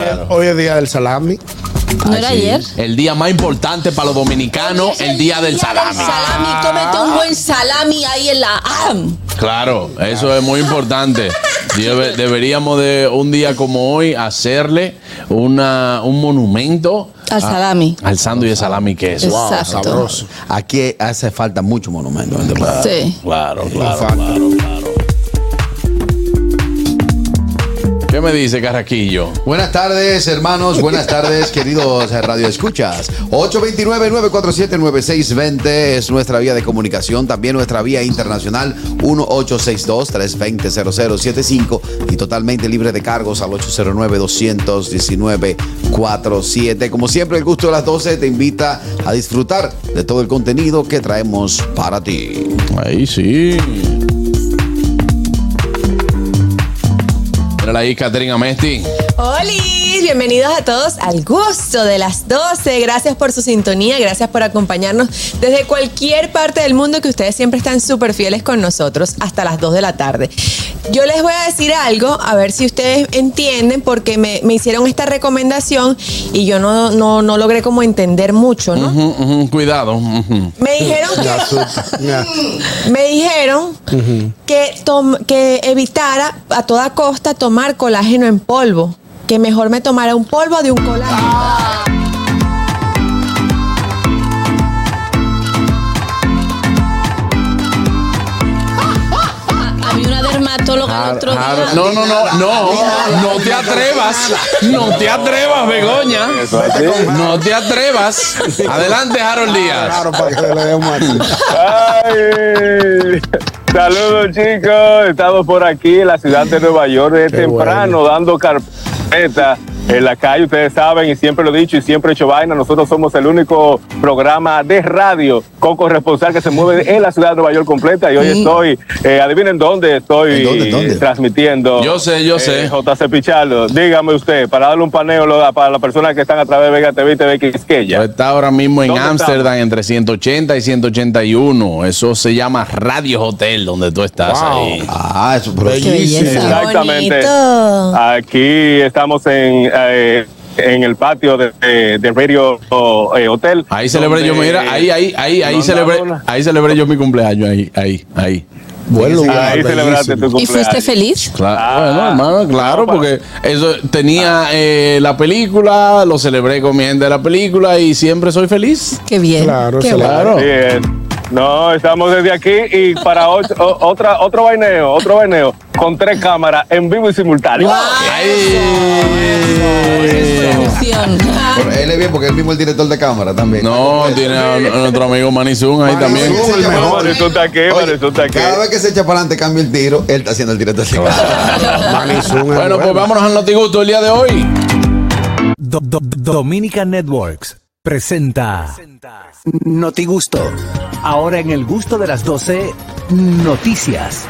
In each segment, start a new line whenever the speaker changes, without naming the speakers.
día, hoy es día del salami.
¿No era ayer?
El día más importante para los dominicanos, el, día, del salami.
salami. Cómete un buen salami ahí en la AM.
Ah. Claro, eso es muy importante. Debe- deberíamos de un día como hoy hacerle una, un monumento
Al salami.
al sándwich de salami que es.
Exacto.
Sabroso.
Aquí hace falta mucho monumento. en este país.
Sí.
Claro, claro,
falta.
claro, claro. ¿Qué me dice Carraquillo?
Buenas tardes, hermanos. Buenas tardes, queridos Radio Escuchas. 829-947-9620 es nuestra vía de comunicación. También nuestra vía internacional 1862-320-0075 y totalmente libre de cargos al 809-219-47. Como siempre, el gusto de las 12 te invita a disfrutar de todo el contenido que traemos para ti.
Ahí sí. Mírala ahí, Catherine Amesti.
Hola, bienvenidos a todos al gusto de las 12. Gracias por su sintonía, gracias por acompañarnos desde cualquier parte del mundo que ustedes siempre están súper fieles con nosotros hasta las 2 de la tarde. Yo les voy a decir algo, a ver si ustedes entienden, porque me, me hicieron esta recomendación y yo no, no, no logré como entender mucho, ¿no?
Ujú, ujú, cuidado. ujú.
Me dijeron
Me
que...
asusta. Ya.
Me dijeron que, tom- que evitara a toda costa tomar colágeno en polvo. Que mejor me tomara un polvo de un colágeno.
Había una dermatóloga el otro día.
No, no, no, no, no te atrevas, no te atrevas, Begoña, no te atrevas. Adelante, Harold Díaz.
Ah, Claro, para que le dé un mate.
Ay. Saludos chicos, estamos por aquí en la ciudad de Nueva York de temprano dando carpeta en la calle, ustedes saben y siempre lo he dicho y siempre he hecho vaina, nosotros somos el único programa de radio con corresponsal que se mueve en la ciudad de Nueva York completa y hoy estoy, eh, adivinen dónde estoy
Mm. ¿En dónde, en dónde?
transmitiendo.
Yo sé, yo sé.
Eh, JC Pichardo, dígame usted, para darle un paneo lo- para las personas que están a través de Vega TV y TV
Yo
Quisqueya.
está ahora mismo en
¿Dónde estamos?
Ámsterdam entre 180 y 181. Eso se llama Radio Hotel, donde tú estás ahí.
Ah, eso por
Qué belleza.
Exactamente.
bonito.
Aquí estamos en, eh, en el patio de, de- de Radio eh, Hotel.
Ahí celebré
donde-
yo, mira, ahí, ahí, ahí, ahí
donde
celebré,
una-
ahí celebré yo mi cumpleaños, ahí, ahí, ahí.
Buen lugar.
Ahí celebraste tu
bellísimo.
¿Y
cumpleaños.
fuiste feliz?
Claro,
Ah.
bueno, hermano, claro,
No, pa-
porque eso tenía eh, la película, lo celebré con mi gente de la película y siempre soy feliz.
Qué bien.
Claro,
Qué
se la-
Claro.
Bien. No, estamos desde aquí y para o- o- otra, otro vaineo, otro vaineo, con tres cámaras en vivo y simultáneo.
Producción.
Él es bien porque él mismo es el director de cámara también.
No, tiene a, a nuestro amigo Manizun ahí también.
Manizun, el
Bueno,
mejor.
Marisol está aquí,
Oye,
Marisol está aquí.
Cada vez que se echa para adelante, cambia el tiro, él está haciendo el directo así.
Manizum es
Bueno, pues vámonos al Notigusto el día de hoy.
Do- do- Dominica Networks presenta Noti Gusto. Ahora en el gusto de las 12, noticias.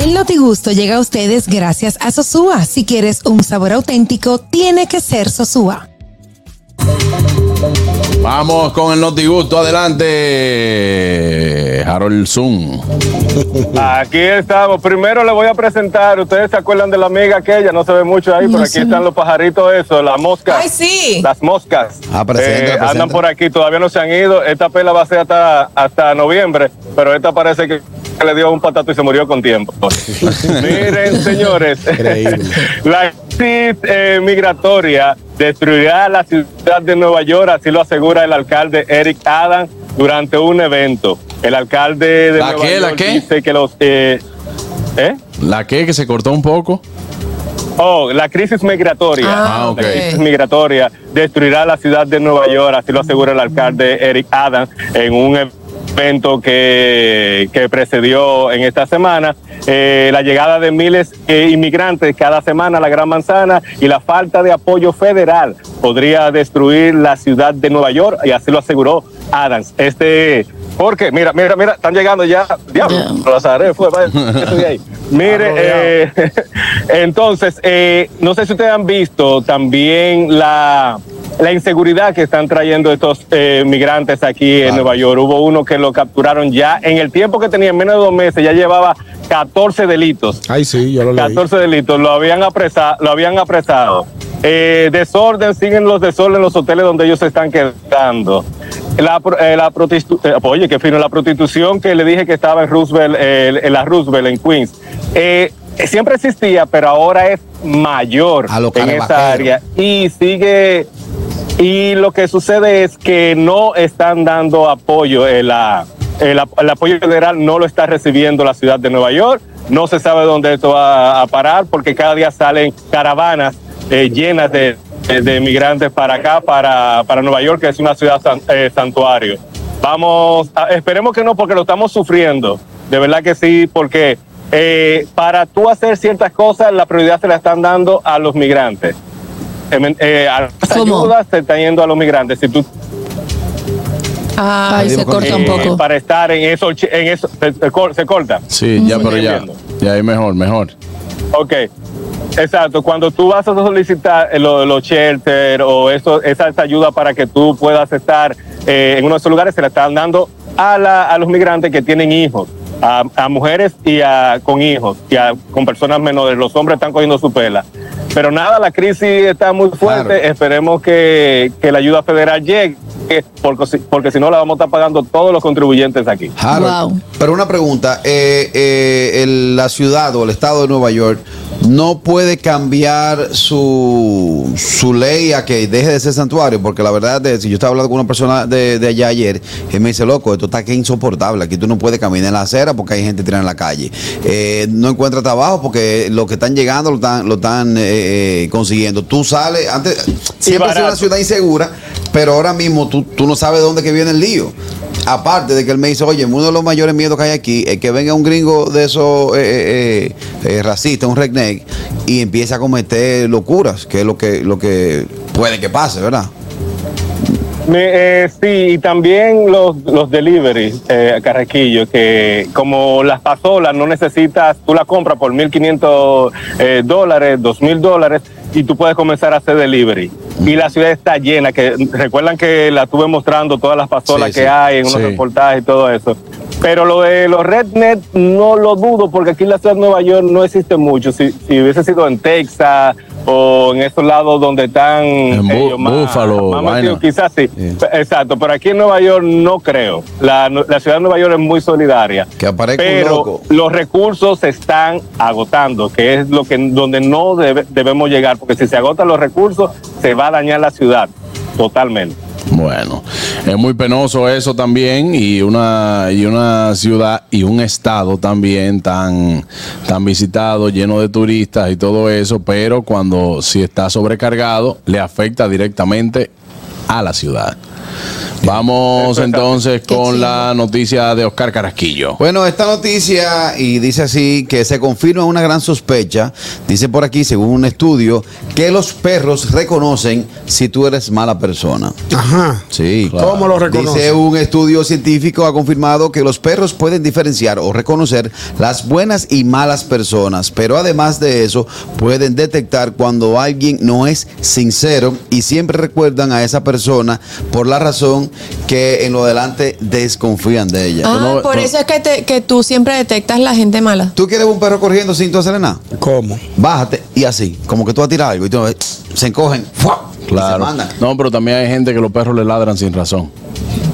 El Notigusto llega a ustedes gracias a Sosúa. Si quieres un sabor auténtico, tiene que ser Sosúa.
Vamos con el Notigusto, adelante. Harold Zoom.
Aquí estamos. Primero le voy a presentar. Ustedes se acuerdan de la amiga aquella, no se ve mucho ahí,
No
pero
se
aquí
ve.
están los pajaritos, eso, las moscas.
Ay, sí.
Las moscas.
Ah, presenta, presenta.
Eh, Andan por aquí, todavía no se han ido. Esta pela va a ser hasta, hasta noviembre, pero esta parece que le dio un patato y se murió con tiempo. Miren, señores,
Increíble.
la crisis eh, migratoria destruirá la ciudad de Nueva York, así lo asegura el alcalde Eric Adams durante un evento. El alcalde de
¿La
Nueva
qué, la
York
qué?
dice que los... eh, ¿eh?
La que, que se cortó un poco.
Oh, la crisis migratoria.
Ah, ok.
La crisis migratoria destruirá la ciudad de Nueva York, así lo asegura el alcalde Eric Adams en un evento que, que precedió en esta semana. Eh, la llegada de miles de inmigrantes cada semana a la Gran Manzana y la falta de apoyo federal podría destruir la ciudad de Nueva York, y así lo aseguró Adams. Este. Porque, mira, mira, mira, están llegando ya. Diablo, las agarré, fue, vaya, estoy ahí. Mire, eh, entonces, eh, no sé si ustedes han visto también la, la inseguridad que están trayendo estos eh, migrantes aquí en Nueva York. Hubo uno que lo capturaron ya en el tiempo que tenía, en menos de dos meses, ya llevaba 14 delitos.
Ay, sí, yo lo leí.
14 delitos, lo habían apresa- lo habían apresado. Eh, desorden, siguen los desorden en los hoteles donde ellos se están quedando. La, pro- eh, la prostitu- eh, oye, qué fino, la prostitución que le dije que estaba en Roosevelt, eh, en la Roosevelt, en Queens. Eh, siempre existía, pero ahora es mayor
A lo
en
carabaquero.
esa área. Y sigue, y lo que sucede es que no están dando apoyo. eh, la- el, ap- el apoyo federal no lo está recibiendo la ciudad de Nueva York. No se sabe dónde esto va a parar porque cada día salen caravanas eh, llenas de, de- de migrantes para acá, para, para Nueva York, que es una ciudad san- eh, santuario. Vamos, a- esperemos que no, porque lo estamos sufriendo. De verdad que sí, porque eh, para tú hacer ciertas cosas, la prioridad se la están dando a los migrantes. Eh, eh, a las
¿Cómo?
ayudas se están yendo a los migrantes. Si tú
Ay, se corta un
eh,
poco.
para estar en eso, en eso se, se cor- se corta.
Sí, ya, pero ya. Ya ahí mejor, mejor.
Ok. Exacto, cuando tú vas a solicitar eh, lo- los shelter o eso, esa, esa ayuda para que tú puedas estar eh, en uno de esos lugares, se la están dando a, la- a los migrantes que tienen hijos, a, a mujeres y a, con hijos, y a- con personas menores. Los hombres están cogiendo su pela. Pero nada, la crisis está muy fuerte.
Claro.
Esperemos que, que la ayuda federal llegue, porque, si- porque si no la vamos a estar pagando todos los contribuyentes aquí.
Harold,
Wow.
Pero una pregunta, eh, eh, el- la ciudad o el estado de Nueva York no puede cambiar su, su ley a que deje de ser santuario, porque la verdad es, si yo estaba hablando con una persona de, de allá ayer, él me dice, loco, esto está que insoportable, aquí tú no puedes caminar en la acera porque hay gente tirada en la calle, Eh, no encuentra trabajo porque los que están llegando lo están, lo están eh, eh, consiguiendo, tú sales, antes siempre ha sido una
barato.
ciudad insegura, pero ahora mismo tú, tú no sabes de dónde que viene el lío. Aparte de que él me dice, oye, uno de los mayores miedos que hay aquí es que venga un gringo de esos eh, eh, eh, eh, racistas, un redneck, y empiece a cometer locuras, que es lo que, lo que puede que pase, ¿verdad?
Me- eh, sí, y también los, los deliveries, eh, Carrequillo, que como las pasolas no necesitas, tú la compras por 1.500 eh, dólares, 2.000 dólares, y tú puedes comenzar a hacer delivery. Y la ciudad está llena, que recuerdan que la estuve mostrando todas las pasolas
Sí,
que
sí,
hay en unos
sí.
reportajes y todo eso. Pero lo de los rednet no lo dudo, porque aquí en la ciudad de Nueva York no existe mucho. Si, si hubiese sido en Texas o en esos lados donde están
En Bu-
ellos más-
Búfalo,
más
vaina.
metidos, quizás sí.
Sí.
Pe- Exacto, pero aquí en Nueva York no creo. La, la ciudad de Nueva York es muy solidaria.
Que aparezca un
pero
loco.
los recursos se están agotando, que es lo que donde no debe- debemos llegar, porque si se agotan los recursos, se va a dañar la ciudad totalmente.
Bueno, es muy penoso eso también y una y una ciudad y un estado también tan tan visitado, lleno de turistas y todo eso, pero cuando si está sobrecargado le afecta directamente a la ciudad. Vamos entonces con la noticia de Oscar Carasquillo.
Bueno, esta noticia, y dice así, que se confirma una gran sospecha, dice por aquí, según un estudio, que los perros reconocen si tú eres mala persona.
Ajá.
Sí,
¿Cómo lo reconoce?
Dice un estudio científico ha confirmado que los perros pueden diferenciar o reconocer las buenas y malas personas, pero además de eso pueden detectar cuando alguien no es sincero y siempre recuerdan a esa persona por la razón que en lo adelante desconfían de ella.
Ah,
no-
por
no-
eso es que, te- que tú siempre detectas la gente mala.
¿Tú quieres un perro corriendo sin tú hacerle nada?
¿Cómo?
Bájate y así, como que tú vas a tirar algo y tú se encogen ¡fua! y se
Claro.
mandan.
No, pero también hay gente que los perros le ladran sin razón.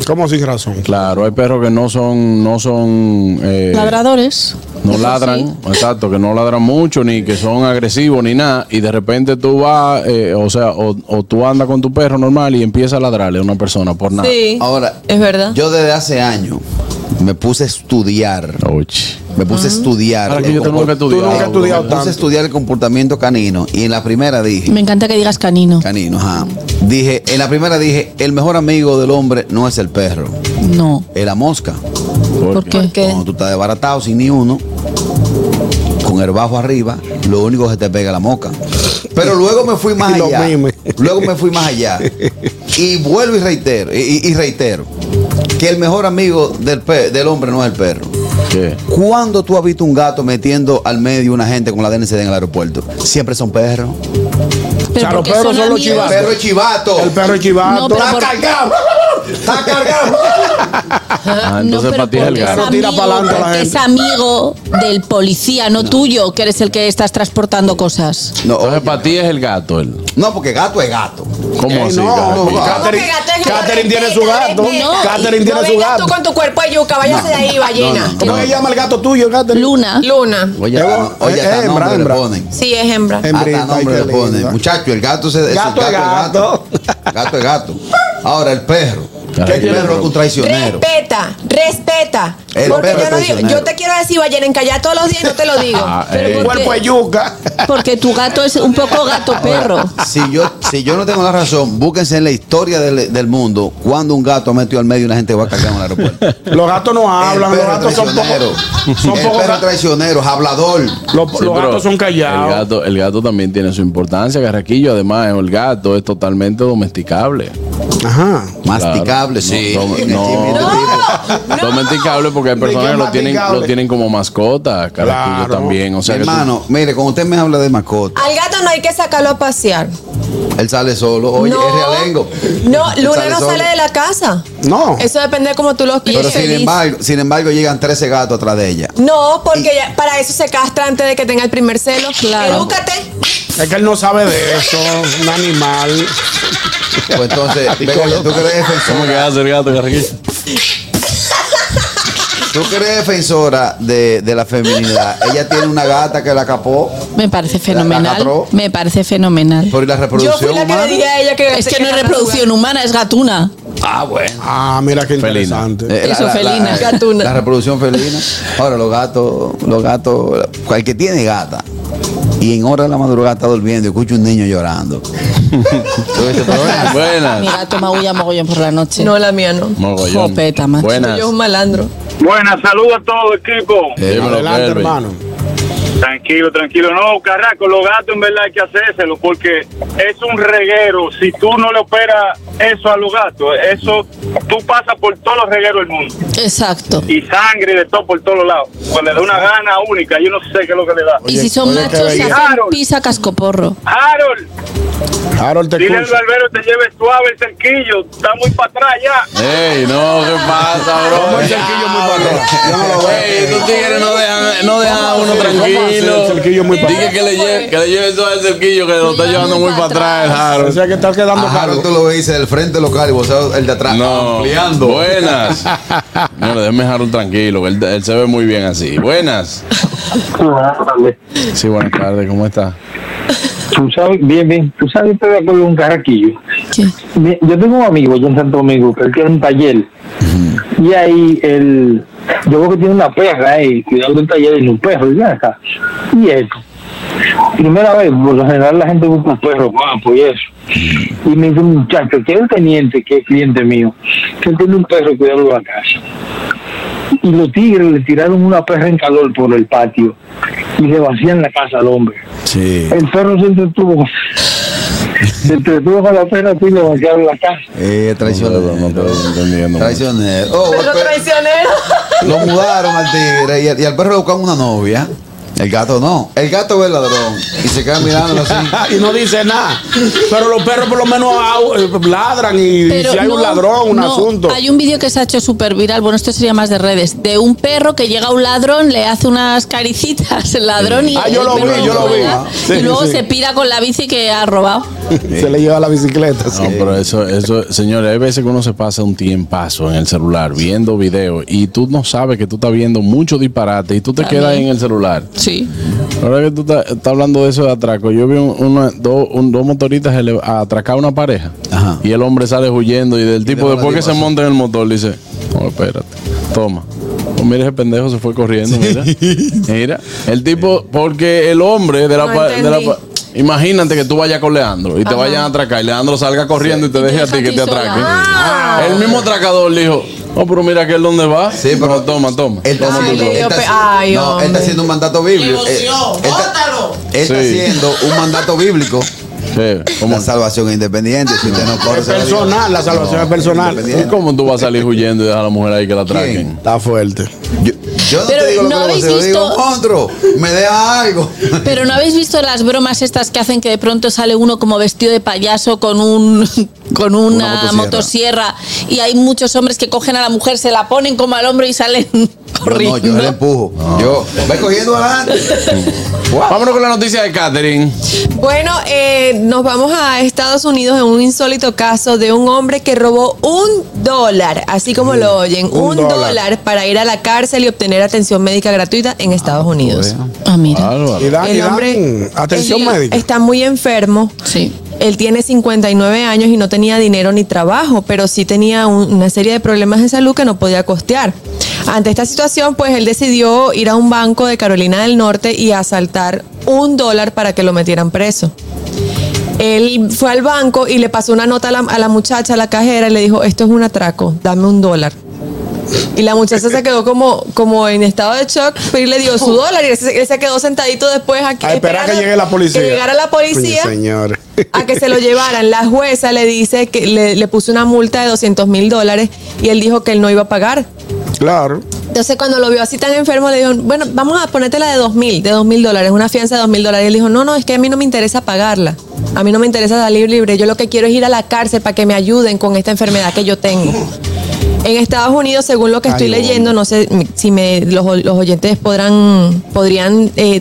¿Cómo sin razón?
Claro, hay perros que no son no son eh,
Ladradores.
no ladran, exacto, que no ladran mucho, ni que son agresivos, ni nada, y de repente tú vas, eh, o sea, o, o tú andas con tu perro normal y empieza a ladrarle a una persona por nada.
Sí.
Ahora,
es verdad.
yo desde hace años me puse a estudiar.
Oye.
Me puse a estudiar.
Ahora que
el
yo tengo
compor-
que estudiar.
Tú nunca
Me
has estudiado
puse a
tanto.
estudiar el comportamiento canino y en la primera dije,
Me encanta que digas canino.
canino, ajá. Dije, en la primera dije, el mejor amigo del hombre no es el perro,
No.
es la mosca.
¿Por qué?
¿Qué?
Cuando tú estás desbaratado sin ni uno, con el bajo arriba, lo único que se te pega es la mosca. Pero luego me fui más
Lo
allá.
mismo.
Luego me fui más allá. Y vuelvo y reitero, y, y- y reitero, que el mejor amigo del, pe- del hombre no es el perro.
¿Qué?
¿Cuándo tú has visto un gato metiendo al medio una gente con la DNCD en el aeropuerto? Siempre son perros.
O sea, los
porque
perros
son
son los
El
amigos.
chivatos.
perro es chivato.
El perro es chivato.
No, pero
Está
por-
cargado. Está cargado.
Ah,
Ah, entonces
pero
para ti es el
porque
gato.
Pero tira
amigo,
pa'lante a la
porque
gente.
es amigo del policía, no, tuyo, que eres el que estás transportando cosas.
No,
Entonces
oye,
para ti es el gato. El,
no, porque gato es gato.
¿Cómo
Eh,
así?
no,
gato?
no, gato.
Catherine,
gato es gato?
Catherine tiene su gato.
No,
Catherine
no
tiene su
vengas tú
gato.
con tu cuerpo de yuca, váyase de ahí, ballena.
no,
¿Cómo se llama el gato tuyo, Catherine?
Luna.
Luna.
Oye,
Eh,
hasta- oye,
eh,
hasta
hembra,
nombre le
hembra.
ponen.
Sí, es hembra.
Hembrita,
Hasta nombre
ay,
le
qué
ponen.
linda.
Muchacho, el gato se- es el
Gato es gato.
es gato. Gato es gato. Ahora, el perro.
Ay,
El perro es un traicionero.
Respeta, respeta.
El
Porque
perro
yo, no digo-
traicionero.
yo te quiero decir, ballena, encallada todos los días y no te lo digo.
Ah, eh,
El cuerpo es yuca.
Porque tu gato es un poco gato perro.
Si yo, si yo no tengo la razón, búsquense en la historia del, del mundo cuando un gato ha metido al medio y una gente va a cargar en el aeropuerto.
Los gatos no hablan,
el
los
perro
gatos son
traicionero.
pocos. Son
el
pocos
perro
gatos.
traicionero, hablador.
Los,
Sí,
los
pero
gatos son
El
callados.
gato, el gato también tiene su importancia, Carraquillo. Además, el gato es totalmente domesticable.
Ajá.
Masticable, sí.
No,
Este
no,
tipo-
no. Domesticable porque hay
¿De qué
personas que lo tienen,
masticable?
lo tienen como mascota, Carraquillo
Claro.
también. O sea que tú-
Hermano, mire, cuando usted me habla de mascota,
Al gato no hay que sacarlo a pasear.
él sale solo. Oye,
no,
es realengo.
No,
Él
Luna no
solo.
sale de la casa.
No.
Eso depende de cómo tú los
Pero
quieres.
sin embargo, sin embargo, llegan 13 gatos atrás de ella.
No, porque ya- para eso se castra antes de que tenga el primer celo.
Claro.
Edúcate.
Es que él no sabe de eso. Un animal.
Pues entonces, Begoña, tú que eres
¿Cómo que
defensora,
hace el gato, Carraquillo?
tú que eres defensora de, de la feminidad. Ella tiene una gata que la capó
Me parece
La- la
fenomenal.
catró.
Me parece fenomenal.
por la
Yo
reproducción
fui la que
humana.
le dije a ella que
Es que no es
era
reproducción humana, es gatuna.
Ah, bueno.
Ah, mira qué
Felina.
interesante.
Eh,
Eso, felina.
La, reproducción felina. Ahora, los gatos, los gatos, cual que tiene gata y en hora de la madrugada está durmiendo y escucha un niño llorando. Tú dices, pero ven,
Mi
Buenas.
gato maulla mogollón por la noche.
No, la mía no.
Mogollón.
Jopeta, macho.
Buenas.
Yo es un malandro.
Buenas, saludos a todo el equipo.
Dímelo,
Adelante,
Kelvin.
hermano.
Tranquilo, tranquilo. No, Carraco, los gatos en verdad hay que hacérselo porque es un reguero. Si tú no le operas eso a los gatos, eso tú pasas por todos los regueros del mundo.
Exacto.
Y sangre de todo por todos lados. Pues le da una gana única. Yo no sé qué es lo que le da.
y si son
oye, qué
machos, se
belleza.
hacen
Harold.
pisa cascoporro.
Harold,
Harold, te
dile al
escucho.
barbero que te lleve suave el cerquillo. Está muy para atrás ya.
Eh,
Ey, no, ¿qué pasa, bro?
¿Cómo el cerquillo es muy para atrás? Yo no lo veo.
Ey, estos tigres no dejan, no dejan a uno
¿Cómo así?
tranquilo.
El cerquillo es muy para
Dije
atrás.
que le lleve, que le lleve todo el cerquillo que lo está llevando muy para atrás el
O
Harold.
sea que estás quedando
a Harold tú
caro.
lo ves del frente local y vos sabes el de atrás
No,
ampliando.
buenas. No, déjeme Harold tranquilo, que él, él se ve muy bien así. Buenas.
Ah,
Sí, buenas tardes, ¿cómo está?
Tú sabes, bien, bien. Tú sabes, estoy de acuerdo con Carraquillo.
¿Qué?
Bien, Yo tengo un amigo allá en Santo Domingo que él tiene un taller. Y ahí él, yo creo que tiene una perra ahí, cuidado del taller y un perro, y ven acá. Y esto. Primera vez, por lo general la gente busca un perro guapo y eso. Y me dice un muchacho, que es el teniente, que es cliente mío, que él tiene un perro cuidado de la casa. Y los tigres le tiraron una perra en calor por el patio y le vacían la casa al hombre.
Sí.
El perro se entretuvo. Se entretuvo con la pena y lo vaciaron la casa.
Eh, traicionero.
No te estoy entendiendo.
Traicionero. Oh, el
Pero
perro-
traicionero.
lo mudaron al tigre y, al- y al perro le buscaron una novia. El gato no. El gato ve el ladrón y se queda mirándolo así.
Y no dice nada. Pero los perros por lo menos au- eh, ladran y si hay un
no,
ladrón, un
no.
asunto.
Hay un vídeo que se ha hecho súper viral, bueno, esto sería más de redes, de un perro que llega a un ladrón, le hace unas caricitas el ladrón y,
Ah, yo
el
lo
perro
vi, yo lo vi.
rueda,
Sí,
y luego
sí.
se pira con la bici que ha robado.
Se le lleva la bicicleta.
No, pero eso, eso, señores, hay veces que uno se pasa un tiempazo en el celular viendo videos y tú no sabes que tú estás viendo mucho disparate y tú te quedas en el celular.
Sí.
Ahora que tú estás estás hablando de eso de atraco, yo vi un- una- dos- un- dos motoristas ele- a atracar a una pareja
Ajá.
y el hombre sale huyendo y del tipo
da la
después que se
divación.
monta en el motor le dice, no, espérate, toma. Oh, mira ese pendejo se fue corriendo, mira. Mira, el tipo, porque el hombre de la...
No
pa- de la
entendí.
pa- Imagínate que tú vayas con Leandro y te
Ajá.
vayan a atracar y Leandro salga corriendo y te
Y
deje
te
a ti
deja
que
a
te
ti sola.
atraque.
Ah.
El mismo atracador le dijo, oh, pero mira que él dónde va.
Sí, pero-
No, toma, toma.
Él está
Ay,
haciendo,
le
él
dio
está
pe-
haciendo-
ay,
no, él está
hombre.
haciendo un mandato bíblico. Eh, Él, él está, él está
Sí.
haciendo un mandato bíblico.
Sí, ¿cómo?
La salvación es independiente. Si usted no corre,
Es
se va a Dios.
personal, la salvación es personal.
independiente.
¿Cómo tú vas a salir huyendo y dejar a la mujer ahí que la atraquen?
¿Quién?
Está fuerte.
Yo- Yo no
Pero
te digo lo
no
que le voy a
habéis
hacer, yo digo,
visto-
monstruo, me deja algo.
Pero no habéis visto las bromas estas que hacen que de pronto sale uno como vestido de payaso con un con una,
Una motosierra.
motosierra. y hay muchos hombres que cogen a la mujer, se la ponen como al hombro y salen
Yo no, yo le
corriendo.
empujo. Yo, ve cogiendo adelante.
Vámonos con la noticia de Catherine.
Bueno, eh, nos vamos a Estados Unidos en un insólito caso de un hombre que robó un dólar, así como lo oyen,
un
un,
dólar.
dólar. para ir a la cárcel y obtener atención médica gratuita en Estados Unidos.
Ah, mira.
Álvaro.
Y dan, y
El
dan
hombre-
atención
Él
médica.
Está muy enfermo.
Sí.
Él tiene 59 años y no tenía dinero ni trabajo, pero sí tenía un- una serie de problemas de salud que no podía costear. Ante esta situación, pues él decidió ir a un banco de Carolina del Norte y asaltar un dólar para que lo metieran preso. Él fue al banco y le pasó una nota a la, a la muchacha, a la cajera, y le dijo, esto es un atraco, dame un dólar. Y la muchacha se quedó como, como en estado de shock, pero él le dio su dólar y él se, él se quedó sentadito después aquí.
a esperar que
esperando
llegue la policía.
Que llegara la policía
Coño, señor.
a que se lo llevaran. La jueza le dice que le, le puso una multa de 200 mil dólares y él dijo que él no iba a pagar.
Claro.
Entonces cuando lo vio así tan enfermo le dijo, bueno, vamos a ponerte la de 2 mil, de 2 mil dólares, una fianza de 2 mil dólares. Y él dijo, no, no, es que a mí no me interesa pagarla. A mí no me interesa salir libre. Yo lo que quiero es ir a la cárcel para que me ayuden con esta enfermedad que yo tengo. En Estados Unidos, según lo que estoy leyendo, no sé si me, los, los oyentes podrán, podrían eh,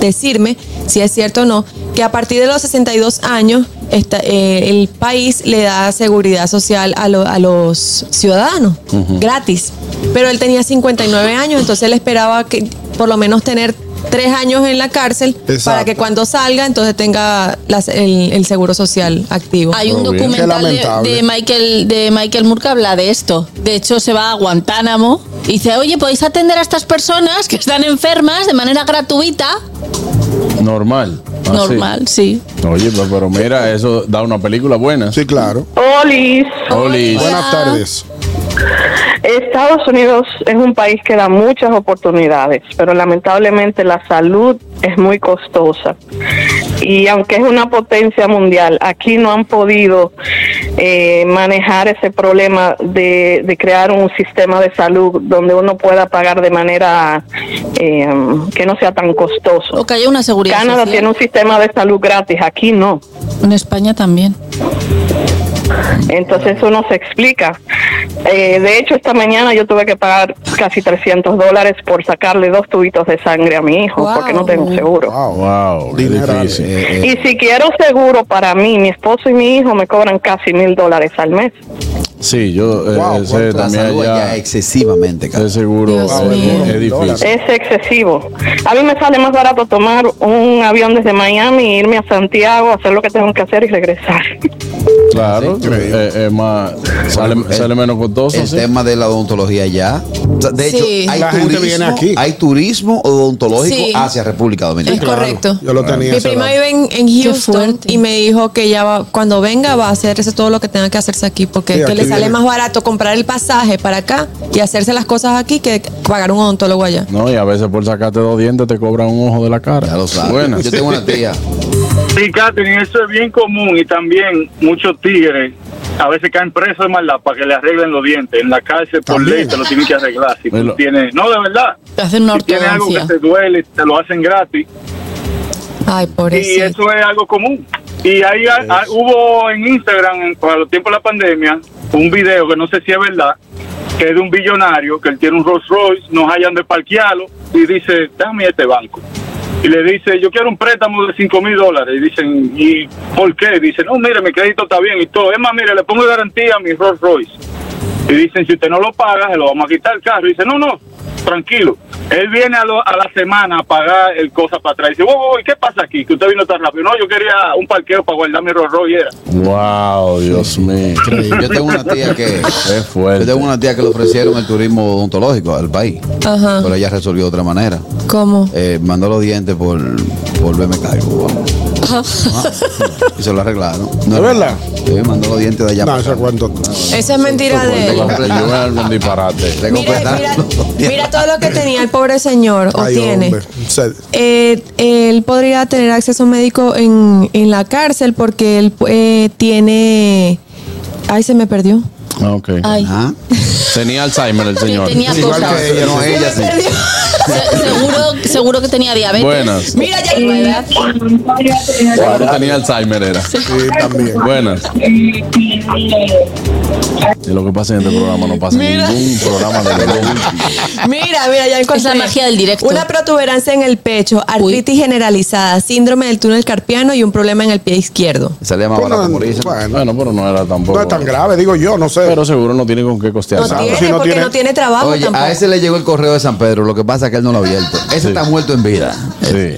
decirme si es cierto o no, que a partir de los 62 años esta- eh, el país le da seguridad social a, lo- a los ciudadanos, gratis. Pero él tenía 59 años, entonces él esperaba que por lo menos tener tres años en la cárcel para
Exacto.
que cuando salga entonces tenga las- el, el seguro social activo.
Hay un
Todo bien.
documental
Qué
de,
lamentable.
de Michael de Michael Moore que habla de esto. De hecho, se va a Guantánamo y dice, oye, ¿podéis atender a estas personas que están enfermas de manera gratuita?
Ah, Normal. así.
Normal, sí.
Oye, pero- pero mira, eso da una película buena.
Sí, claro.
Olis,
Olis.
Buenas tardes.
Estados Unidos es un país que da muchas oportunidades, pero lamentablemente la salud es muy costosa. Y aunque es una potencia mundial, aquí no han podido eh, manejar ese problema de, de crear un sistema de salud donde uno pueda pagar de manera eh, que no sea tan costoso.
O que haya una seguridad
Canadá
social.
tiene un sistema de salud gratis, aquí no.
En España también.
Entonces eso no se explica. Eh, de hecho, esta mañana yo tuve que pagar casi 300 dólares por sacarle dos tubitos de sangre a mi hijo
Wow.
porque no tengo seguro.
Wow.
Wow, qué
Dineral.
difícil.
Eh,
Y si quiero seguro para mí, mi esposo y mi hijo me cobran casi mil dólares al mes.
Sí, yo eh,
Wow,
ese
cuánto la
La
también
salud allá
allá.
es excesivamente cara.
ese seguro
Dios
ah,
mío.
es, es difícil.
Es excesivo. A mí me sale más barato tomar un avión desde Miami, e irme a Santiago, hacer lo que tengo que hacer y regresar.
Claro,
Sí, creo.
eh, eh, más, sale,
El-
sale menos costoso.
El
sí.
tema de la odontología allá. O sea, de hecho,
Sí.
hay,
La gente
turismo,
viene aquí.
hay turismo odontológico
Sí.
hacia República
es
Dominicana.
correcto.
Yo lo tenía.
Mi
hace
prima
rato.
vive en, en Houston
fuerte.
y me dijo que ya va- cuando venga va a hacerse todo lo que tenga que hacerse aquí, porque
Sí,
es que
aquí
le sale
viene.
más barato comprar el pasaje para acá y hacerse las cosas aquí que pagar un odontólogo allá.
No, y a veces por sacarte dos dientes te cobran un ojo de la cara.
Ya lo sabes.
Buenas.
Yo tengo una tía.
Sí, Catherine, eso es bien común y también muchos tigres a veces caen presos de maldad para que le arreglen los dientes. En la cárcel por
También.
ley te lo tienen que arreglar. Si tú
Velo.
tienes- no, de verdad.
Te hacen una
Si tienes algo que
ortodoncia.
te duele, te lo hacen gratis.
Ay,
Y
¿eh?
pobrecito.
eso es algo común. Y ahí a- a- hubo en Instagram, en- para los tiempos de la pandemia, un video que no sé si es verdad, que es de un billonario, que él tiene un Rolls Royce, nos hallan de parquearlo, y dice, dame este banco. Y le dice, yo quiero un préstamo de 5 mil dólares. Y dicen, ¿y por qué? Dice, no, mire, mi crédito está bien y todo. Es más, mire, le pongo garantía a mi Rolls Royce. Y dicen, si usted no lo paga, se lo vamos a quitar el carro. Y dice, no, no, tranquilo. Él viene a, lo- a la semana a pagar el cosa para atrás. Y dice, wow, wow, ¿y ¿qué pasa aquí? Que usted vino tan rápido. No, yo quería un parqueo para guardar mi Rolls Royce. y era.
Wow, Dios mío.
Yo tengo una tía que.
Qué
Yo
fuerte.
tengo una tía que le ofrecieron el turismo odontológico al país.
Ajá.
Pero ella resolvió de otra manera.
¿Cómo?
Eh, mandó los dientes por, por BMK.
Ah.
Ah, Y se lo arreglaron. No
¿De verdad?
Sí, mandó los dientes de allá.
No,
para
eso
acá.
cuento.
Eso es mentira de él.
Yo veo algún disparate.
Le
Mire,
completaron
mira,
los dientes.
mira todo lo que tenía el pobre señor, o
Ay,
tiene.
hombre. Se-
Eh, él podría tener acceso médico en, en la cárcel porque él eh, tiene... Ay, se me perdió.
Ah, Ok.
Ay.
Ajá.
Tenía Alzheimer el señor.
Tenía Igual cosas. que ella, no, Se ella me sí. perdió. Se- seguro, seguro que tenía diabetes.
Buenas.
Mira, ya
Seguro tenía Alzheimer era. Sí, también. Buenas. Y lo que pasa en este programa no pasa en ningún programa de verdad.
Mira, mira, ya encontré.
Es la magia del directo.
Una protuberancia en el pecho, artritis generalizada, síndrome del túnel carpiano y un problema en el pie izquierdo.
Salía más barato morirse.
Bueno, pero no era tampoco.
No es tan grave, digo yo, no sé.
Pero seguro no tiene con qué costear.
No
nada.
tiene, porque no tiene trabajo
Oye,
tampoco.
a ese le llegó el correo de San Pedro, lo que pasa es que él no lo ha abierto. Ese está muerto en vida.
Sí.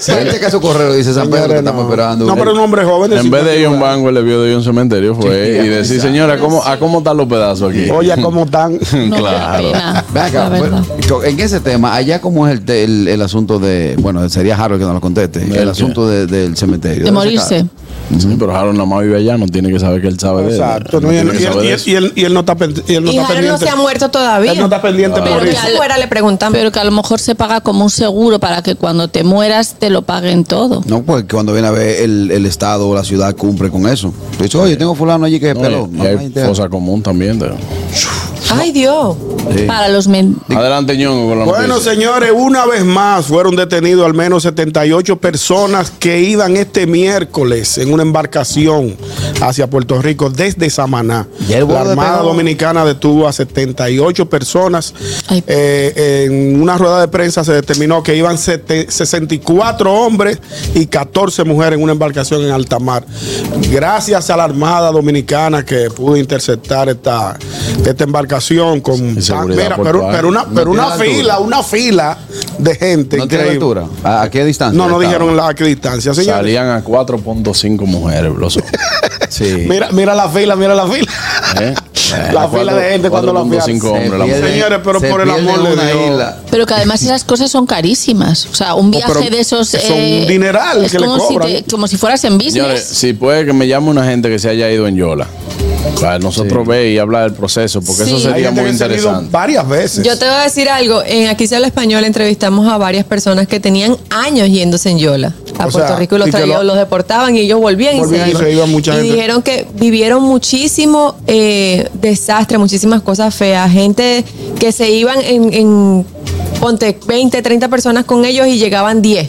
Si él checa su correo, dice San Pedro, te estamos esperando.
No, pero un hombre joven. de
En vez de ir a
51
un banco, él le vio de ir a un cementerio fue
Sí,
y decir, señora, ¿a ¿cómo, ¿a cómo están los pedazos aquí?
Oye, ¿cómo están?
claro.
Ven acá, bueno, en ese tema, allá cómo es el, te- el, el asunto de, bueno, sería Harold que nos lo conteste, el,
qué?
asunto de- del cementerio.
De
ese
morirse.
caso.
Sí, pero Harold nada más vive allá, no tiene que saber que él sabe de él.
Exacto. no,
No
y, él,
tiene que
y él-
saber de
y él-
eso.
y él- y él no está, pen- y él no
Y
está
Harold
pendiente.
no se ha muerto todavía.
Él no está pendiente
Pero
por
que
eso.
al-
Fuera le preguntamos.
Pero que a lo mejor se paga como un seguro para que cuando te mueras te lo paguen todo.
No, porque cuando viene a ver el, el Estado o la ciudad cumple con eso. Dice, oye, tengo fulano allí que es
No,
peló.
y- y hay fosa común también. de-
Ay, Dios.
Para los men-
Adelante, ñongo, con la
Bueno,
noticia.
señores, una vez más fueron detenidos al menos 78 personas que iban este miércoles en una embarcación hacia Puerto Rico desde Samaná.
Ya el
La
borde
Armada
pegado.
Dominicana detuvo a 78 personas.
Ay.
Eh, en una rueda de prensa se determinó que iban sete- 64 hombres y 14 mujeres en una embarcación en alta mar. Gracias a la Armada Dominicana que pudo interceptar esta, esta embarcación con...
Y seguridad
Mira, pero,
portuaria.
pero una, pero
tiene
una
altura.
fila, una fila de gente.
¿No tiene
increíble.
altura? ¿A, a qué distancia?
No, no
estaba?
dijeron la, a qué distancia, señores.
Salían a 4.5 mujeres, los hombres.
Sí.
Mira, mira la fila, mira la fila.
¿Eh?
La fila de gente cuando la fui a-
4.5 hombres,
Se
la mujer.
pierde-
Señores, pero
se
por el
pierde
amor de
una
Dios.
isla.
Pero que además esas cosas son carísimas. O sea, un viaje
Oh, pero
de esos. eh,
son un dineral
es
que le
como, si
cobran.
te- como si fueras en business.
Señores, si puede que me llame una gente que se haya ido en Yola. Para nosotros ver y hablar del proceso, porque eso
Sí.
Hay
sería
gente
muy
que se ha ido
interesante.
varias veces.
Yo te voy a decir algo. En Aquí se habla español, entrevistamos a varias personas que tenían años yéndose en Yola. A
O
Puerto
sea,
Rico los,
y que
traían,
lo-
los deportaban y ellos volvían,
Volvían
y se iban.
mucha
Y
gente.
dijeron que vivieron muchísimo eh, desastre, muchísimas cosas feas. Gente que se iban en, en ponte 20, 30 personas con ellos y llegaban 10.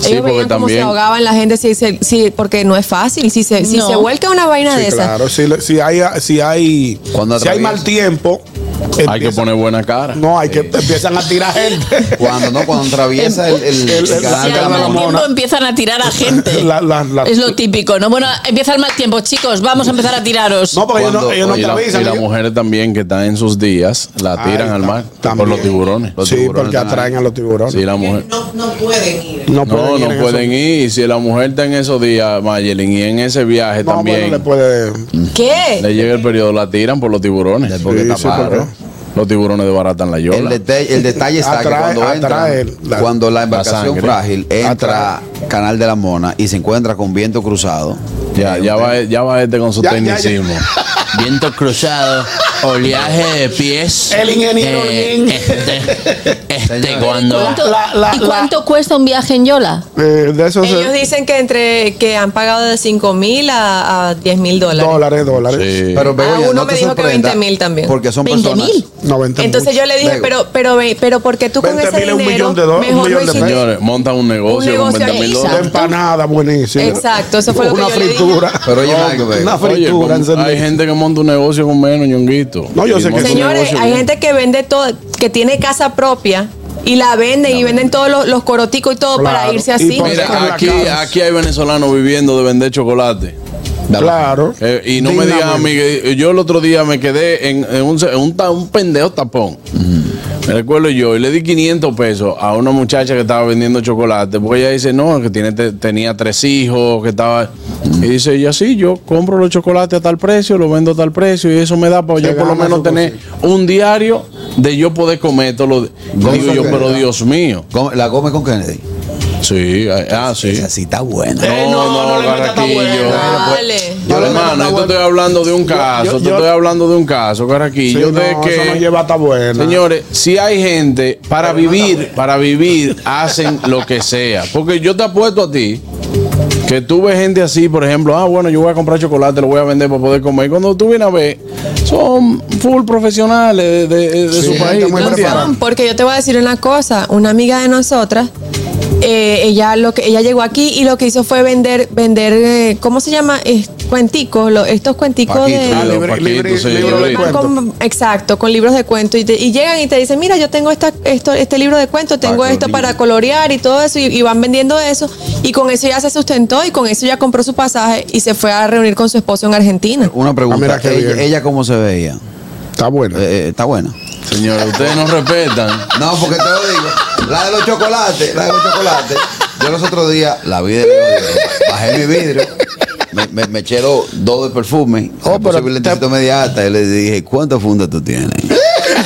Sí,
Ellos
porque
veían cómo se
también-
ahogaban la gente, si, se- si- porque no es fácil. Si se, si
No.
se vuelca una vaina de
sí,
esas,
claro. Si, le- si hay, si hay,
Cuando
si hay
atraviesa.
mal tiempo,
Hay que
empiezan-
poner buena cara.
No, hay que empiezan a tirar gente.
Cuando no, cuando atraviesa el, el,
El- el-
canal
Si
de la
al mal
mona.
Mona.
tiempo empiezan a tirar a gente.
La- la- la-
es lo típico, ¿no? Bueno, empieza el mal tiempo, chicos. Vamos a empezar a tiraros.
No, porque ellos no,
Cuando-
ellos no
y
te
la-
avisan.
y las
ellos-
mujeres también que están en sus días la
Ahí
tiran al
está,
mar por
también.
los tiburones. Los
Sí,
tiburones
porque
están
atraen
ahí.
a los tiburones.
Sí, la mujer.
No pueden
No,
ir
no
en
pueden
esos-
ir. Y si la mujer está en esos días, Mayelin, y en ese viaje
No,
también
bueno, le puede.
¿qué?
le llega el periodo, la tiran por los tiburones.
Porque
Sí,
está
sí,
paro.
claro.
Los tiburones desbaratan la
El
yola.
detalle, el detalle está
Atrae-
que cuando entra,
atrae la-
cuando la embarcación
sangre.
frágil entra Canal de la Mona y se encuentra con viento cruzado.
Ya, ya, va, ya va este con su
Ya, ya, ya.
tecnicismo.
Viento cruzado, oleaje de pies.
El ingeniero
eh,
Lin.
Este, este cuando.
¿Cuánto-
La- la-
¿Y
la-
cuánto cuesta un viaje en Yola?
eh, de esos
Ellos
eh,
dicen que entre que han pagado de 5 mil a, a 10 mil dólares.
dólares, dólares.
Sí.
Pero Bego,
Ah,
ya
uno
no
me
te
dijo que
sorprenda,
20.000 también.
Porque son
20.000.
personas.
90
Entonces yo le dije,
Luego.
pero, pero, ve- pero, ¿por qué tú con
20.000
ese
es Este un
dinero
millón de do- un
mejor
millón
no
de
hiciste-
pesos.
Señores, montan un negocio,
Un
con 20 mil
negocio
dólares.
de empanada, buenísimo.
Exacto, eso fue lo que
Una
yo le dije.
fritura.
Pero oye,
No,
Mike,
una
Oye,
fritura.
con-
encendida.
hay gente que monta un negocio con menos, ñonguito.
No, yo
Y
sé que
monta un
sí.
Señores,
negocio
hay
bien.
gente que vende todo, que tiene casa propia y la vende y venden todos los, los coroticos y todo
Claro.
para irse
Y
así.
por- con
Mira,
la
aquí,
casa.
aquí hay venezolanos viviendo de vender chocolate.
Claro.
Eh, y no me digan a mí
Dignamente.
que yo el otro día me quedé en, en un, en un ta- un pendejo tapón.
Mm.
Me recuerdo yo, y le di 500 pesos a una muchacha que estaba vendiendo chocolate, porque ella dice, no, que tiene, te- tenía tres hijos, que estaba...
Mm.
Y dice, y así, yo compro los chocolates a tal precio, los vendo a tal precio, y eso me da para
Se
yo por lo
gana
menos
su
tener un diario de yo poder comer todos los... Digo yo,
que-
pero Dios mío.
Come- La come con Kennedy.
Sí, ah, sí.
Esa sí está buena.
Eh, no, no, la neta está
Carraquillo.
buena.
Vale.
Yo,
Vale,
hermano,
está
yo te
bueno.
estoy hablando de un caso,
yo-
te
yo-
estoy hablando de un caso,
Sí,
Caraquillo,
no,
de que
eso no lleva hasta buena.
Señores, si hay gente para vivir, para vivir hacen lo que sea, porque yo te apuesto a ti Que tú ves gente así, por ejemplo, ah, bueno, yo voy a comprar chocolate, lo voy a vender para poder comer. Cuando tú vienes a ver, son full profesionales de, de- de su país. ¿tú entiendes?
Son, porque yo te voy a decir una cosa, una amiga de nosotras, eh, ella lo que ella llegó aquí y lo que hizo fue vender vender eh, ¿cómo se llama? Eh, cuenticos, lo- estos cuenticos de
Ah, libre- libre- sí, libre.
Ah, con- exacto, con libros de cuento y, te- y llegan y te dicen, mira, yo tengo esta, esto, este libro de cuento, tengo esto para colorear y todo eso, y, y van vendiendo eso, y con eso ya se sustentó y con eso ya compró su pasaje y se fue a reunir con su esposo en Argentina.
Eh, Una
Ah,
pregunta. eh, ella, ella cómo se veía? Eh,
Está buena.
está buena.
Señores, ustedes no respetan.
No, porque te lo digo. La de los chocolates, la de los chocolates. Yo los otros días la vi de lejos, bajé mi vidrio. Me, me, me eché dos, dos de perfume. Oh, pero un lentecito media alta y le dije, ¿cuántas fundas tú tienes?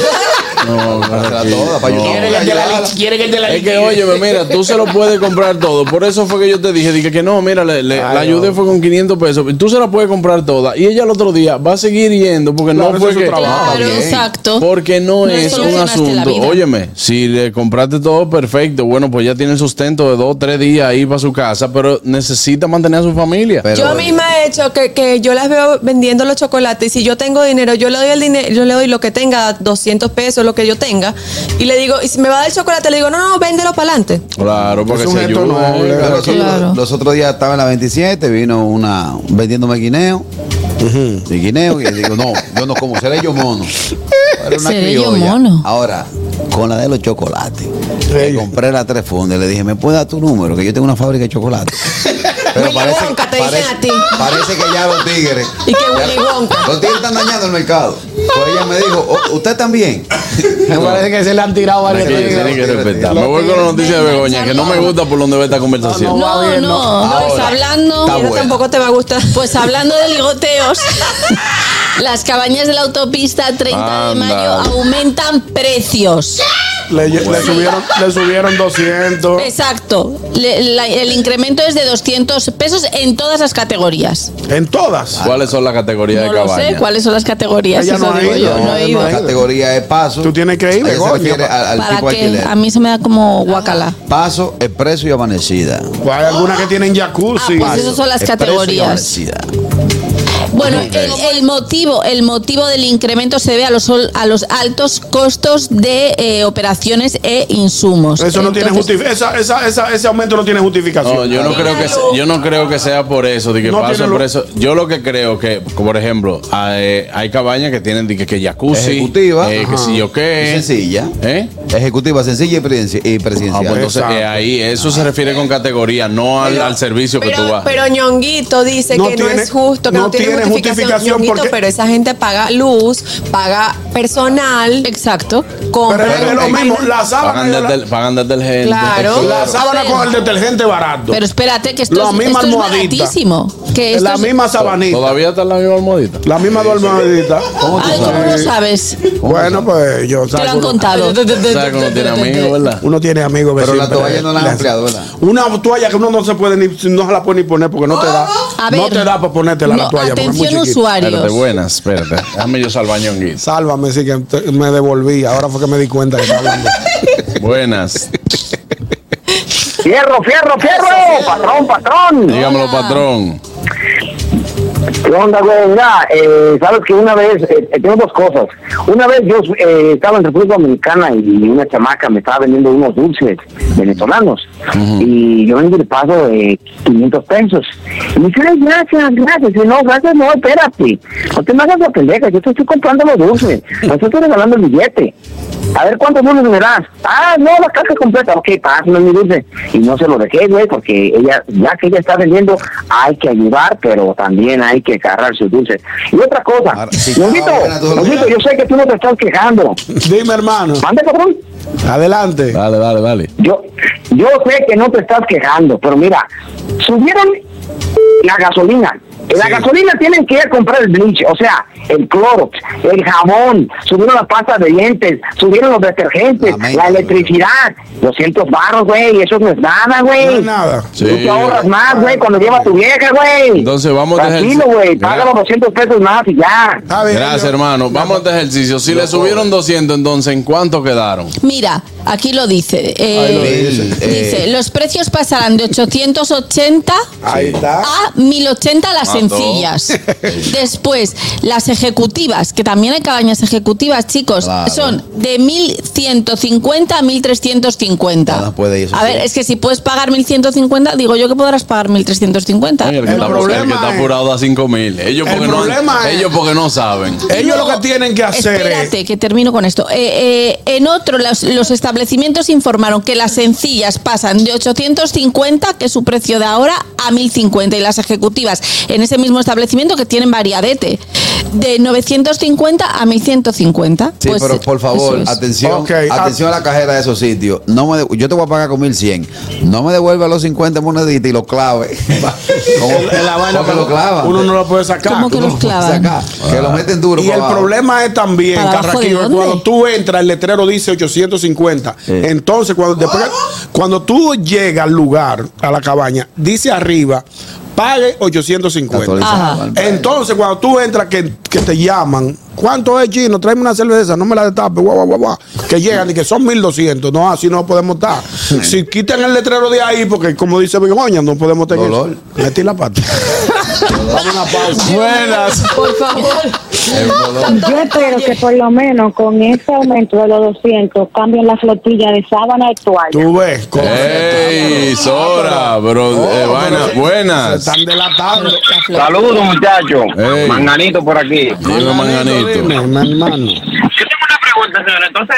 No,
para todas, para ayudar.
Quiere que te
Es que, oye, pues, mira, tú se lo puedes comprar todo. Por eso fue que yo te dije, dije que no, mira, le, le- la ayudé fue con 500 pesos. Tú se la puedes comprar toda. Y ella el otro día va a seguir yendo porque
Claro,
no
ese
fue
es su
que...
trabajo.
Claro, exacto.
Porque no,
No
es un
solucionaste la
asunto.
vida.
Óyeme, si le compraste todo perfecto, bueno, pues ya tiene el sustento de dos, tres días ahí para su casa, pero necesita mantener a su familia.
eh,
yo misma he hecho que, que yo las veo vendiendo los chocolates y si yo tengo dinero, yo le doy el dinero, yo le doy lo que tenga, 200 pesos, lo que yo tenga, y le digo, y si me va a dar el chocolate, le digo, no, no, véndelo para adelante.
Claro, porque
Es un
se
gesto
ayuda.
noble,
Claro,
los, otros-
Claro.
eh, los otros días estaba en la 27, vino una vendiéndome guineo. De guineo, y yo digo, no, yo no como, seré yo mono. Era una
Seré yo
criolla.
mono.
Ahora, con la de los chocolates. Le compré las tres fundas y le dije, ¿me puedes dar tu número? Que yo tengo una fábrica de chocolate. Pero parece,
Wonka, te dicen
parece-
a ti.
parece que ya los tigres.
Y que Willy Wonka.
Los tigres están dañando el mercado. Pues ella me dijo, "Oh, ¿usted también?
Me parece que se le han tirado varias
Aquí
veces.
tienen que respetar. Me voy con la noticia de Begoña, que no me gusta por donde va esta conversación.
No, no, no, pues hablando.
Está
Mira,
buena.
tampoco
te va a gustar.
Pues hablando de ligoteos, las cabañas de la autopista 30 de mayo
Anda.
aumentan precios.
Le, le subieron, le subieron 200.
Exacto. Le- la- el incremento es de 200 pesos en todas las categorías.
En todas.
¿Cuáles son las categorías
No
de
lo
cabaña?
sé cuáles son las categorías.
Ella
eso
no ha
digo
ido,
yo, no he
ella
ido.
no ha
La categoría es paso. Tú
tienes que ir,
se
Begoña,
refiere al, al
¿Para
tipo de
qué?
alquiler.
A mí se me da como guacala.
Paso, expreso y amanecida.
Pues hay algunas que tienen jacuzzi.
Ah, pues esas son las
Expreso y
categorías.
amanecida.
Bueno, el, el motivo, el motivo del incremento se debe a los ol- a los altos costos de eh, operaciones e insumos.
Eso no tiene
Entonces,
justificación. ese aumento no tiene justificación.
No, yo no creo que se- yo no creo que sea por eso, de que
No
pase
tiene
por
lo-
eso. Yo lo que creo que, por ejemplo, hay, hay cabañas que tienen de que, que jacuzzi,
Ejecutiva.
eh, que
Ajá.
si yo qué,
Y sencilla.
¿eh?
Ejecutiva sencilla y presidencia- y presidencial.
Ah, pues entonces eh, ahí eso se refiere con categoría, no al, al servicio que tú vas.
Pero Ñonguito dice
No
que no
tiene-
es justo, que no,
no
tiene,
tiene
justificación,
justificación
Ñonguito,
porque-
pero esa gente paga luz, paga personal.
Exacto.
Compra
Pagan del, pagan del detergente.
Claro.
La sábana
Pero-
con el detergente barato.
Pero espérate, que esto, es, esto es baratísimo. Que esto
la
es-
misma sabanita.
¿Todavía está la misma almohadita?
La misma almohadita. ¿Cómo
Ay, ¿cómo lo sabes?
Bueno, pues yo
Te lo han
uno-
contado.
¿Sabes cómo tiene amigos, verdad?
Uno tiene amigos,
Pero la
vecinos,
toalla no la han
las-
ampliado, ¿verdad?
Una toalla que uno no se puede ni no se la puede ni poner porque no te da.
A
No
ver.
te da para ponértela la
No,
toalla. porque es muy
atención,
chiquita.
usuarios.
Espérate, buenas, espérate. Déjame yo salvar ñonguito.
Sálvame, sí, que te- me devolví. Ahora fue que me di cuenta que estaba hablando.
Buenas.
Fierro, fierro, fierro, patrón, patrón.
Dígamelo, patrón.
¿Qué onda, güey? Mira, eh, sabes que una vez, eh, eh, tengo dos cosas. Una vez yo eh, estaba en República Dominicana y una chamaca me estaba vendiendo unos dulces venezolanos. Y yo vendí de pago eh, 500 pesos. Y me dice, "Ay, gracias, gracias. Y yo, no, gracias, no, espérate. No te me hagas la pendeja, yo te estoy comprando los dulces. No te estoy regalando el billete. A ver cuántos dulces me das. Ah, no, la caja completa. Ok, pásame mi dulce. Y no se lo dejé, güey, porque ella, ya que ella está vendiendo, hay que ayudar, pero también hay que agarrar sus dulces. Y otra cosa, Ñonguito, Ñonguito, yo sé que tú no te estás quejando.
Ah, Dime, hermano.
Mande, cabrón.
Adelante.
Dale, dale, dale.
Yo, yo sé que no te estás quejando, pero mira, subieron la gasolina
En la gasolina tienen que ir a comprar el bleach, o sea, el cloro, el jabón, subieron la pasta de dientes, subieron los detergentes, la electricidad, 200 barros, güey, eso no es nada, güey. No es
nada.
Tú te ahorras más, güey, cuando llevas tu vieja, güey.
Entonces vamos de
Tranquilo,
ejercicio.
güey, paga los 200 pesos más y ya.
Gracias, hermano. Vamos de ejercicio. Si le subieron 200, entonces, ¿en cuánto quedaron?
Mira, aquí lo dice. eh,
Ahí lo dice.
dice,
Eh.
los precios pasarán de 880
Ahí está.
a 1080 las
Mató.
sencillas. Después, las ejecutivas, que también hay cabañas ejecutivas, chicos,
Claro.
son de 1150 a 1350.
Puede
pues
ir.
A ver, es que si puedes pagar 1150, digo yo que podrás pagar 1350.
El, que está, el que está apurado a 5 mil. Ellos, porque no-
problema es-
ellos porque no saben.
Ellos lo que tienen que
Espérate, que termino con esto. Eh, eh, en otro, los, los establecimientos informaron que las sencillas pasan de 850, que es su precio de ahora, a 1050. Y las ejecutivas en ese mismo establecimiento, que tienen variadete, de 950 a 1150.
Sí,
Pues,
pero por favor,
eso es.
atención,
ah,
atención a la cajera de esos sitios. No me de- yo te voy a pagar con 1100. No me devuelva los 50 moneditas y los clave.
Es la vaina
Porque
que
lo clavan.
Uno no lo puede sacar.
¿Cómo que
Uno
los
no lo puede
clavan?
sacar.
Que lo meten duro
Y
para
el
abajo.
problema es también,
¿Para abajo de
Carraquillo, que
dónde?
cuando tú entras, el letrero dice 850. Entonces, cuando, después que- cuando tú llegas al lugar, a la cabaña, dice arriba, pague 850.
Actualizado, Ajá.
Entonces, cuando tú entras, que, que te llaman, ¿cuánto es chino? Tráeme una cerveza, no me la destape, guau, guau, guau, guau. Que llegan y que son 1200. No, así no podemos estar. Si quitan el letrero de ahí, porque como dice Begoña, no podemos tener. Dolor. Metí la pata.
Buenas.
Por favor.
Yo espero que por lo menos con ese aumento de los 200 cambien la flotilla de sábana y toalla.
Tú ves, con
¡Ey, Sora! Bro, eh, vaina, buenas.
Están delatando.
Saludos, muchachos.
Ey.
Manganito por aquí.
Dime, manganito.
Entonces,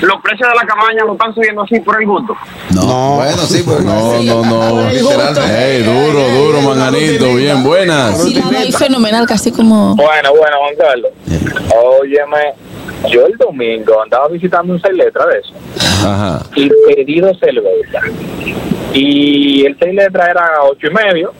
los precios de la cabaña lo están subiendo así por el gusto.
No, bueno, sí, pero
pues, no, no, no. Literalmente. Ey, duro, duro, manganito. Bien, buenas.
Sí, la doy fenomenal, casi como.
Bueno, bueno, Juan Carlos. Óyeme, yo el domingo andaba visitando un seis letras de eso
Ajá.
y pedí dos cervezas. Y el seis letras era ocho y medio.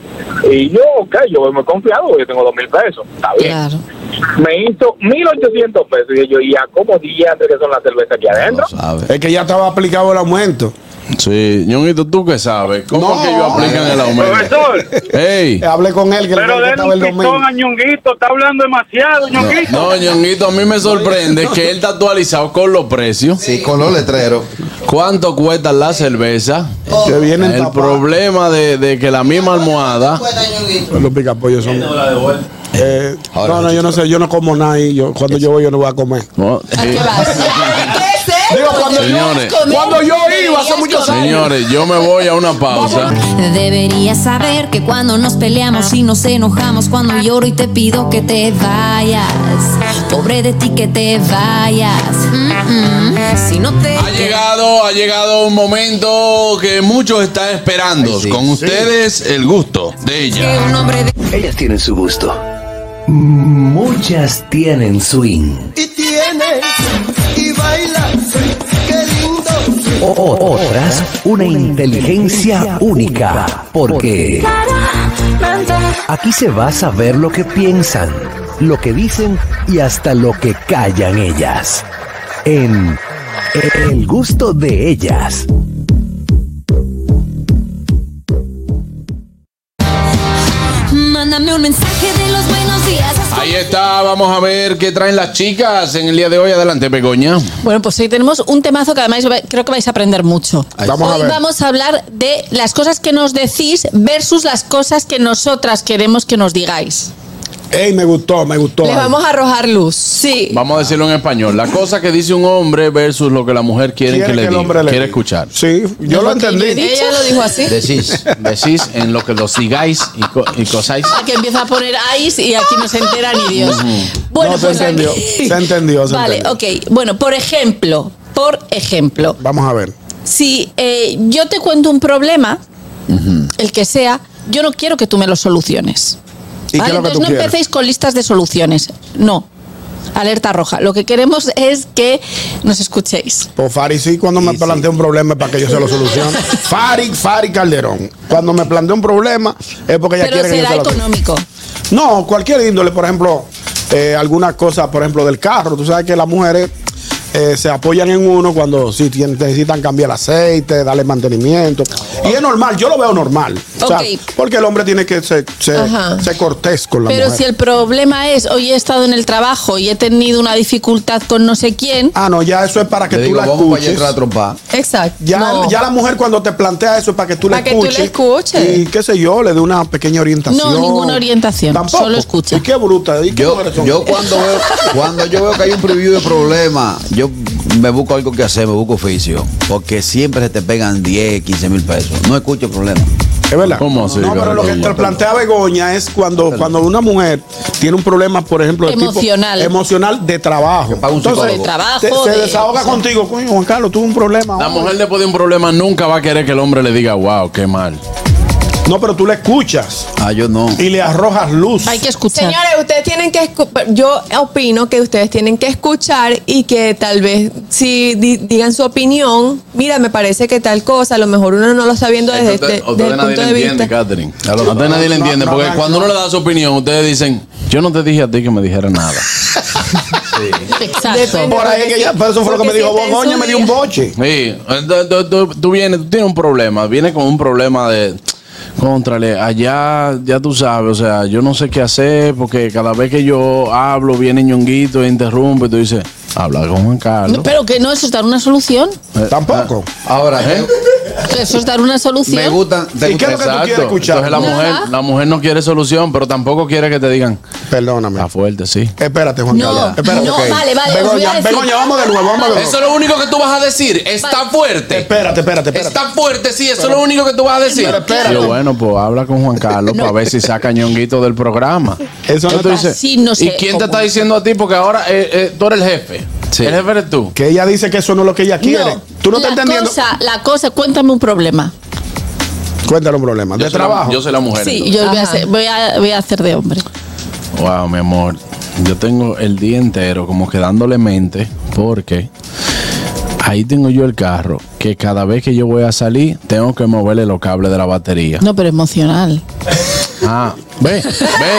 Y yo, ok, yo voy muy confiado, porque yo tengo dos mil pesos. Está bien. Me hizo mil ochocientos pesos. Y yo, ¿y a cómo día que son las cervezas aquí adentro?
Es que ya estaba aplicado el aumento.
Sí, ñonguito, ¿tú qué sabes? ¿Cómo
No.
que ellos aplican
eh,
el aumento?
Profesor.
¡Ey!
Hablé con él, que le
Pero
dije que
denle
estaba
un
el domingo.
pistón a Ñonguito, está hablando demasiado, Ñonguito.
No, ñonguito, a mí me sorprende que él está actualizado con los precios.
Sí, con los letreros.
¿Cuánto cuesta la cerveza?
Que vienen
El problema de, de que la misma almohada.
Los picapollos son. Eh, no, no, yo no sé, yo no como nada y yo, cuando yo voy yo no voy a comer. Digo, cuando,
Señores.
yo, cuando yo iba hace muchos años.
Señores, yo me voy a una pausa.
Deberías saber que cuando nos peleamos y nos enojamos, cuando lloro y te pido que te vayas, pobre de ti que te vayas. Mm, mm. Si no te
Ha llegado, ha llegado un momento que muchos están esperando. Con ustedes, el gusto de ella.
Ellas tienen su gusto. Muchas tienen swing.
y tienes y bailas. Qué lindo.
O- o- otras, una inteligencia única. Porque aquí se va a saber lo que piensan, lo que dicen y hasta lo que callan ellas. En El gusto de ellas.
mándame un mensaje de los buenos días.
Ahí está, vamos a ver qué traen las chicas en el día de hoy. Adelante, Begoña.
Bueno, pues hoy tenemos un temazo que además va- creo que vais a aprender mucho.
Ahí está. Vamos a
hoy
ver.
vamos a hablar de las cosas que nos decís versus las cosas que nosotras queremos que nos digáis.
Ey, me gustó, me gustó.
Les vamos a arrojar luz. Sí.
Vamos a decirlo en español. La cosa que dice un hombre versus lo que la mujer quiere,
Quiere
que
que
le
el
diga.
hombre le
Quiere
diga.
escuchar.
Sí, yo lo entendí.
Ella lo dijo así.
Decís, decís en lo que los sigáis y, co- y cosáis.
Ah, que empieza a poner ice y aquí no se entera ni Dios.
Ujú.
Bueno,
No, se
pues
entendió,
aquí-
se entendió, se
vale, ok. Bueno, por ejemplo, por ejemplo,
Vamos a ver.
si eh, yo te cuento un problema, el que sea, yo no quiero que tú me lo soluciones.
¿Y qué es lo que
Entonces
tú
no
quieres?
empecéis con listas de soluciones. No. alerta roja. Lo que queremos es que nos escuchéis.
Pues Fari sí, cuando me plantea un problema es para que yo se lo solucione. Fari, Fari Calderón. Cuando me plantea un problema es porque ella
Pero
quiere que yo
será
se lo solucione.
económico.
No, cualquier índole, por ejemplo, eh, algunas cosas, por ejemplo, del carro. Tú sabes que las mujeres eh, se apoyan en uno cuando sí tienen- necesitan cambiar el aceite, darle mantenimiento. Y es normal, yo lo veo normal. O sea,
Ok.
porque el hombre tiene que ser, ser-
Ajá.
ser cortés con la
Pero
mujer.
si el problema es, hoy he estado en el trabajo y he tenido una dificultad con no sé quién.
Ah, no, ya eso es para que
Te
tú
digo,
la
vamos para allá a
escuches.
entrar a trompar.
Exacto.
Ya,
No.
ya la mujer cuando te plantea eso es para que tú
Para
le
que tú
escuches.
le escuches.
Y qué sé yo, le dé una pequeña orientación.
No, ninguna orientación.
Tampoco.
Solo
escucha. Y qué bruta. ¿y qué
Yo,
mujeres son?
yo cuando veo cuando yo veo que hay un preview de problema, yo me busco algo que hacer, me busco oficio, porque siempre se te pegan 10, 15 mil pesos. No escucho problema.
Es verdad.
¿Cómo así?
No, pero lo que te plantea Begoña es cuando, cuando una mujer tiene un problema, por ejemplo, de tipo
Emocional.
emocional de trabajo.
paga un
Entonces,
psicólogo.
te-
De trabajo,
se
de-
desahoga
o sea.
contigo. Coño, Juan Carlos, tuve un problema.
La
hoy.
mujer después de un problema nunca va a querer que el hombre le diga, wow, qué mal.
No, pero tú le escuchas
Ah, yo no.
y le arrojas luz.
Hay que escuchar.
Señores, ustedes tienen que escu- yo opino que ustedes tienen que escuchar y que tal vez si di- digan su opinión, mira, me parece que tal cosa, a lo mejor uno no lo está viendo desde, este-
Usted-
desde
Usted
el
nadie
punto
le
de
entiende,
vista.
Catherine. A usted nadie le
no,
entiende,
no,
porque
no,
cuando
no.
uno le da su opinión, ustedes dicen, yo no te dije a ti que me dijera nada.
Exacto.
Por ahí es que ya, pero eso fue lo que me
Porque
dijo
si está en su
Begoña, me dio un
día.
boche.
Sí, eh, tú, tú- tú- tú vienes, tú tienes un problema, vienes con un problema de. Contrale, allá ya tú sabes, o sea, yo no sé qué hacer porque cada vez que yo hablo viene ñonguito e interrumpe y tú dices, habla con Juan Carlos.
No, pero que no, eso es dar una solución.
Eh,
Tampoco.
Ahora,
¿eh?
Eso es dar una solución.
me gustan. te
¿Y qué es
gustan-
lo que tú quieres
Exacto.
escuchar?
Entonces la mujer,
Nada.
la mujer no quiere solución, pero tampoco quiere que te digan,
Perdóname.
está fuerte, sí.
Espérate, Juan
No,
Carlos. Espérate.
no,
ok.
vale, vale, os voy a
Begoña,
decir-
Begoña, vamos de nuevo, vamos de
Eso
nuevo.
es
lo único que tú vas a decir. Está fuerte.
Espérate, espérate, espérate.
fuerte, sí. Eso es lo único que tú vas a decir.
Espérate.
Yo, bueno, pues habla con Juan Carlos para ver si saca ñonguito del programa.
Eso no
Entonces tú
está-
dices,
Así no
¿Y
se
quién te está
comunica.
diciendo a ti? Porque ahora eh, eh, tú eres el jefe.
Sí.
El jefe eres tú.
Que ella dice que eso no es lo que ella quiere.
No,
Tú no
la
estás entendiendo.
Cosa, la cosa, cuéntame un problema.
Cuéntale un problema.
Yo
De
soy la-
trabajo.
yo soy la mujer.
Sí,
entonces.
yo voy a,
Ajá.
hacer, voy, a, voy a hacer de hombre.
Wow, mi amor. Yo tengo el día entero como que dándole mente porque ahí tengo yo el carro que cada vez que yo voy a salir tengo que moverle los cables de la batería.
No, pero emocional.
Ah, ve,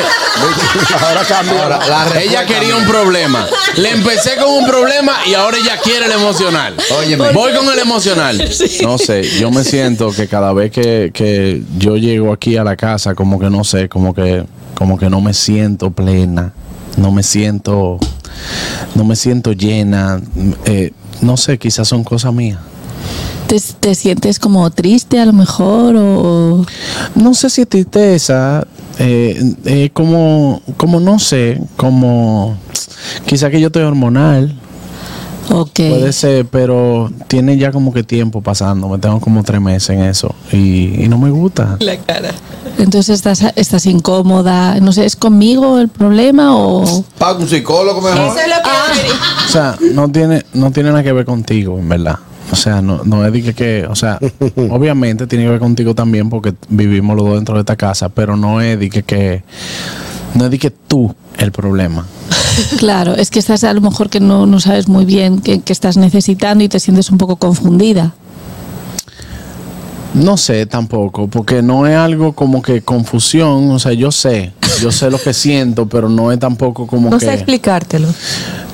ve.
Ahora cambia.
Ahora, la respuesta-
Ella quería un problema. Le empecé con un problema y ahora ella quiere el emocional.
Óyeme.
Voy con el emocional.
No sé, yo me siento que cada vez que, que yo llego aquí a la casa, como que no sé, como que, como que no me siento plena, no me siento, no me siento llena, eh, no sé, quizás son cosas mías.
¿Te, te sientes como triste a lo mejor? O, o-
No sé si es tristeza, eh, eh, como, como no sé, como quizá que yo estoy hormonal,
ok.
puede ser, pero tiene ya como que tiempo pasando, me tengo como tres meses en eso y, y no me gusta.
La cara.
Entonces estás, estás incómoda. No sé, ¿es conmigo el problema o...?
Paga un psicólogo mejor.
Eso es lo que
O sea, no tiene, no tiene nada que ver contigo, en verdad. O sea, no, no es de que, que- o sea, obviamente tiene que ver contigo también porque vivimos los dos dentro de esta casa, pero no es de que, que no es de que tú el problema.
Claro, es que estás a lo mejor que no, no sabes muy bien qué, qué estás necesitando y te sientes un poco confundida.
No sé tampoco, porque no es algo como que confusión, o sea, yo sé, yo sé lo que siento, pero no es tampoco como
No
que
sé explicártelo.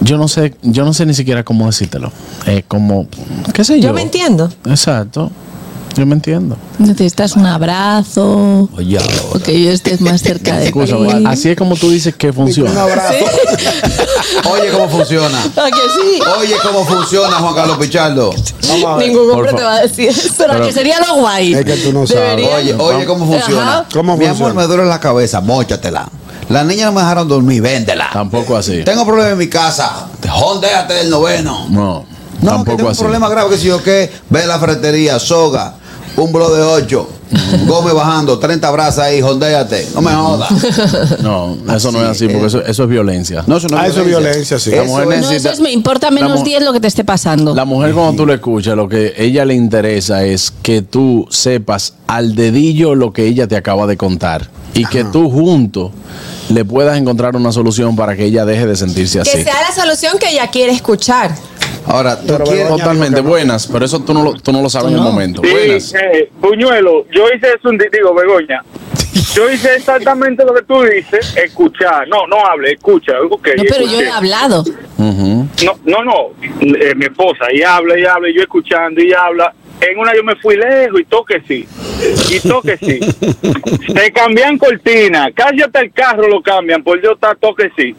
yo no sé, yo no sé ni siquiera cómo decírtelo. Es como qué sé yo.
Yo me entiendo.
Exacto. Yo me entiendo.
Necesitas un abrazo,
Oye, ahora.
o que yo estés más cerca de ti.
Escúchame, así es como tú dices que
Un
funciona.
abrazo.
Oye, cómo funciona.
¿A que sí?
Oye, cómo funciona, Juan Carlos Pichardo.
Vamos a ver.
Ningún hombre
Por
te va a decir eso. Pero que sería lo guay.
Es que tú no sabes.
Oye, oye, cómo funciona.
Ajá.
¿Cómo
Mi
funciona?
amor, me duele la cabeza, mochatela. Las niñas no me dejaron dormir, véndela.
Tampoco así.
Tengo problemas en mi casa, jondéate del noveno.
No,
No, que
tampoco
tengo
así.
un problema grave, que si yo qué, ve a la ferretería, soga. un bro de 8. Gómez bajando, 30 brazas ahí, jondéate. No me
Mm.
jodas.
No, eso no es así, porque eso, eso es violencia.
No, eso no es
Ah, eso es violencia, sí.
La
Eso
mujer
es-
No, eso
necesita-
es me importa menos
Vamos.
10 lo que te esté pasando.
La mujer cuando tú le escuchas, lo que ella le interesa es que tú sepas al dedillo lo que ella te acaba de contar y que tú junto le puedas encontrar una solución para que ella deje de sentirse
Que
así.
sea la solución que ella quiere escuchar.
Ahora, tú
quieres totalmente buenas, pero eso tú no lo, tú no lo sabes en el momento. Buenas.
Sí, eh, Buñuelo, yo hice eso, un di- digo, Begoña. Yo hice exactamente lo que tú dices, escuchar. No, no hable, escucha. ok,
No, pero yo
escuché.
he hablado.
No, no, no. eh, mi esposa, y habla, y habla, y yo escuchando, y habla. En una yo me fui lejos y toque sí. Y toque sí. Se cambian cortina. Casi hasta el carro lo cambian. Por Dios, está toque sí.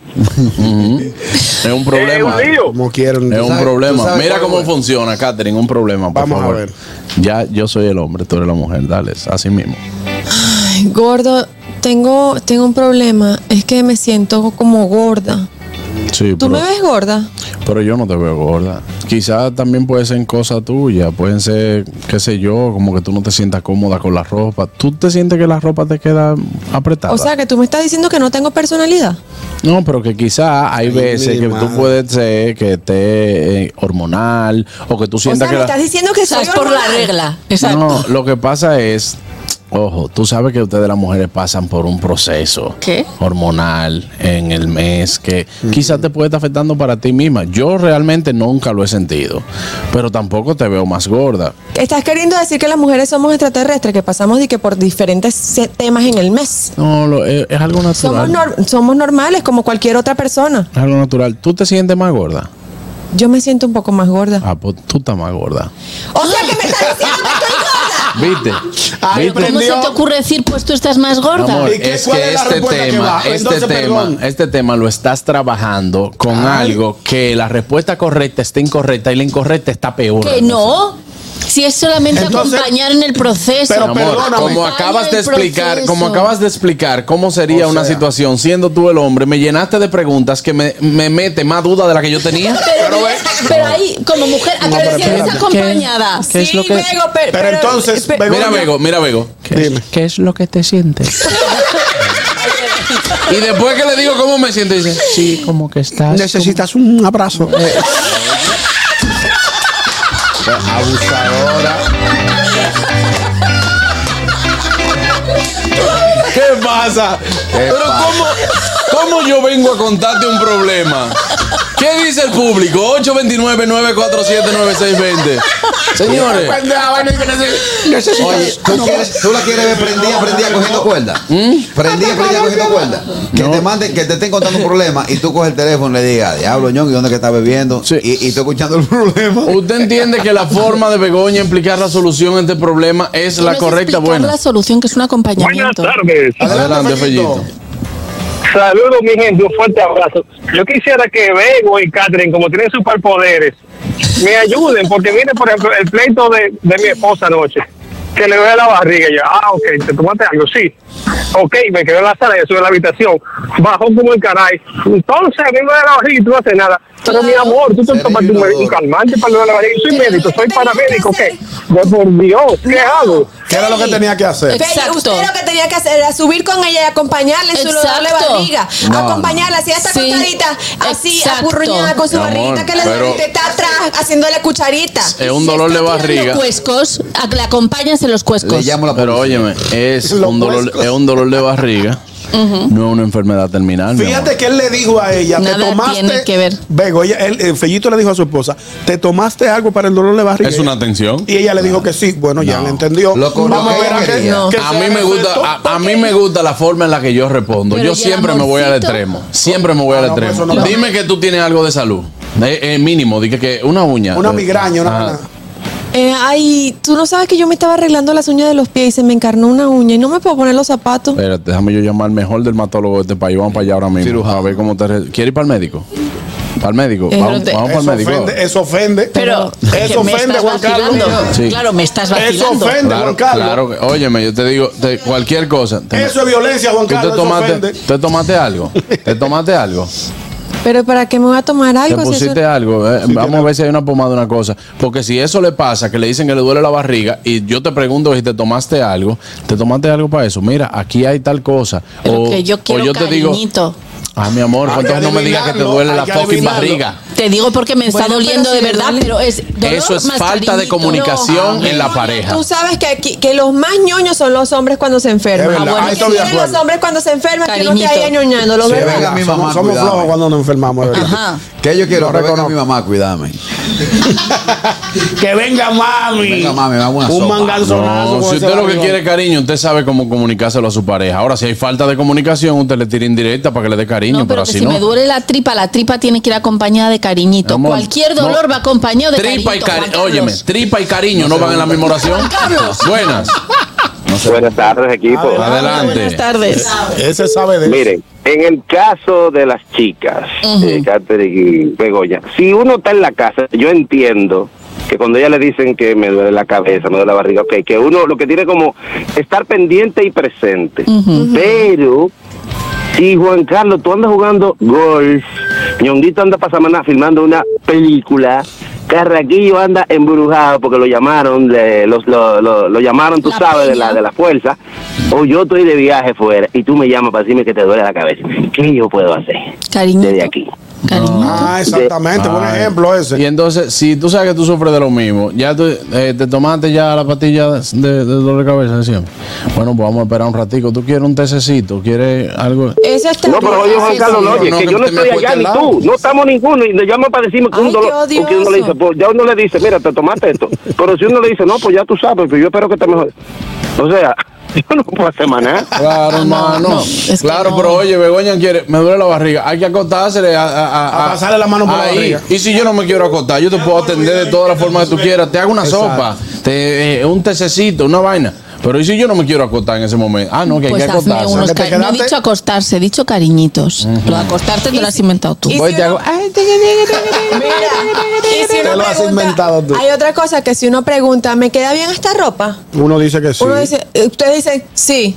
Es un problema.
Es un lío.
Como quieren.
Es
tú
un
sabes- tú
problema.
sabes
Mira
cuál
cómo
es.
funciona, Catherine. Un problema, por
Vamos a
favor.
ver.
Ya yo soy el hombre, tú eres la mujer. Dale, así mismo.
Ay, gordo, tengo, tengo un problema. Es que me siento como gorda.
Sí,
¿Tú me
pero-
ves gorda?
Pero yo no te veo gorda. Quizás también puede ser cosa tuya, pueden ser, qué sé yo, como que tú no te sientas cómoda con la ropa. ¿Tú te sientes que la ropa te queda apretada?
O sea, que tú me estás diciendo que no tengo personalidad.
no, pero que quizás hay veces
mi
que tú
madre.
puedes ser que esté eh, hormonal o que tú
O sea,
sientas
me
que
estás
la...
diciendo que
O sea,
soy
es por la
hormonal.
regla. Exacto.
No, lo que pasa es, ojo, tú sabes que ustedes las mujeres pasan por un proceso
¿Qué?
hormonal en el mes que quizás te puede estar afectando para ti misma. Yo realmente nunca lo he sentido, pero tampoco te veo más gorda.
Estás queriendo decir que las mujeres somos extraterrestres, que pasamos y que por diferentes se- temas en el mes.
No, lo- es, es algo
Somos,
natural.
nor- somos normales como cualquier otra persona.
Es algo natural. ¿Tú te sientes más gorda?
Yo me siento un poco más gorda.
Ah, pues tú estás más gorda.
O sea que me estás diciendo que estoy gorda.
¿Viste?
Pero
¿Viste?
¿Cómo se te ocurre decir, pues tú estás más gorda?
Amor,
¿Y qué-
es
cuál
que
es la
este
respuesta que
tema,
va?
este
Entonces,
tema,
perdón.
este tema lo estás trabajando con algo que la respuesta correcta está incorrecta y la incorrecta está peor.
Que no. Si es solamente
Entonces-
acompañar en el proceso.
Pero
Amor,
perdóname.
como
Acompaña
acabas de
el
explicar, como
proceso.
acabas de explicar cómo sería
O
una
sea.
situación siendo tú el hombre, me llenaste de preguntas que me, me mete más duda de la que yo tenía.
Pero, pero ahí, como mujer, ¿a qué te sientes
espérate.
acompañada?
¿Qué es
Sí,
lo que-
Bego, pero,
Pero entonces,
pe-
Begoña-
Mira, Bego, mira, Bego.
Dime.
¿Qué es lo que te sientes?
Y después que le digo cómo me siento, dice,
Sí, como que estás.
Necesitas un abrazo. Eh.
Abusadora.
¿qué pasa? Pero ¿cómo, ¿cómo yo vengo a contarte un problema? ¿Qué dice el público? 829-947-9620. Señores,
Oye,
Ah,
¿tú, quieres- tú la quieres ver prendida, prendida cogiendo cuerda? Prendida, prendida cogiendo cuerda. Que te manden, que te estén contando un problema y tú coges el teléfono y le digas, diablo, ñón, ¿y dónde que estás bebiendo?
Sí.
Y, y tú escuchando el problema.
¿usted entiende que la forma de Begoña implicar la solución a este problema es la
Tienes que
correcta?
explicar
Buena.
la solución, que es un
Buenas
acompañamiento.
tardes.
Adelante,
Fellito.
Fellito.
Saludos, mi gente. Un fuerte abrazo. Yo quisiera que Bego y Catherine, como tienen superpoderes, me ayuden. Porque mire, por ejemplo, el pleito de, de mi esposa anoche. Que le veo la barriga. Yo, ah, ok, te tomaste algo, sí. Ok, me quedo en la sala, yo subí a la habitación. Bajó como el caray. Entonces, a mí me da la barriga y tú no haces nada. Pero mi amor, tú te
Ser
tomaste un,
ayudador.
un calmante para lo de la barriga. Yo soy
Pero
médico,
lo que
soy
tenía que
paramédico, ¿qué?
hacer-
Yo, por Dios, ¿qué hago?
¿Qué era lo que tenía que hacer?
Pero
Exacto.
Usted lo que tenía que hacer era subir con ella y acompañarla en su
Exacto.
lugar de barriga.
No,
acompañarla, así esta
Sí.
acostadita, así
Exacto.
apurruñada con su
Mi amor,
barriguita que le
pero-
duele, está atrás haciéndole cucharita.
Es un dolor de barriga.
Los cuescos, a- le acompañas en los
Le
cuescos.
llamo la
Pero
policía.
óyeme, es
Los
un dolor,
huescos.
es un dolor de barriga. No es una enfermedad terminal. mi amor.
Fíjate que él le dijo a ella, te
Nada
tomaste.
tiene que ver.
Bego, ella- él, eh, Fellito le dijo a su esposa, te tomaste algo para el dolor de barriga.
Es una atención.
Y ella le dijo que sí. Bueno, ya
No.
le entendió.
Lo que- lo
Vamos
que
a ver
ella
a qué-
quería.
qué
A
se
mí me
resuelto.
gusta, a, a mí me gusta la forma en la que yo respondo.
Pero
yo
ya,
siempre me voy al
amorcito.
extremo. Siempre me voy
Ah,
al
no, pues
extremo.
eso no.
Dime que tú tienes algo de salud. Eh, eh, mínimo, dije que una uña.
Una
Eh,
migraña, una.
ah,
Eh, ay, tú no sabes que yo me estaba arreglando las uñas de los pies y se me encarnó una uña y no me puedo poner los zapatos.
Espérate, déjame yo llamar al mejor dermatólogo de este país. Vamos para allá ahora mismo. A ver cómo te. re- ¿Quieres ir para el médico? Para el médico.
Eh,
Vamos,
pero te-
vamos para el
Eso
médico.
ofende, eso ofende.
Pero que
eso
me
ofende,
estás
Juan Carlos.
vacilando.
Sí.
Claro, me estás
Eso
vacilando.
ofende,
Claro,
Juan Carlos.
claro. que- Óyeme, yo te digo, te- cualquier cosa. te-
Eso es violencia, Juan
¿Tú te
Carlos. Eso
tomaste,
ofende.
te tomaste algo? ¿Te tomaste algo?
Pero ¿para qué me voy a tomar
Te
pues
algo? si eso-
pusiste algo. eh. Vamos a ver si hay una pomada, una cosa. Porque si eso le pasa, que le dicen que le duele la barriga, y yo te pregunto si te tomaste algo, te tomaste algo para eso. Mira, aquí hay tal cosa.
Pero
o,
que yo
o
quiero
yo te digo,
cariñito.
ah, mi amor,
Hay que
entonces no me digas que te
adivinarlo,
duele
hay
la
que
fucking
adivinarlo.
barriga.
Te digo porque me está
Bueno,
doliendo
pero
de
si le
verdad,
duele-
pero eh, es dolor
Eso es
más
falta de
cariñito.
comunicación en la pareja.
Tú sabes que, aquí- que los más ñoños son los hombres cuando se enferman.
Es verdad,
Ah, bueno,
ahí
que
estoy de
vienen
acuerdo.
los hombres cuando se enferman, que uno que ahí añoñándolo,
Sí,
¿verdad?
venga mi
Somos-
mamá,
somos
cuidado.
flojos cuando nos enfermamos, es verdad.
Ajá.
Que yo quiero que
Lo
venga
reconozco.
mi mamá, cuídame.
Que venga mami.
Venga, mami, me hago una
Un
sopa.
manganzonazo.
Ah, No,
con
si
ese
usted lo que
barrigón.
quiere es cariño, usted sabe cómo comunicárselo a su pareja. Ahora, si hay falta de comunicación, usted le tira indirecta para que le dé cariño,
No,
pero,
pero que
así
si
no.
me duele la tripa, la tripa tiene que ir acompañada de cariñito.
Amor,
Cualquier
no.
dolor va acompañado de
Tripa y
cariñito. Juan
cariño.
Carlos.
Óyeme, tripa y cariño no van en la misma oración. Buenas.
Buenas tardes, equipo.
Adelante. Buenas
tardes.
Ese sabe de eso.
Miren, en el caso de las chicas, eh, Catherine y Begoña, si uno está en la casa, yo entiendo que cuando ellas le dicen que me duele la cabeza, me duele la barriga, ok, que uno lo que tiene como estar pendiente y presente. Pero si Juan Carlos, tú andas jugando golf, Ñonguito anda para Samaná filmando una película, Carraquillo anda embrujado porque lo llamaron, le- los- lo, lo- lo llamaron, tú sabes, de la, de la fuerza, o yo estoy de viaje fuera y tú me llamas para decirme que te duele la cabeza. ¿Qué yo puedo hacer desde aquí?
Ah, exactamente, buen
Ay.
ejemplo ese.
Y entonces, si tú sabes que tú sufres de lo mismo, ya tú, eh, te tomaste ya la pastilla de, de dolor de cabeza de siempre. Bueno, pues vamos a esperar un ratico. ¿Tú quieres un tececito? ¿Quieres algo?
Eso está
No, pero oye, Juan
Sí,
Carlos,
sí.
no, oye, que, yo no
te me
estoy allá
acueste
ni
al lado.
tú. No estamos ninguno y nos llaman para decirme que
Ay,
un
qué
dolor. Porque uno le dice,
odioso.
pues, ya uno le dice, mira, te tomaste esto. Pero si uno le dice, no, pues ya tú sabes, pero yo espero que te mejores. O sea, yo no puedo hacer más nada.
Claro,
Ah,
hermano. claro, pero oye, Begoña quiere, me duele la barriga. Hay que acostársele a, a,
A pasarle la mano por la
ahí.
barriga.
Y si yo no me quiero acostar, yo te puedo atender de todas las formas que tú quieras. Te hago una
Exacto.
sopa, te, eh, un tececito, una vaina. Pero ¿y si yo no me quiero acostar en ese momento? Ah, no, que
Pues
hay que
hazme
acostarse.
unos cari- No he dicho acostarse, he dicho cariñitos. Lo de acostarte te lo has inventado tú.
y
Voy, te hago-
Y si uno
Te lo has
pregunta-
inventado tú.
hay otra cosa que si uno pregunta, ¿me queda bien esta ropa?
Uno dice que sí.
Uno dice, eh, ustedes dicen, sí.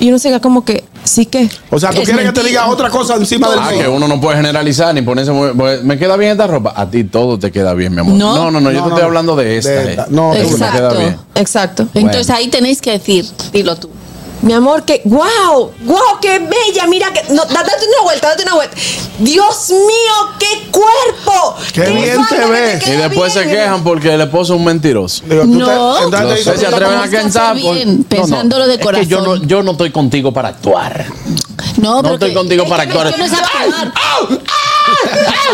Y uno se queda como que, sí que.
O sea, tú
Es
quieres que te
mentira.
diga otra cosa encima del
Ah,
mío?
que uno no puede generalizar ni ponerse muy- pues, me queda bien esta ropa. A ti todo te queda bien, mi amor.
No.
No, no, no, yo te
No, no,
estoy
no.
hablando de esta.
De esta.
eh.
No,
Tú que me queda
Exacto.
bien.
Exacto.
Entonces ahí tenéis que decir, dilo tú.
Mi amor, que wow, wow, qué bella, mira que no, da- date una vuelta, date una vuelta. Dios mío, qué cuerpo.
Qué bien
falda
te
que
ves.
queda
Y después
bien.
se quejan porque el esposo es un mentiroso.
Digo, tú
No.
te- entonces
No
te
sé,
dice,
se atreven a
Tienes que
cansar.
hacer bien, pensándolo de
Es que yo, no,
corazón.
yo no estoy contigo para actuar.
No,
No
pero
estoy
que-
contigo
es
para
que no-
actuar.
yo no sé actuar.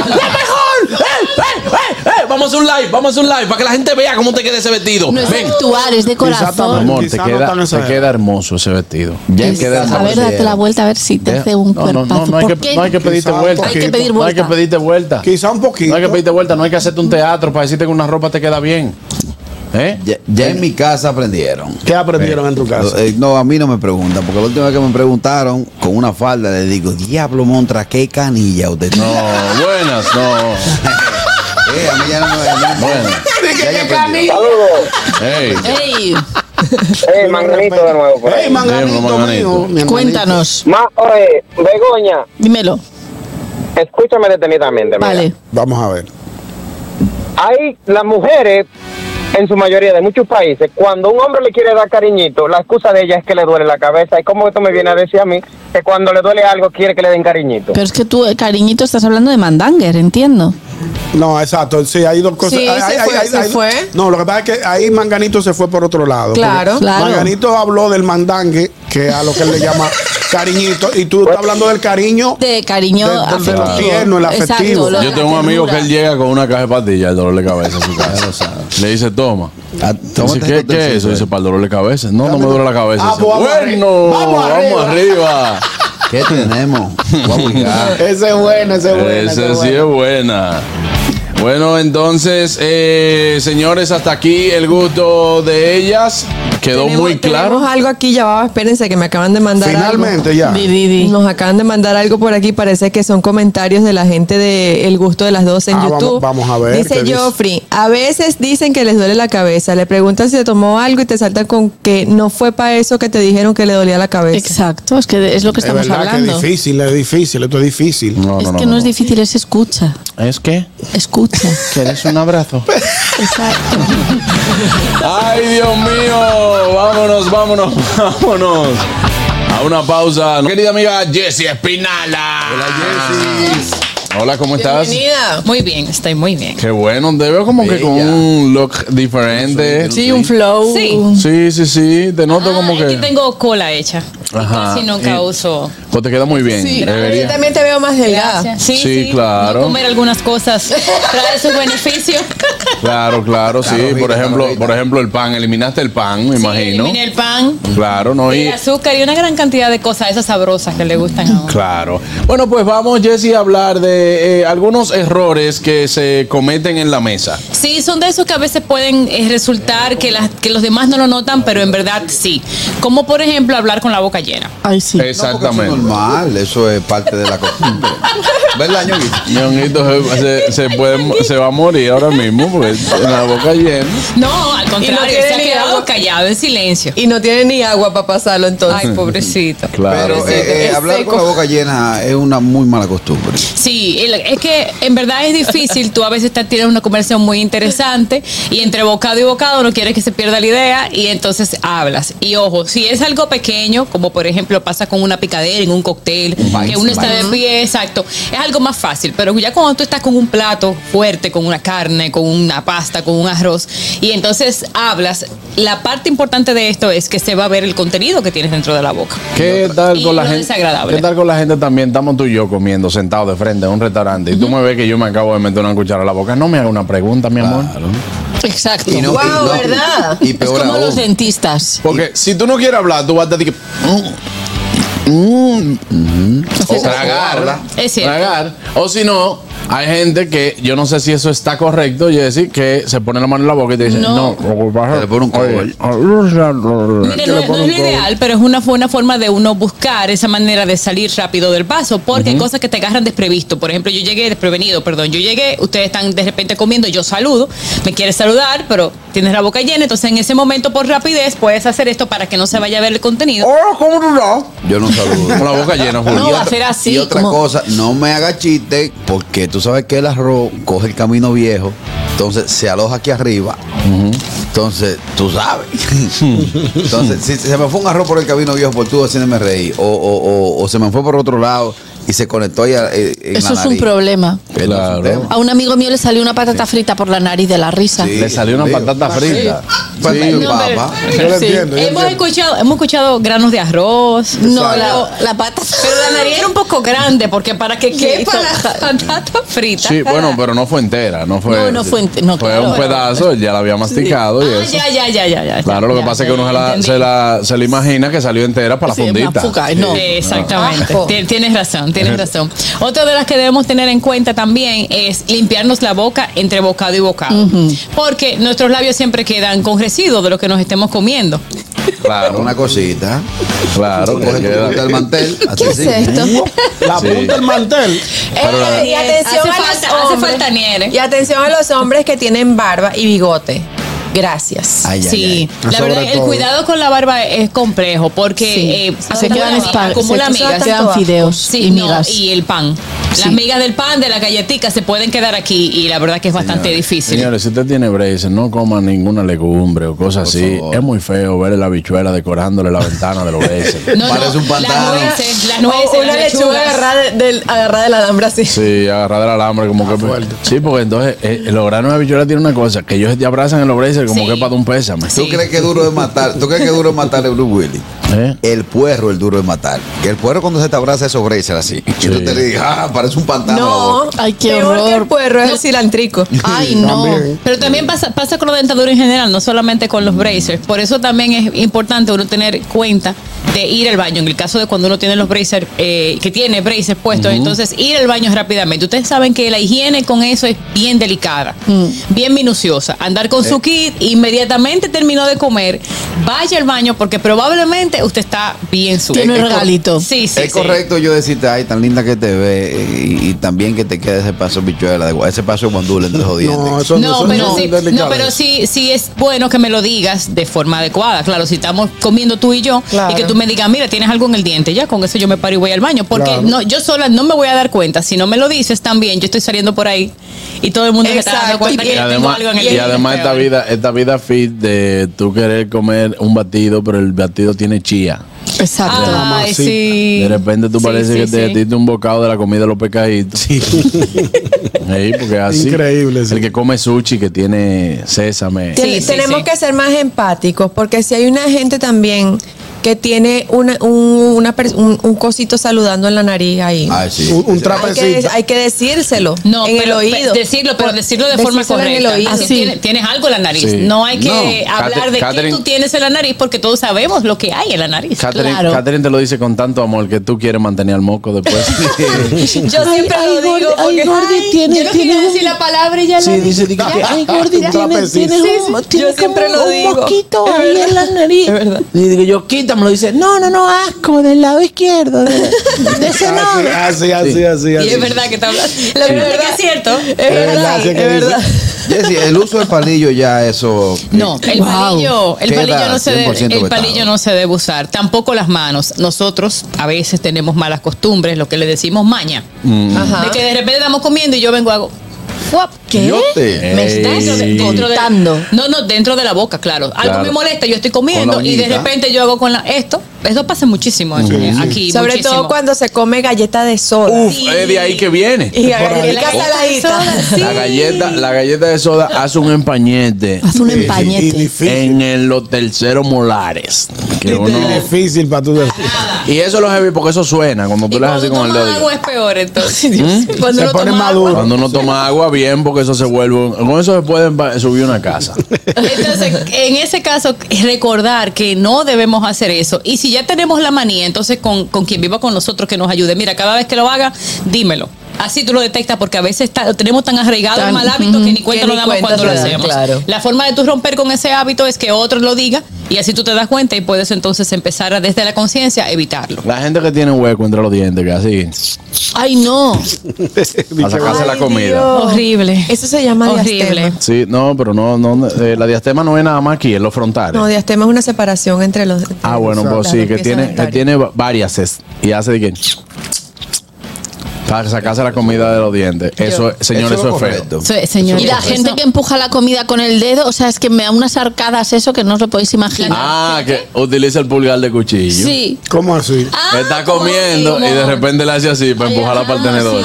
¡Mejor! Vamos a un live, vamos a un live para que la gente vea cómo te queda ese vestido.
No es
Ven.
actuar, es de corazón.
Amor, te
Quizá no
queda,
tan
te
exagerado.
queda hermoso ese vestido. Ya
Es-
queda
Pues a ver,
hermoso.
date la vuelta a ver si te
Ya.
hace un
no, no,
cuerpazo.
no, no hay
¿Por
que,
qué?
no hay que pedirte
Quizá un
vuelta.
Hay que pedir
No hay que
vuelta.
pedirte vuelta.
Quizá un poquito.
No hay que pedirte vuelta, no hay que hacerte un teatro para decirte que una ropa te queda bien. ¿Eh?
Ya, ya en mi casa aprendieron.
¿Qué aprendieron en tu casa?
Eh, No, a mí no me preguntan, porque la última vez que me preguntaron con una falda, le digo, diablo montra, qué canilla usted tiene".
No, buenas, no.
Eh, a mí ya no me- ya no me-
Bueno.
ya yo aprendí.
Saludos.
Ey.
Ey,
Hey, manganito de nuevo. por ahí.
¡Ey, manganito,
Démoslo, manganito.
mío! mi hermanito.
cuéntanos.
Ma- oye, Begoña,
Dímelo.
escúchame detenidamente. mira.
Vale.
Vamos a ver.
Hay las mujeres, en su mayoría de muchos países, cuando un hombre le quiere dar cariñito, la excusa de ella es que le duele la cabeza. ¿Y cómo esto me viene a decir a mí? Que cuando le duele algo quiere que le den cariñito.
Pero es que tú, eh, cariñito, estás hablando de Mandanger, entiendo.
No, exacto. Sí, hay dos cosas.
Sí,
Hay-
se
hay-
fue,
hay-
se
hay-
fue.
No, lo que pasa es que ahí Manganito se fue por otro lado.
Claro.
Porque
Claro.
Manganito habló del mandangue, que a lo que él le llama cariñito, y tú estás hablando del cariño.
De cariño
De- de- de lo
afectivo.
tierno, el
Exacto,
afectivo.
lo de
Yo
la
tengo un amigo que
ternura.
él llega con una caja de pastillas, el dolor de cabeza en su casa. Le dice, toma.
Ah,
Dice,
tómate
¿qué,
esto,
qué es eso?
eh.
Dice, para el dolor de cabeza. No, no me duele la cabeza.
Ah,
Dice,
pues, vamos
bueno,
arriba.
vamos
Vamos
arriba.
¿Qué tenemos? Vamos ya.
Ese es bueno, ese es bueno. ese
Esa
es
sí Ah.
bueno.
es buena. Bueno, entonces, eh, señores, hasta aquí el gusto de ellas. Quedó
Tenemos-
muy claro.
Tenemos algo aquí, ya va, espérense que me acaban de mandar
Finalmente,
algo.
ya. Di, di,
Nos acaban de mandar algo por aquí, parece que son comentarios de la gente de El Gusto de las 12 en
Ah, vamos-
YouTube.
vamos a ver, ¿qué
Dice
dice?
Joffrey, a veces dicen que les duele la cabeza, le preguntan si te tomó algo y te saltan con que no fue para eso que te dijeron que le dolía la cabeza.
Exacto, es que es lo que
Es verdad que es difícil, es difícil, esto es difícil.
es que no, es difícil, es escucha.
¿Es que?
Escucha.
¿Quieres un abrazo?
Exacto.
Ay, Dios mío. Vámonos, vámonos, vámonos. A una pausa. Querida amiga Jessie Espinala. Hola, Jessie. Hola, ¿cómo estás?
Bienvenida. Muy bien, estoy muy bien.
Qué bueno, te veo como que con un look diferente.
Sí, un flow. Sí. Ah,
Sí, sí, sí, te noto como
Aquí
que...
tengo cola hecha.
Ajá.
Casi nunca
Y-
uso.
Pues te queda muy bien. Ah, debería.
también te veo más delgada. Sí,
Sí,
sí.
claro.
No comer algunas cosas trae sus beneficios.
Claro, claro, sí. por ejemplo, por ejemplo, el pan. Eliminaste el pan, me imagino.
Eliminé el pan,
Claro, no. Y,
el azúcar y una gran cantidad de cosas esas sabrosas que le gustan a uno.
Claro. Bueno, pues vamos, Jesse, a hablar de eh, algunos errores que se cometen en la mesa.
Sí, son de esos que a veces pueden eh, resultar que, las, que los demás no lo notan, pero en verdad sí. Como por ejemplo hablar con la boca llena.
Ay, sí.
Exactamente. eso es normal, eso es parte de la costumbre. ¿Verdad, Ñonguito?
Ñonguito se, se- se puede- se va a morir ahora mismo porque tiene la boca llena.
No, al contrario,
tiene
se ha
ni
quedado
agua.
callado en silencio.
Y no tiene ni agua para pasarlo entonces.
Ay, pobrecito.
Claro.
Pero eh, eh,
Es
hablar con
seco.
la boca llena es una muy mala costumbre.
Sí, el- es que en verdad es difícil. Tú a veces te tienes una conversación muy interesante y entre bocado y bocado no quieres que se pierda la idea y entonces hablas. Y ojo, si es algo pequeño, como por ejemplo pasa con una picadera en un cóctel, que bites, uno está de bites. pie, exacto, es algo más fácil. Pero ya cuando tú estás con un plato fuerte, con una carne, con una pasta, con un arroz y entonces hablas, la parte importante de esto es que se va a ver el contenido que tienes dentro de la boca.
¿Qué tal
Y
con la
lo
gente?
desagradable.
¿Qué tal con la gente también? Estamos tú y yo comiendo sentados de frente en un restaurante y tú me ves que yo me acabo de meter una cuchara a la boca. No me hagas una pregunta, mi amor.
Exacto.
Y no- y no- y
es
peor
como
aún.
los dentistas.
Porque si tú no quieres hablar, tú vas a decir que. Mm, mm, o tragar.
Es cierto.
Tragar. O si no, hay gente que yo no sé si eso está correcto, Jessy, que se pone la mano en la boca y te dice, no,
No.
lo que pasa- oye,
Mira, no, no es lo ideal, pero es una buena forma de uno buscar esa manera de salir rápido del paso, porque hay
Ujú.
cosas que te agarran desprevisto. Por ejemplo, yo llegué desprevenido, perdón, yo llegué, ustedes están de repente comiendo, yo saludo, me quieres saludar, pero tienes la boca llena, entonces en ese momento por rapidez puedes hacer esto para que no se vaya a ver el contenido.
Oh, ¿cómo no?
Yo no saludo.
Con la boca llena, Julio.
No, va a ser así,
Y otra
como-
cosa, no me haga chiste, porque tú sabes que el arroz coge el camino viejo, entonces se aloja aquí arriba. Entonces, tú sabes. entonces, si se me fue un arroz por el camino viejo por tú haciéndome reír, o, o- o- o se me fue por otro lado y se conectó allá eh, en
Eso
la
es un
nariz.
problema.
Eso es un tema.
A un amigo mío le salió una patata frita por la nariz de la risa.
Sí, digo. Sí. Patata en
Ah, No, pero-
papa.
Sí. hemos escuchado, hemos escuchado granos de arroz.
No,
pero-
la, la pata.
Pero la nariz era un poco grande, porque para que
¿Qué
quepa
para-
la patata frita.
Sí, bueno, pero no fue entera, no fue.
No, no fue ente- no,
fue
claro.
un pedazo, él ya la había masticado y
Ah,
eso.
ya, ya, ya, ya, ya.
Claro, lo que
Ya,
pasa es
ya,
que uno se la,
entendí.
se, la, se la imagina que salió entera para la
Sí, una
fundita.
fuca,
Sí.
no. Exactamente.
Ah.
Ti- Tienes razón, tienes razón. Otra de las que debemos tener en cuenta también es limpiarnos la boca entre bocado y bocado. Porque nuestros labios siempre quedan con residuos de lo que nos estemos comiendo.
Claro. Una cosita.
Claro.
Coge tu punta del mantel. así sí.
La
Sí.
punta del mantel.
Pero la-
Eh, Y atención a
Hace
los
falta- hace
hombres.
falta nieve.
Y atención a los hombres que tienen barba y bigote. Gracias.
Ay, ay, Sí, ay. la verdad, el cuidado con la barba es complejo porque
Sí.
eh,
Se quedan espa-
como
se-
la
se
miga,
quedan fideos y migas.
y el pan. Las migas del pan, de la galletica, se pueden quedar aquí y la verdad que es bastante difícil.
Señores, si usted tiene braces, no coma ninguna legumbre o cosas así. Es muy feo ver la bichuela decorándole la ventana de los braces.
No, no,
Parece un pantano.
Las nueces,
O una
las
lechuga
lechugas.
agarrada de- del, agarrada del alambre así.
Sí, agarrar del alambre como que pues, Sí, porque entonces eh, los granos de bichuela tienen una cosa, que ellos te abrazan en los braces como que para de un pésame.
¿Tú crees que duro es matar? ¿Tú crees que duro es matar a Bruce Willis?
¿Eh?
El puerro, el duro de matar. Que el puerro cuando se te abraza es bracer así. Y tú te le dices, ah, parece un pantano.
No, ay, qué peor que el puerro es el cilantrico.
Ay, no. Pero también pasa, pasa con la dentadura en general, no solamente con los bracers. Por eso también es importante uno tener cuenta de ir al baño. En el caso de cuando uno tiene los bracers, eh, que tiene bracers puestos,
Ujú.
entonces ir al baño rápidamente. Ustedes saben que la higiene con eso es bien delicada,
Mm.
bien minuciosa. Andar con su kit, inmediatamente terminó de comer, vaya al baño porque probablemente usted está bien sucio.
Tiene un regalito.
Sí, sí.
es
sí.
correcto yo decirte, ay, tan linda que te ve eh, y, y también que te quede ese paso bichuela, de- ese paso guandula entre los dientes.
eso
no, pero sí, no, pero sí, sí es bueno que me lo digas de forma adecuada. Claro, si estamos comiendo tú y yo y que tú me digas, mira, tienes algo en el diente, ya con eso yo me paro y voy al baño, porque
Claro.
no, yo sola no me voy a dar cuenta. Si no me lo dices también, yo estoy saliendo por ahí y todo el mundo se está dando
Exacto,
cuenta
y-
que
Y
yo tengo
además,
algo en el este,
y
diente.
además esta vida, esta vida fit de tú querer comer un batido, pero el batido tiene chía.
Exacto.
Ay, Ah, sí.
De repente tú
Sí,
parece
sí,
que te
sí.
diste un bocado de la comida de los pecaditos. Sí. porque es así. Increíble. El que come sushi que tiene sésame.
Ten- tenemos que ser más empáticos, porque si hay una gente también que tiene una, un, una pers- un, un cosito saludando en la nariz ahí.
Ah,
Un, un
Hay que,
trapecito.
de- hay que decírselo
No,
en
pero
el
pe-
oído.
Decirlo, pero
Por-
decirlo de forma
decírselo en el
correcta.
oído.
Así tienes, tienes algo en la nariz.
Sí.
No hay que
No.
hablar
Cate-
de qué
Catherine-
tú tienes en la nariz porque todos sabemos lo que hay en la nariz.
Catherine,
claro.
Catherine te lo dice con tanto amor que tú quieres mantener al moco después.
Yo siempre lo digo porque ay, yo no quería decir la palabra y ya
Sí,
la dije.
dice, di que-
ay,
Gordy,
Ya.
tienes-
Sí, sí, yo siempre lo digo. Es verdad.
nariz. Y digo yo, quítamelo. Dice, no, no, no, asco, del lado izquierdo. De, de ese lado.
Así, así, así, así.
Y es verdad que te hablas. La
Sí.
verdad es que es cierto. Es
verdad, sí, es que dice-
Jessy, el uso del palillo ya eso.
No, el palillo, el
Queda
palillo no se
100%
debe, el
vetado.
palillo no se debe usar, tampoco las manos. Nosotros a veces tenemos malas costumbres, lo que le decimos maña.
Mm.
De que de repente estamos comiendo y yo vengo y hago. "Guap".
¿Qué? Yo te-
Me está
Ey.
dentro de, No, no, dentro de la boca, claro. Algo
Claro.
me molesta, yo estoy
Con
comiendo
la
y de
uñita.
repente yo hago con la esto. Eso pasa muchísimo
Sí,
eh,
sí.
aquí.
Sobre
muchísimo.
todo cuando se come galleta de sol. Sí.
Es de ahí que viene.
Y la galletica
Oh.
saladita.
La galleta, la galleta de soda hace un empañete.
Hace un empañete.
En el- los terceros molares. Que uno-
Este Es difícil para tú decir.
y eso lo heavy porque eso suena cuando tú le haces así con el
Tomar
dedo.
agua es peor, entonces. Dios
¿Mm?
mío. Cuando uno toma agua-
Cuando uno toma agua, bien, porque eso se vuelve. un- Con eso se puede empa- subir una casa.
Entonces, en ese caso, recordar que no debemos hacer eso. Y si ya tenemos la manía, entonces con, con quien viva con nosotros que nos ayude. Mira, cada vez que lo haga, dímelo. Así tú lo detectas porque a veces está- lo tenemos tan arraigado
Tan-
el mal hábito que ni
Ujú.
cuenta
Que
nos
ni
damos
cuenta
cuando lo
se dan,
hacemos.
claro.
La forma de tú romper con ese hábito es que otro lo diga y así tú te das cuenta y puedes entonces empezar a, desde la conciencia a evitarlo.
La gente que tiene hueco entre los dientes, que así.
Ay, no.
Para sacarse la comida.
Horrible.
Eso se llama
Horrible.
diastema.
Sí, no, pero no, no eh, la diastema no es nada más aquí, es los frontales.
No, diastema es una separación entre los.
ah, bueno, pues sí, que tiene, que tiene va- varias es- y hace de que para sacarse la comida de los dientes. Eso, es- señor,
Eso
eso,
es
es
correcto.
feo.
Sí, señor.
Y la
Eso es
gente que empuja la comida con el dedo, o sea, es que me da unas arcadas eso que no os lo podéis imaginar.
Ah, que utiliza el pulgar de cuchillo.
Sí.
¿Cómo así?
Está comiendo y de repente le hace así para
ah,
empujarla para el tenedor.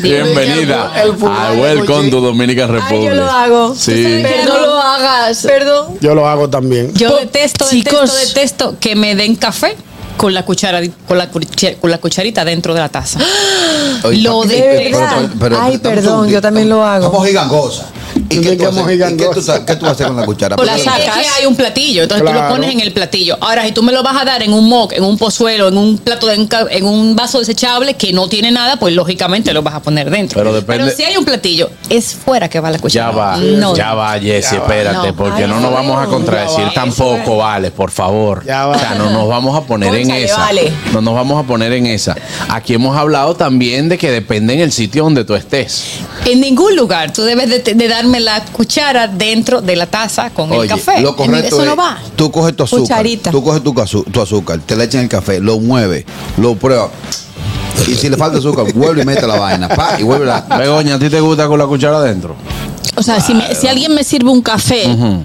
Bienvenida a Welcome to Dominican Republic.
Yo lo hago.
Sí.
Pero no lo hagas. Perdón.
Yo lo hago también.
Yo detesto, detesto, detesto que me den café con la cuchara, con la, cuche- con la cucharita dentro de la taza.
Oye,
Lo
pero-
de
pero- pero- pero-
Ay,
dame un
perdón,
segundito.
yo también lo hago.
Como gigangosa. ¿Y qué tú, haces? ¿Y qué tú sa- qué tú haces con la cuchara?
Con la
Porque-
sacas. Es que hay un platillo, entonces tú
Claro.
lo pones en el platillo. Ahora, si tú me lo vas a dar en un mock, en un pozuelo, en un plato, de un ca- en un vaso desechable que no tiene nada, pues lógicamente lo vas a poner dentro.
Pero depende-
si hay un platillo, es fuera que va la
Ya
cuchara.
va,
No.
ya va, Jessy,
Ya va.
espérate,
No.
porque
Ay,
no
no.
nos vamos a contradecir tampoco, vale, por favor. O sea, no nos vamos a poner en
Cónchale,
esa.
vale.
No nos vamos a poner en esa. Aquí hemos hablado también de que depende en el sitio donde tú estés.
En ningún lugar tú debes de, de darme la cuchara dentro de la taza con el
Oye,
café.
lo correcto
Eso
es,
no va.
tú coges tu azúcar,
Cucharita.
tú coges tu, cazu- tu azúcar, te le echas en el café, lo mueves, lo pruebas. Y si le falta azúcar, vuelve y mete la vaina. pa, y vuelve la...
Begoña, ¿a ti te gusta con la cuchara adentro?
O sea, si, me- si alguien me sirve un café,
Ujú.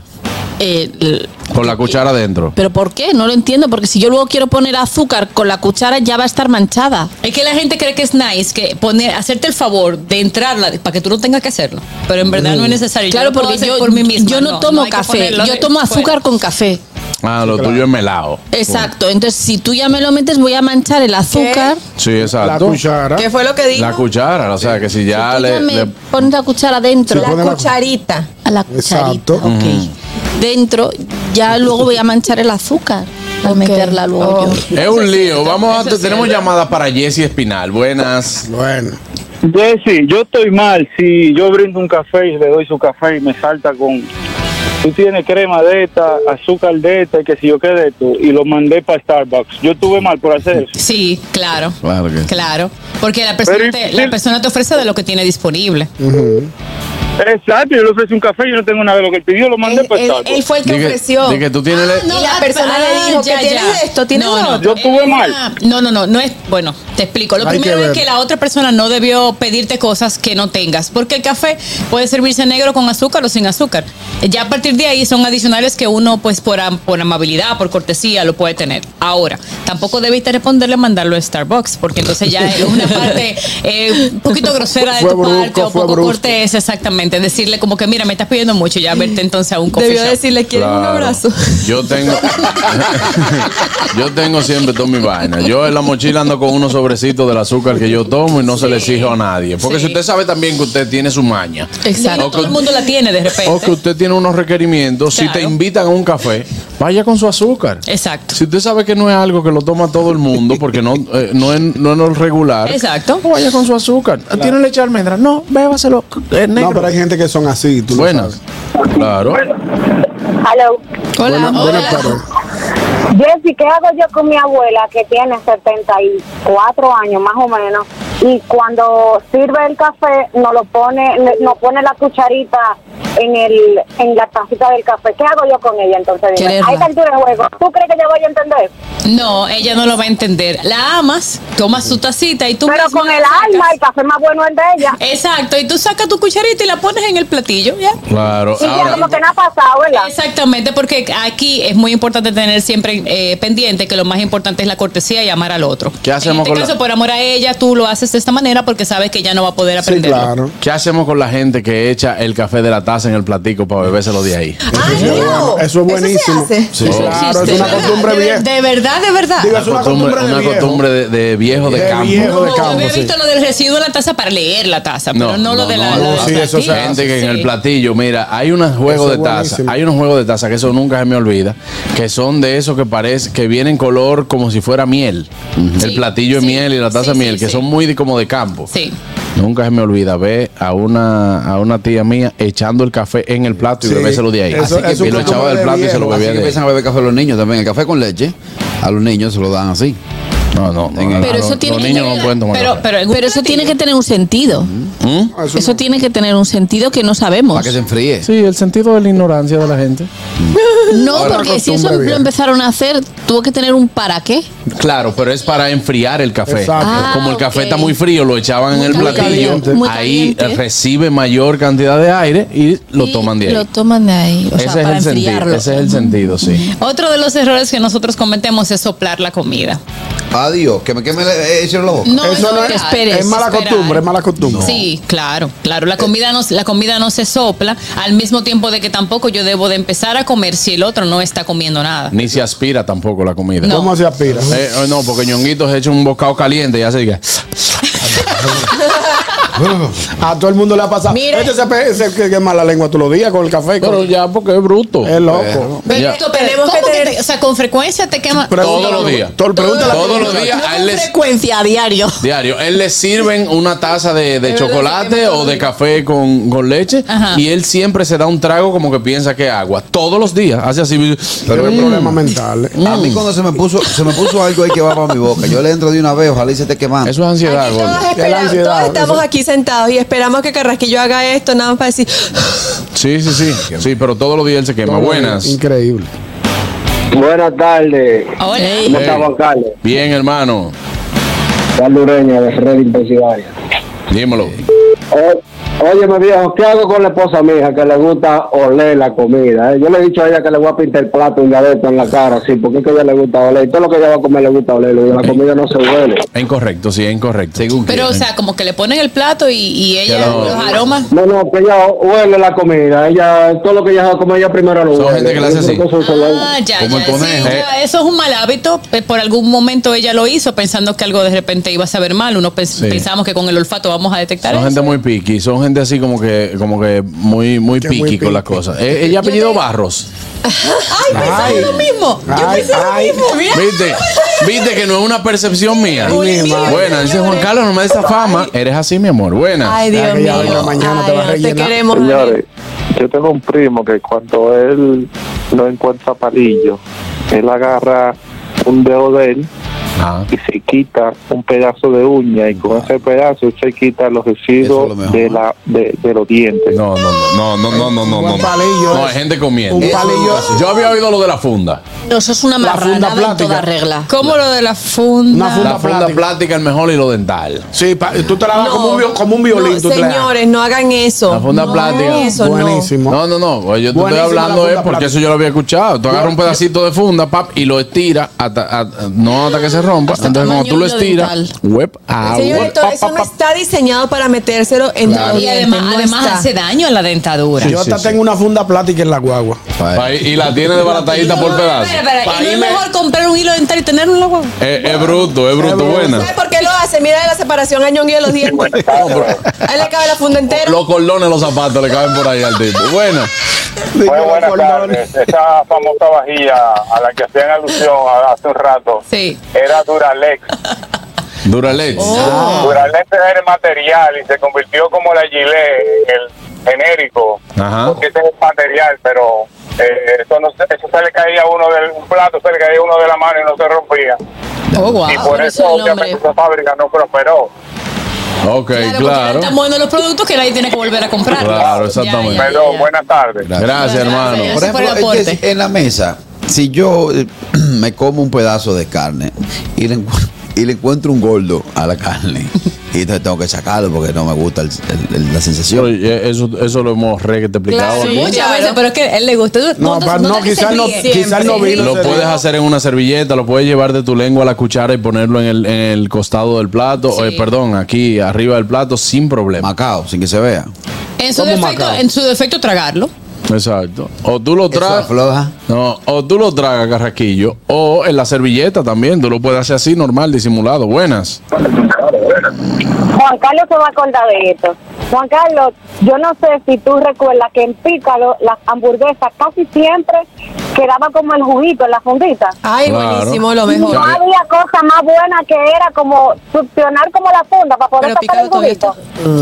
eh, l-
Con la cuchara adentro.
pero ¿por qué? No lo entiendo, porque si yo luego quiero poner azúcar con la cuchara ya va a estar manchada.
Es que la gente cree que es nice que poner, hacerte el favor de entrarla para que tú no tengas que hacerlo. Pero en verdad no es necesario.
Claro,
lo puedo
porque
hacer
yo,
por mí misma.
yo no, tomo
hay que
café,
ponerlo
yo
de-
tomo
fuera.
azúcar con café.
Ah, lo tuyo es melado.
Exacto, entonces si tú ya me lo metes voy a manchar el azúcar.
Sí, exacto.
La cuchara. ¿Qué fue lo que dijo?
La cuchara, o sea, que si ya
Ya
Eh,
le,
me
le-
pones la cuchara dentro.
Sí, La pone la-
cucharita. A la cucharita.
Exacto. Ujú.
Dentro, ya luego voy a manchar el azúcar. Al meterla luego
Oh.
yo.
Es un lío. Vamos a, tenemos llamada para Jesse Espinal. Buenas.
Bueno.
Jesse, yo estoy mal. Si yo brindo un café y le doy su café y me salta con. Tú tienes crema de esta, azúcar de esta y que si yo qué de esto. Y lo mandé para Starbucks. Yo estuve mal por hacer eso.
Sí, claro.
Claro que
Claro. Porque la persona, te, la persona te ofrece de lo que tiene disponible.
Exacto, yo le ofrecí un café y yo no tengo nada de lo que él pidió, lo mandé
pues,
para Starbucks.
él fue el que Dije- ofreció. Ah, dije, tú tienes la-
y la persona le dijo que tienes esto, tienes lo otro.
Yo tuve mal. Eh, No, no, no, no es. Bueno, te explico. Lo
Hay que
primero es
ver.
que la otra persona no debió pedirte cosas que no tengas, porque el café puede servirse negro con azúcar o sin azúcar. Ya a partir de ahí son adicionales que uno, pues por, am- por amabilidad, por cortesía, lo puede tener. Ahora, tampoco debiste responderle mandarlo a Starbucks, porque entonces ya es una parte eh, un poquito grosera de
Fue
tu
brusco,
parte o
fue
poco
brusco.
cortés, exactamente. Decirle como que, mira, me estás pidiendo mucho, ya verte entonces a un coffee
Debió
shop.
decirle, ¿quieres un
Claro.
abrazo?
Yo tengo. yo tengo siempre toda mi vaina. Yo en la mochila ando con unos sobrecitos del azúcar que yo tomo y no se le exijo a nadie. Porque si usted sabe también que usted tiene su maña.
Exacto.
O que-
Todo el mundo la tiene de repente.
O que usted tiene unos requerimientos. Si te invitan a un café, vaya con su azúcar.
Exacto.
Si usted sabe que no es algo que lo toma todo el mundo, porque no, eh, no, es, no es lo regular.
Exacto.
Vaya con su azúcar. ¿Tiene leche de almendra? No, bébaselo. Es negro.
No, pero hay gente que son así. Tú Buenas.
Claro.
Hello.
Hola. Buenas tardes.
Jessy, ¿qué hago yo con mi abuela que tiene 74 años más o menos? Y cuando sirve el café, no lo pone, le- no pone la cucharita en el en la tacita del café. ¿Qué hago yo con ella entonces? dime?
Quererla.
Hay altura de juego. ¿Tú crees que yo voy a entender?
No, ella no lo va a entender. La amas, tomas tu tacita y tú Pero con el
alma, el café más bueno es de ella.
Exacto, y tú sacas tu cucharita y la pones en el platillo, ¿ya?
Claro. Ahora,
que no ha pasado, ¿verdad?
Exactamente, porque aquí es muy importante tener siempre eh, pendiente que lo más importante es la cortesía y amar al otro.
¿Qué hacemos
en este
con la-
caso, por amor a ella, tú lo haces de esta manera porque sabes que ella no va a poder aprender.
¿Qué hacemos con la gente que echa el café de la taza en el platico para bebérselo de ahí?
Eso es buenísimo.
hace?
Sí, claro, es una costumbre vieja.
De verdad, de verdad.
Digo, es una costumbre,
una
de viejo.
costumbre de, de viejo de,
De
campo.
viejo de
No, yo había visto lo del residuo de la taza para leer la taza, pero no, lo de la. la-
sí, eso se
platillo.
Gente que en
Sí.
el platillo, mira, hay unos juegos
Eso es
de taza,
buenísimo.
hay unos juegos de taza que eso nunca se me olvida, que son de esos que parece que vienen color como si fuera miel. El platillo es miel y la taza es miel, que son muy de- como de campo.
Sí.
Nunca se me olvida ver a una, a una tía mía echando el café en el plato y
Sí,
bebérselo de ahí.
eso-
Así
eso
que y lo
como
echaba
de
del plato y se lo
viejo.
bebía
Así que
de ahí.
empiezan a beber café los niños también. El café con leche, a los niños se lo dan así.
No, no,
a
Pero eso
Ah, los-
tiene
los
que
niños
tener-
no pueden tomar
pero,
café.
pero eso tiene que tener un sentido.
Mm,
Eso, tiene que tener un sentido que no sabemos.
Para que se enfríe.
Sí, el sentido de la ignorancia de la gente.
Mm. No,
Ahora
porque si eso
costumbre
lo
vieja.
empezaron a hacer, tuvo que tener un para qué.
Claro, pero es para enfriar el café.
Exacto. Ah,
Como el café está muy frío, lo echaban en el
caliente.
platillo,
Muy
ahí
caliente.
recibe mayor cantidad de aire y lo toman de ahí.
lo
toman de ahí.
ese es el sentido, ese es el sentido, sí.
Otro de los errores que nosotros cometemos es soplar la comida.
Adiós, que me queme el- eh, hicieron los ojos.
No, Eso no, no, que es- esperes, es mala esperar. costumbre, es
mala costumbre.
Sí, claro, claro. La comida, no, la comida no se sopla al mismo tiempo de que tampoco yo debo de empezar a comer si el otro no está comiendo nada.
Mm.
Ni se aspira tampoco la comida.
No. ¿Cómo se aspira?
Eh, eh, no, porque ñonguito se echa un bocado caliente y hace que.
A todo el mundo le ha pasado. Este se, pe- se que- quema la lengua todos los días con el café.
Pero ya, porque es bruto.
Es loco.
Ya.
Pero, tenemos que tener, o sea, con frecuencia te quema
Todos los días.
pregúntale a
Todos
todo el
los
mundo.
días. A él les-
Frecuencia a diario.
Diario, él le sirven una taza de, de chocolate o de café con, con leche
Ajá.
y él siempre se da un trago como que piensa que es agua. Todos los días hace así. Mm.
Pero hay problemas
mentales.
A mí cuando se me puso, se me puso algo ahí que va para mi boca. Yo le entro de una vez, ojalá y se esté quemando.
Eso es ansiedad,
Todos, esperamos- todos estamos aquí sentados y esperamos que Carrasquillo haga esto, nada más para decir,
Sí, sí, sí. Sí, pero todos los días él se quema. Buenas.
Increíble.
Buenas tardes. ¿Cómo está
Hey.
Juan Carlos?
Bien, hermano.
Carlos Ureña de Red Impresivaria.
Dímelo.
O- Oye, mi viejo, ¿qué hago con la esposa mía que le gusta oler la comida? eh? Yo le he dicho a ella que le voy a pintar el plato y un gaveto en la cara, sí, porque es que a ella le gusta oler. Todo lo que ella va a comer le gusta oler, la comida no se huele.
Es incorrecto, sí, es incorrecto.
Pero, o sea, como que le ponen el plato y, y ella,
Que lo-
los aromas.
No, no, que ella huele la comida. Ella, todo lo que ella va a comer, ella primero lo huele.
gente que le hace así.
Eso se huele.
Ah, ya,
Como
ya,
el conejo.
sí, ya, Eso es un mal hábito. eh, Por algún momento ella lo hizo pensando que algo de repente iba a saber mal. Uno pens-
Sí.
pensamos que con el olfato vamos a detectar
Son
eso.
gente muy piqui, son gente así como que, como que muy, muy
Que muy
piqui con las cosas. Eh, ella apellido Barros.
Ay,
pensaba Ay. lo
mismo.
Yo Ay, pensé lo ay.
mismo.
Viste, viste que no es una percepción mía.
Uy, mi madre.
Buena, dice Juan Carlos, no me des esa fama. Eres así, mi amor. Buena.
Ay, Dios mío.
Señores, yo tengo un primo que cuando él no encuentra palillo, él agarra un dedo de él
Ah.
y se quita un pedazo de uña y con ese pedazo se quita los residuos de la de, de los dientes.
No, no, no, no, no, no, no, no. No, hay gente comiendo.
Un palillo.
Yo había oído lo de la funda.
No, eso es una marranada en toda regla. ¿Cómo lo de la funda?
la funda plástica. el mejor y lo dental.
Sí, pa- tú te la das
No.
como, un vi- como un violín.
No,
tú te la das.
señores, no hagan eso.
La funda
no,
plástica.
Eso, no.
No, no, no. Yo te
Buenísima
estoy
la
hablando
funda
es porque
plástica.
eso yo lo había escuchado. Tú agarras un pedacito de funda, pap, y lo estiras hasta, a- no hasta que se rompa. Entonces, cuando tú lo
tamaño
estiras, web, ah,
Señores,
web,
todo
pa,
eso
pa,
no está diseñado para metérselo en
Claro.
los
Y
dientes,
además-
no
además
está.
hace daño en la dentadura.
Yo hasta tengo una funda plática en la guagua.
pa, y y la tiene de baratadita por pedazos.
Espera, espera, ¿Y
Pa,
no es
ahí me-
mejor comprar un hilo dental y tener un agua?
Es es bruto, es bruto, buena.
¿Por qué lo hace? Mira la separación a Ñonguillo de los dientes. A él le cabe la funda entera.
Los cordones, los zapatos le caben por ahí al tipo. Buena.
Muy buenas tardes. Esa famosa vajilla a la que hacían alusión hace un rato era Duralex.
Duralex.
Ah.
Duralex era el material y se convirtió como la Gillette, el genérico.
Ajá.
Porque ese es el material, pero eh, eso, no, se- eso se le caía a uno del un plato, se le caía a uno de la mano y no se rompía.
Oh,
Y por eso, obviamente, esa fábrica no prosperó.
Ok,
Oh,
claro.
Claro. Están moviendo los productos que nadie tiene que volver a comprar.
Claro, exactamente.
Perdón, buenas tardes.
Gracias, hermano.
Por
Ese fue el
ejemplo, es que
aporte.
en la mesa, si yo eh, me como un pedazo de carne y le, encu- y le encuentro un gordo a la carne, y entonces tengo que sacarlo porque no me gusta el- el- el- la sensación.
Eso, eso lo hemos re que te
Claro, muchas veces, pero es que a él le gusta.
No,
te-
pa- no,
te- que se
quizás no-
ríe.
quizás no vino.
Lo puedes hacer en una servilleta, lo puedes llevar de tu lengua a la cuchara y ponerlo en el, en el costado del plato, eh, perdón, aquí arriba del plato sin problema.
Macao, sin que se vea.
En su,
¿Cómo
defecto,
Macao?
en su defecto, tragarlo.
Exacto. O tú lo tragas.
afloja.
No, o tú lo tragas, carraquillo, o en la servilleta también. Tú lo puedes hacer así, normal, disimulado. Buenas.
Juan Carlos se va a acordar de esto. Juan Carlos, yo no sé si tú recuerdas que en Pícaro las hamburguesas casi siempre quedaba como el juguito en la fundita.
Ay,
Claro. buenísimo, lo
No
mejor.
había cosa más buena que era como succionar como la funda para poder sacar el juguito.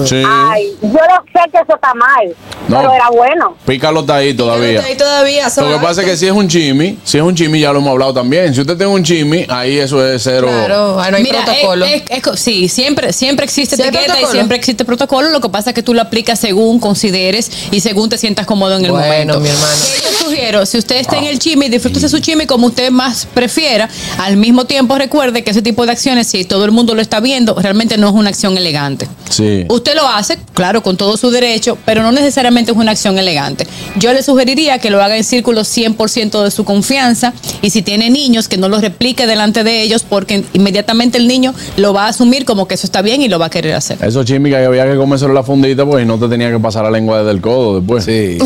Sí.
Ay, yo no sé que eso está mal,
No.
pero era bueno.
Pícalo está ahí todavía.
está ahí todavía,
Lo que
suave.
pasa es que si es un chimi, si es un chimi, ya lo hemos hablado también. Si usted tiene un chimi, ahí eso es cero.
Oh, ah,
Mira, es- es- es- sí, siempre, siempre existe
Sí, hay
etiqueta y
protocolo.
siempre existe protocolo. Lo que pasa es que tú lo aplicas según consideres y según te sientas cómodo en el
Bueno,
momento.
mi hermano.
¿Qué yo sugiero? Si usted está en el chimi, disfrútese su chimi como usted más prefiera. Al mismo tiempo, recuerde que ese tipo de acciones, si todo el mundo lo está viendo, realmente no es una acción elegante.
Sí.
Usted lo hace, claro, con todo su derecho, pero no necesariamente es una acción elegante. Yo le sugeriría que lo haga en círculos 100% de su confianza y si tiene niños, que no los replique delante de ellos porque inmediatamente el niño lo va a asumir como que eso está bien y lo va a querer hacer.
Esos chimis que había que comerse la fundita, pues, y no te tenía que pasar la lengua desde el codo después. Sí.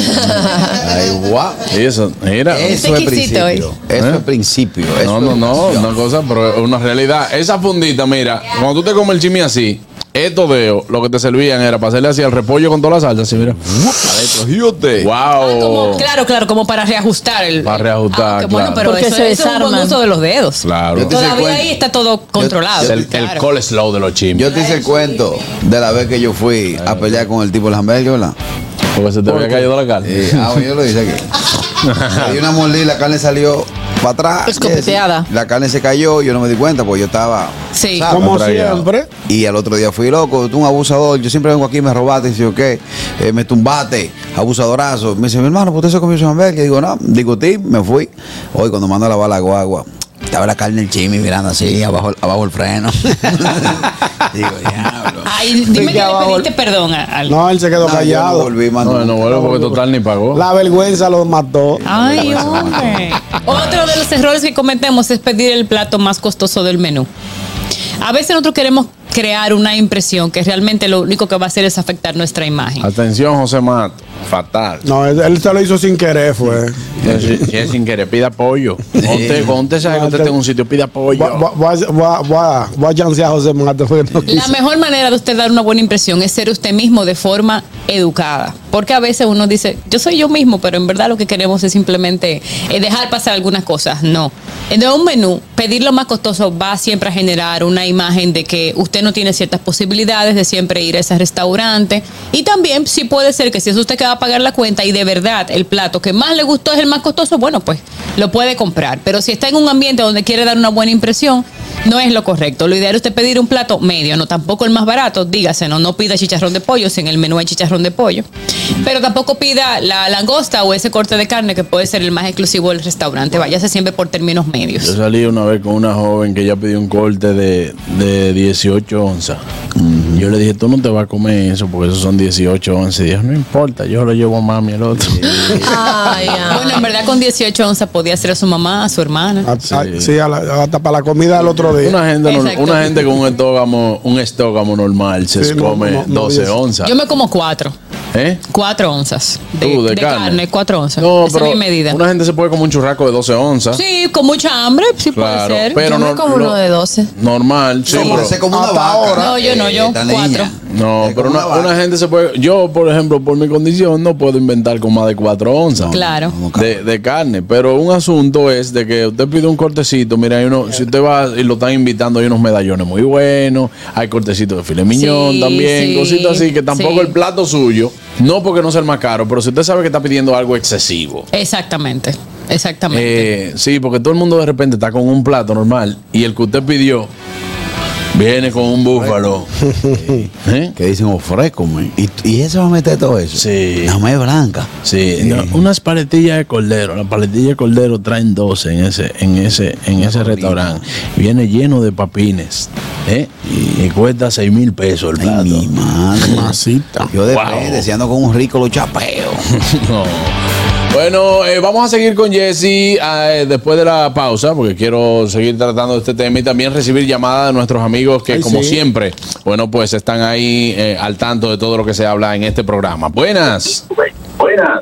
Ay, guau.
Eso, mira. ¿Eh?
Eso es
¿eh?
principio. Eso es principio.
No, no, no, una cosa, pero es una realidad. Esa fundita, mira, cuando tú te comes el chimi así, estos dedos, lo que te servían era para hacerle así al repollo con toda la salsa, así, mira. Adentro, y usted. Wow.
Claro, claro, Ah, como para reajustar el...
Para reajustar,
que bueno,
claro.
pero eso, eso es un buen uso de los dedos.
Claro.
Yo te hice
Todavía
cuenta.
ahí está todo controlado.
yo-
claro.
coleslaw de los chimis.
Yo te hice el cuento de la vez que yo fui a pelear con el tipo de las hamburguesas, ¿verdad?
Porque se te había caído la carne.
Eh, ah, bueno, yo lo hice aquí. Hay una mordida y la carne salió para atrás.
Escopeteada.
Jessy. La carne se cayó, yo no me di cuenta porque yo estaba.
Sí.
¿sabes?
Como
Atragado.
siempre.
Y al otro día fui loco, tú un abusador. Yo siempre vengo aquí, me robaste, dice, ok, eh, me tumbaste, abusadorazo. Me dice, mi hermano, ¿pues usted se comió su hamburguesa? Y digo, no, discutí, me fui. Hoy cuando mando a lavar la guagua, estaba la carne el chimi mirando así, abajo, abajo el freno.
Ay, dime que le pediste perdón a- al.
No, él se quedó callado.
No, no vuelvo porque total ni pagó.
La vergüenza lo mató.
Ay, hombre. Otro de los errores que cometemos es pedir el plato más costoso del menú. A veces nosotros queremos crear una impresión que realmente lo único que va a hacer es afectar nuestra imagen.
Atención, José Mato. Fatal.
No, él, él se lo hizo sin querer, fue.
Si, si es sin querer, pida apoyo. Ponte, ponte esa que usted tenga un sitio, pida apoyo.
Va- va- va- va- va- va a chancear a José Mato. porque no
La
quiso.
mejor manera de usted dar una buena impresión es ser usted mismo de forma educada. Porque a veces uno dice, yo soy yo mismo, pero en verdad lo que queremos es simplemente eh, dejar pasar algunas cosas. No. En un menú, pedir lo más costoso va siempre a generar una imagen de que usted no tiene ciertas posibilidades de siempre ir a ese restaurante. Y también, sí puede ser que si es usted que va a pagar la cuenta y de verdad el plato que más le gustó es el más costoso, bueno, pues lo puede comprar. Pero si está en un ambiente donde quiere dar una buena impresión, no es lo correcto. Lo ideal es usted pedir un plato medio, no tampoco el más barato. Dígase, no, no pida chicharrón de pollo si en el menú hay chicharrón de pollo. Pero tampoco pida la langosta o ese corte de carne que puede ser el más exclusivo del restaurante. Váyase siempre por términos medios.
Yo salí una vez con una joven que ella pidió un corte de, de 18 onzas. Yo le dije, tú no te vas a comer eso porque esos son 18 onzas. Y dijo, no importa, yo lo llevo a mami el otro.
Bueno, en verdad con 18 onzas podía ser a su mamá, a su hermana.
Ay, Ah, sí, a la- hasta para la comida del otro día.
Una gente, no-
Exacto.
una gente con un estógamo, un estógamo normal se
Sí, no,
come
no, no,
12
no,
onzas.
Yo me como cuatro.
¿Eh?
Cuatro onzas. De,
Tú, de
de
carne.
carne. cuatro onzas.
No,
Esa es mi medida.
Una gente se puede comer un churraco de 12 onzas.
Sí, con mucha hambre, sí
Claro,
puede ser.
pero Yo me no- como no- uno de
12.
Normal, sí.
Como
pero-
hace como una vaca.
No, yo no, yo
eh, esta
cuatro.
niña.
No, pero una, una gente se puede. Yo, por ejemplo, por mi condición, no puedo inventar con más de cuatro onzas.
Claro.
De, de carne. Pero un asunto es de que usted pide un cortecito. Mira, hay uno, si usted va y lo están invitando, hay unos medallones muy buenos. Hay cortecitos de filet miñón
Sí,
también.
sí,
cositas así que tampoco
sí.
el plato suyo. No porque no sea el más caro, pero si usted sabe que está pidiendo algo excesivo.
Exactamente. Exactamente.
Eh, sí, porque todo el mundo de repente está con un plato normal y el que usted pidió viene con un búfalo. ¿Eh?
Que dicen, ofrécome. ¿Y, y eso va a meter todo eso?
Sí.
La más blanca.
Sí, no, unas paletillas de cordero. Las paletillas de cordero traen 12 en ese, en ese, en ese restaurante. Viene lleno de papines. ¿eh? Y, cuesta 6 mil pesos el plato. mi
Yo después, deseando con un rico lo chapeo.
Bueno, eh, vamos a seguir con Jesse eh, después de la pausa, porque quiero seguir tratando de este tema y también recibir llamadas de nuestros amigos que,
Ay,
como
sí.
siempre, bueno, pues están ahí eh, al tanto de todo lo que se habla en este programa. Buenas.
Buenas.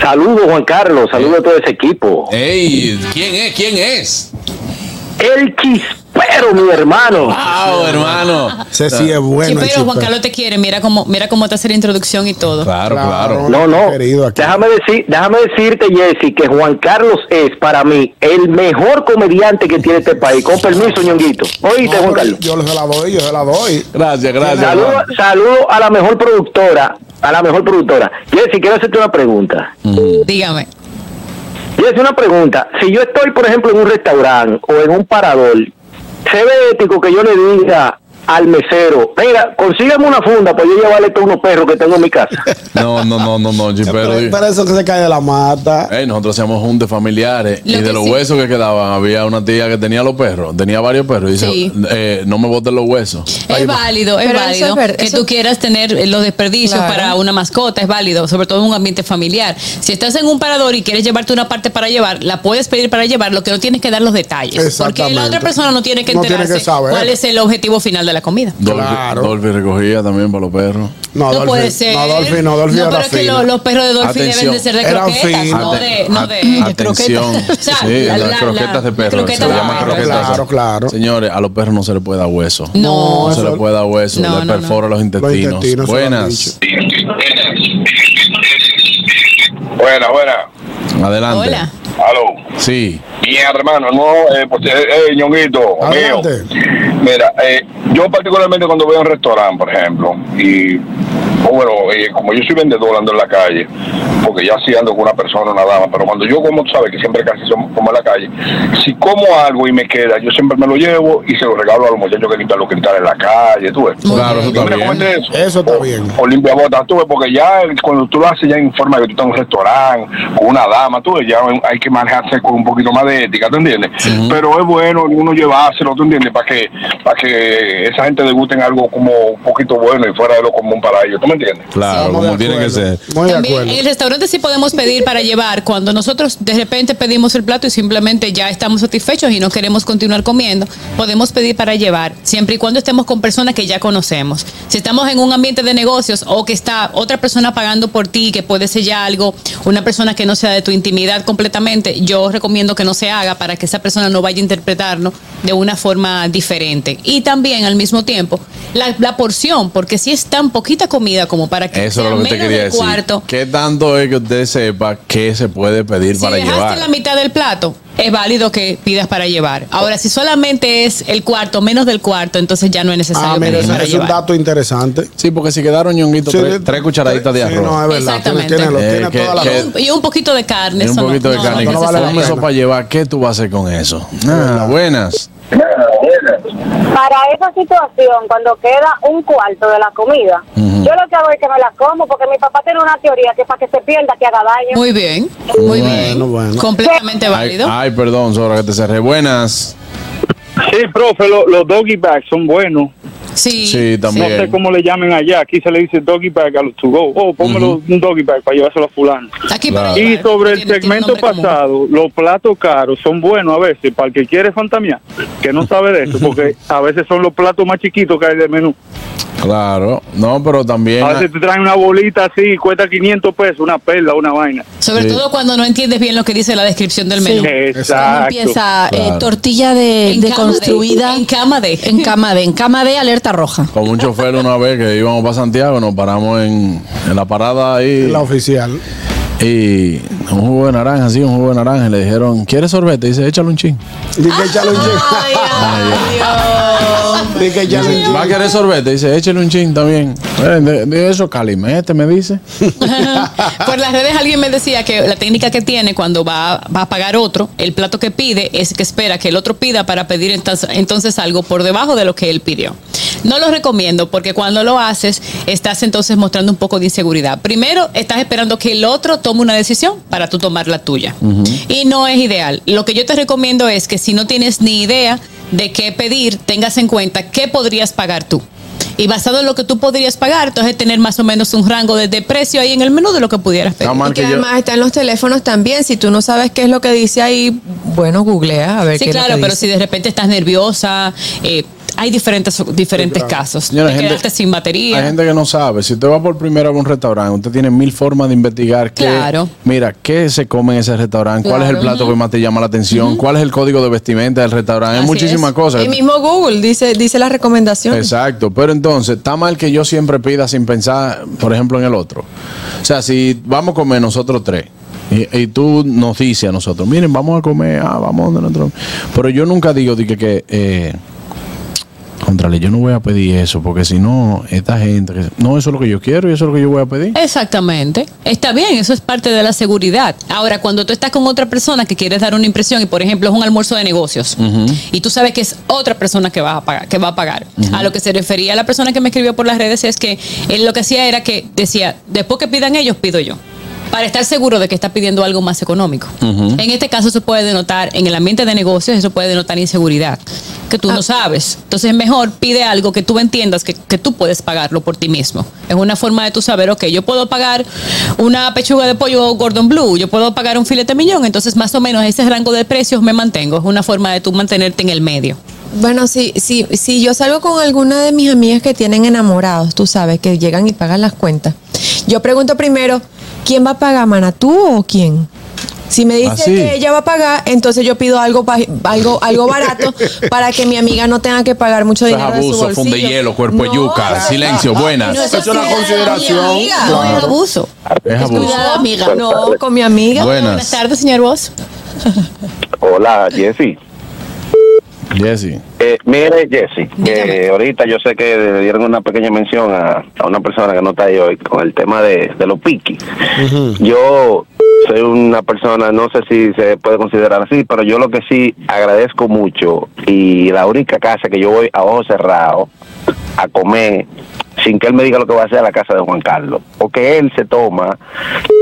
Saludos, Juan Carlos. Saludos a todo ese equipo.
Ey, ¿quién es? ¿Quién es?
El chispero, mi hermano.
Wow, hermano.
Ese sí es bueno. el
sí, pero Juan
chipero.
Carlos te quiere. Mira cómo, mira cómo te hace la introducción y todo.
No, no. Déjame, decir, déjame decirte, Jesse, que Juan Carlos es para mí el mejor comediante que tiene este país. Con permiso, ñonguito. Oíste, Juan Carlos.
Yo se la doy, yo se la doy.
Gracias,
Saludo, saludo a la mejor productora. A la mejor productora. Jesse, quiero hacerte una pregunta.
Mm.
Dígame.
Jesse, una pregunta. Si yo estoy, por ejemplo, en un restaurante o en un parador, ¿se ve ético que yo le diga al mesero, mira, consígueme una funda para yo llevarle todos unos perros que tengo en mi casa?
No, no, no, no, no, Chipero.
Pero eso que se cae de la mata.
Ey, Eh, nosotros hacíamos juntas familiares
Lo
y de
que
los
sí-
huesos que quedaban había una tía que tenía los perros, tenía varios perros y dice,
Sí.
eh, no me boten los huesos.
Es válido, es
Pero eso
válido
es ver-
que
eso-
tú quieras tener eh, los desperdicios
Claro.
para una mascota, es válido, sobre todo en un ambiente familiar. Si estás en un parador y quieres llevarte una parte para llevar, la puedes pedir para llevar, lo que no tienes que dar los detalles. Porque la
Exactamente.
otra persona no tiene que
No tiene
enterarse
que saber.
cuál es el objetivo final de la comida.
Dolphy, Dolphy recogía también para los perros.
No, Dolphy- puede ser.
No, Dolphy, no, Dolphy
No,
era
pero es que
fino.
lo- los perros de Dolphy deben de ser de
Eran
croquetas,
finos.
no de- no de- de
Atención.
croquetas. O sea,
sí,
la-
las
la-
croquetas de
la
perro.
croqueta
se
de
llaman
perro.
croquetas.
Claro,
Señores, a los perros no se le puede dar hueso.
No.
No, se le puede dar hueso.
No,
le
no, no.
perfora los intestinos.
intestinos se lo han
Buenas.
Buena, buena.
Adelante.
Hola.
Aló.
Sí.
Bien, hermano, no, eh, pues, eh, eh, ñonguito, mío. Mira, eh, yo particularmente cuando voy a un restaurante, por ejemplo, y bueno, eh, como yo soy vendedor ando en la calle, porque ya sí ando con una persona, una dama, pero cuando yo como, tú sabes que siempre casi somos como en la calle, si como algo y me queda, yo siempre me lo llevo y se lo regalo a los muchachos que limpian los cristales en la calle, tú ves.
Claro, eso está
Mira,
bien.
¿cómo es eso?
Eso está bien.
o limpia botas, tú ves, porque ya el- cuando tú lo haces ya en forma de que tú estás en un restaurante o una dama, tú ves, ya hay que manejarse con un poquito más de ética, ¿te entiendes? Pero es bueno uno llevárselo, ¿te entiendes? Para que, para que esa gente degusten algo como un poquito bueno y fuera de lo común para ellos, ¿tú me entiendes?
Claro, como tiene que ser.
También en el restaurante sí podemos pedir para llevar. Cuando nosotros de repente pedimos el plato y simplemente ya estamos satisfechos y no queremos continuar comiendo, podemos pedir para llevar, siempre y cuando estemos con personas que ya conocemos. Si estamos en un ambiente de negocios o que está otra persona pagando por ti, que puede ser ya algo, una persona que no sea de tu intimidad completamente, yo recomiendo que no se haga para que esa persona no vaya a interpretarlo de una forma diferente. Y también al mismo tiempo, la, la porción, porque si es tan poquita comida como para que
Eso
sea
es lo que te
menos
quería
del
decir.
cuarto,
¿Qué tanto es que usted sepa qué se puede pedir para
dejaste
llevar?
la mitad del plato, es válido que pidas para llevar. Ahora, si solamente es el cuarto, menos del cuarto, entonces ya no es necesario
Ah, mira,
pedir
ese-
para
es un
llevar.
dato interesante.
Sí, porque si quedaron ñonguitos,
Sí,
tres, tres cucharaditas de
sí,
arroz.
no, es verdad. Tiene-
Exactamente.
tiene- lo
Eh,
tiene
que-
toda la-
que-
Y un poquito de carne.
Y un
eso no-
poquito de
no,
carne.
no es
¿Qué tú
necesario.
comes eso para llevar? ¿Qué tú vas a hacer con eso? Ah, buenas.
Para esa situación, cuando queda un cuarto de la comida, yo lo que hago es que me la como porque mi papá tiene una teoría que para que se pierda que haga daño.
Muy bien, muy bien. Completamente
Ay,
válido.
ay, perdón, Sora, que te cerré. Buenas.
Sí, profe, lo- los doggy bags son buenos.
Sí,
Sí, también.
No sé cómo le llamen allá. Aquí se le dice doggy bag a los to go. Oh, póngalo un doggy bag para llevárselo a fulano.
Aquí
Claro.
Y sobre el segmento pasado, los platos caros son buenos a veces para el que quiere fantamear, que no sabe de eso, porque a veces son los platos más chiquitos que hay de menú.
Claro. No, pero también.
A veces te traen una bolita así y cuesta 500 pesos, una perla, una vaina.
Sobre
Sí.
todo cuando no entiendes bien lo que dice la descripción del menú.
Exacto.
Empieza eh,
Claro.
tortilla de,
En
de
cama de-
construida. en
cama de.
En cama de. En cama de alerta roja.
Con un chofer una vez que íbamos para Santiago, nos paramos en, en la parada ahí.
La oficial.
Y un jugo de naranja, sí, un jugo de naranja. Y le dijeron, ¿quieres sorbete? Y dice, échale un chin.
Dice, échale un
chin.
Dice, échale un
Dice, ¿Va a querer sorbete? Y dice, échale un chin también. Eh, de- de eso, calimete, me dice.
Por las redes alguien me decía que la técnica que tiene cuando va, va a pagar otro, el plato que pide es que espera que el otro pida para pedir entonces, entonces algo por debajo de lo que él pidió. No lo recomiendo porque cuando lo haces estás entonces mostrando un poco de inseguridad. Primero, estás esperando que el otro tome una decisión para tú tomar la tuya. Y no es ideal. Lo que yo te recomiendo es que si no tienes ni idea de qué pedir, tengas en cuenta qué podrías pagar tú. Y basado en lo que tú podrías pagar, entonces tener más o menos un rango de, de precio ahí en el menú de lo que pudieras pedir.
Y que además están los teléfonos también. Si tú no sabes qué es lo que dice ahí, bueno, googlea a ver
Sí,
qué es lo
claro,
que
pero
dice.
si de repente estás nerviosa, eh, hay diferentes, diferentes casos.
Señora,
Te
gente-
quedaste sin batería.
Hay gente que no sabe. Si usted va por primera vez a un restaurante, usted tiene mil formas de investigar. Qué,
Claro.
Mira, ¿qué se come en ese restaurante? ¿Cuál es el
Claro.
plato que más te llama la atención? ¿Cuál es el código de vestimenta del restaurante? Hay
Así
muchísimas
es.
cosas.
El mismo Google dice, dice las recomendaciones.
Exacto, pero entonces está mal que yo siempre pida sin pensar, por ejemplo, en el otro. O sea, si vamos a comer nosotros tres y, y tú nos dices a nosotros, miren, vamos a comer, ah, vamos donde nosotros. Pero yo nunca digo di que, que eh, contrale, yo no voy a pedir eso porque si no, esta gente, que- no, eso es lo que yo quiero y eso es lo que yo voy a pedir.
Exactamente. Está bien, eso es parte de la seguridad. Ahora, cuando tú estás con otra persona que quieres dar una impresión y, por ejemplo, es un almuerzo de negocios y tú sabes que es otra persona que va a pagar, que va a pagar. A lo que se refería la persona que me escribió por las redes es que él lo que hacía era que decía, después que pidan ellos, pido yo. Para estar seguro de que está pidiendo algo más económico. En este caso, eso puede denotar, en el ambiente de negocios, eso puede denotar inseguridad, que tú no sabes. Entonces, mejor pide algo que tú entiendas que, que tú puedes pagarlo por ti mismo. Es una forma de tú saber, ok, yo puedo pagar una pechuga de pollo Gordon Blue, yo puedo pagar un filete miñón, entonces más o menos ese rango de precios me mantengo. Es una forma de tú mantenerte en el medio.
Bueno, si, si, si yo salgo con alguna de mis amigas que tienen enamorados, tú sabes, que llegan y pagan las cuentas, yo pregunto primero, ¿quién va a pagar, mana? ¿Tú o quién? Si me dice
Ah, sí.
que ella va a pagar, entonces yo pido algo pa- algo algo barato para que mi amiga no tenga que pagar mucho
Eso es
dinero de su
abuso,
bolsillo.
funde hielo, cuerpo de yuca, silencio, buenas.
no, eso
Es una consideración.
no es
Claro.
abuso.
Es abuso.
Cuidado, amiga.
Buenas
No,
tardes.
con mi amiga.
Buenas. Buenas
tardes, señor Vos.
Hola, Jesse.
Jesse.
Eh, mire, Jesse, eh, ahorita yo sé que le dieron una pequeña mención a, a una persona que no está ahí hoy con el tema de, de los piquis. Yo soy una persona, no sé si se puede considerar así, pero yo lo que sí agradezco mucho y la única casa que yo voy a ojos cerrados a comer sin que él me diga lo que va a hacer a la casa de Juan Carlos, porque él se toma,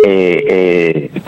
eh, eh,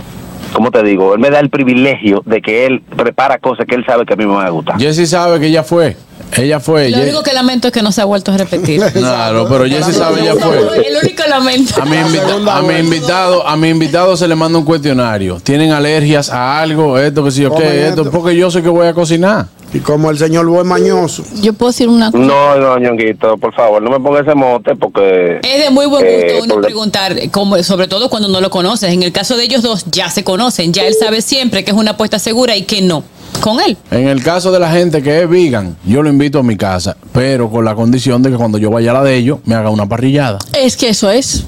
¿cómo te digo? Él me da el privilegio de que él prepara cosas que él sabe que a mí me van a gustar.
Jesse sabe que ella fue. Ella fue.
Lo
Ye-
único que lamento es que no se ha vuelto a repetir.
Claro, pero Jesse sabe, ella fue.
El único lamento.
A mi, invita- a mi invitado, a mi invitado se le manda un cuestionario. ¿Tienen alergias a algo? Esto, que si yo
Comen
qué, esto, porque yo sé que voy a cocinar.
Y como el señor buen mañoso.
Yo puedo decir una cosa.
No, no, Ñonguito, por favor, no me ponga ese mote porque...
Es de muy buen gusto
eh,
uno
por-
preguntar, como, sobre todo cuando no lo conoces. En el caso de ellos dos, ya se conocen, ya él sabe siempre que es una apuesta segura y que no. Con él.
En el caso de la gente que es vegan, yo lo invito a mi casa, pero con la condición de que cuando yo vaya a la de ellos, me haga una parrillada.
Es que eso es.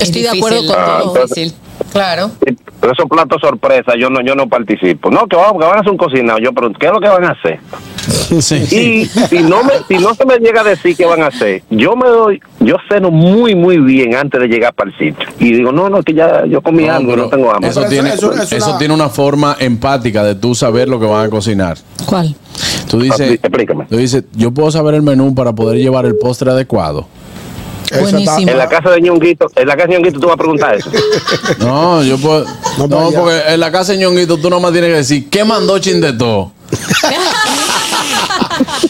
Estoy de acuerdo con
Ah,
todo.
entonces-
Claro.
Pero esos platos sorpresa, yo no yo no participo. No, que, vamos, que van a hacer un cocinado. Yo pregunto, ¿qué es lo que van a hacer? Y si no, me, si no se me llega a decir qué van a hacer, yo me doy, yo ceno muy, muy bien antes de llegar para el sitio. Y digo, no, no, que ya yo comí
No,
algo,
pero
no tengo hambre.
Eso, tiene, eso tiene una forma empática de tú saber lo que van a cocinar.
¿Cuál?
Tú dices, tú dices, yo puedo saber el menú para poder llevar el postre adecuado.
En la casa de Ñonguito, en la casa de Ñonguito tú vas a preguntar eso.
No, yo puedo. No, porque en la casa de Ñonguito tú nomás tienes que decir, ¿qué mandó Chin de todo?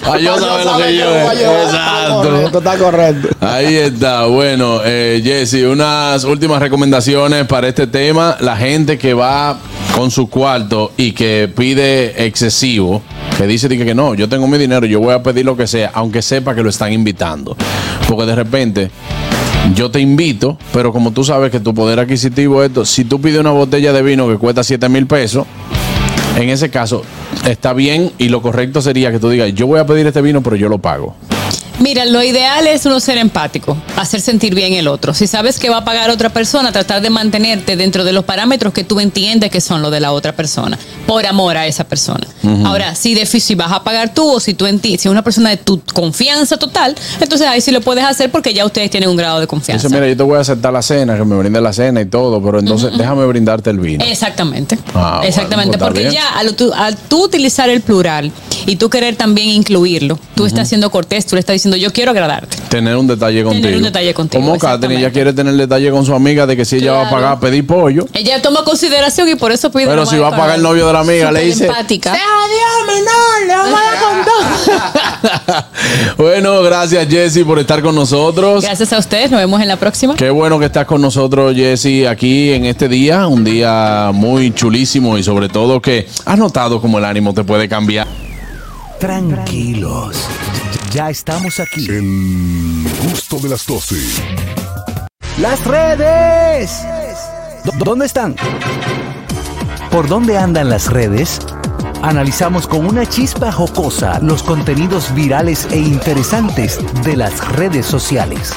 Ah, yo saber lo que yo. Exacto.
Correcto, está correcto.
Ahí está. Bueno, eh, Jesse, unas últimas recomendaciones para este tema. La gente que va con su cuarto y que pide excesivo, que dice de que que no, yo tengo mi dinero, yo voy a pedir lo que sea, aunque sepa que lo están invitando. Porque de repente yo te invito, pero como tú sabes que tu poder adquisitivo es esto, si tú pides una botella de vino que cuesta 7 mil pesos, en ese caso está bien y lo correcto sería que tú digas, yo voy a pedir este vino, pero yo lo pago.
Mira, lo ideal es uno ser empático, hacer sentir bien el otro. Si sabes que va a pagar otra persona, tratar de mantenerte dentro de los parámetros que tú entiendes que son los de la otra persona, por amor a esa persona.
Ujú.
Ahora, si de fi- si vas a pagar tú o si tú en ti, si es una persona de tu confianza total, entonces ahí sí lo puedes hacer porque ya ustedes tienen un grado de confianza.
Dice, mira, yo te voy a aceptar la cena, que me brinde la cena y todo, pero entonces déjame brindarte el vino.
Exactamente.
Ah, bueno,
Exactamente,
pues, está
porque
bien.
ya al tú, al tú utilizar el plural y tú querer también incluirlo, tú estás siendo cortés, tú le estás diciendo yo quiero agradarte.
Tener un detalle contigo.
un detalle contigo,
Como Katherine, ella quiere tener detalle con su amiga de que si ella va a
Claro.
pagar, pedir pollo.
Ella toma consideración y por eso pide.
Pero si va a pagar el novio de la amiga, le dice-
Empática.
menor! ¡Le vamos a dar con todo!
Bueno, gracias Jesse por estar con nosotros.
Gracias a ustedes, nos vemos en la próxima.
Qué bueno que estás con nosotros, Jesse, aquí en este día, un día muy chulísimo y sobre todo que has notado cómo el ánimo te puede cambiar.
Tranquilos, ya estamos aquí.
El gusto de las 12.
Las redes. ¿Dó- ¿Dónde están? ¿Por dónde andan las redes? Analizamos con una chispa jocosa los contenidos virales e interesantes de las redes sociales.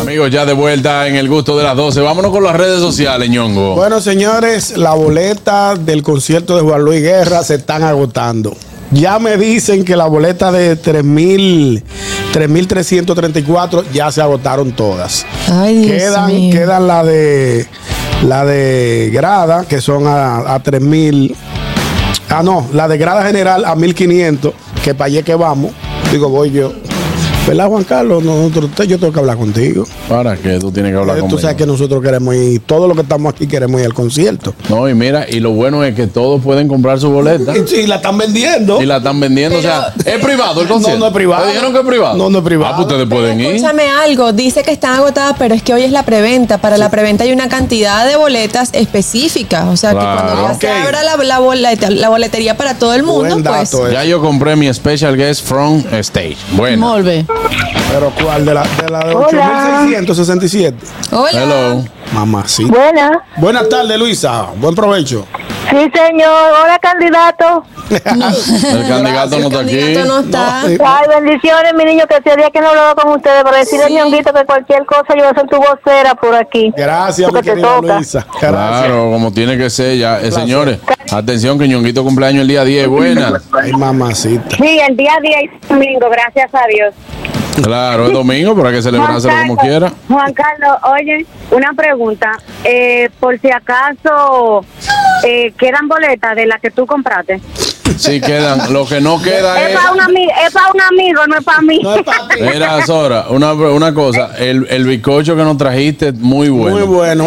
Amigos, ya de vuelta en el gusto de las 12. Vámonos con las redes sociales, ñongo.
Bueno, señores, la boleta del concierto de Juan Luis Guerra se están agotando. Ya me dicen que la boleta de 3,000, 3.334 ya se agotaron todas. quedan, quedan la de la de grada, que son a, a 3.000. Ah, no, la de grada general a 1.500, que para allá que vamos, digo, voy yo. ¿Verdad, Juan Carlos? Nosotros, yo tengo que hablar contigo.
Para que tú tienes que hablar
Tú
conmigo.
sabes que nosotros queremos ir, todos los que estamos aquí queremos ir al concierto.
No, y mira, y lo bueno es que todos pueden comprar su boleta.
Y, la están vendiendo.
Y la están vendiendo, o sea, es privado el concierto.
No, no es privado.
¿Te dijeron que es privado?
No, no es privado.
Ah, pues ustedes pueden ir.
Escúchame algo, dice que están agotadas, pero es que hoy es la preventa. Para la preventa hay una cantidad de boletas específicas. O sea,
Claro.
que cuando ya se
Ok.
abra la, la boleta- la boletería para todo el mundo, pues.
eh.
Ya yo compré mi special guest from stage. Bueno.
Pero ¿cuál? De la de, la de
Hola.
8.667.
Hola.
Hello.
Mamacita.
Buenas.
Buenas tardes, Luisa. Buen provecho.
Sí, señor. Hola, candidato.
El candidato no está aquí.
no está.
eh,
Ay, bendiciones, mi niño, que hacía día que no hablaba con ustedes, para decirle a Ñonguito que cualquier cosa yo voy a ser tu vocera por aquí.
Gracias, mi
Porque te
querida
toca.
Luisa.
Claro, como tiene que ser ya. Eh, señores, atención que Ñonguito cumpleaños el día 10. Buena.
Ay, mamacita.
Sí, el día 10 y domingo, gracias a Dios.
Claro, es domingo, pero hay que celebrárselo como
Carlos,
quiera.
Juan Carlos, oye, una pregunta. Eh, por si acaso eh, quedan boletas de las que tú compraste.
Sí quedan. Lo que no queda
Es
es...
para un, ami- es pa' un amigo, no es para mí.
Mira, Zora, una, una cosa. El, el bizcocho que nos trajiste, muy bueno. Muy
bueno.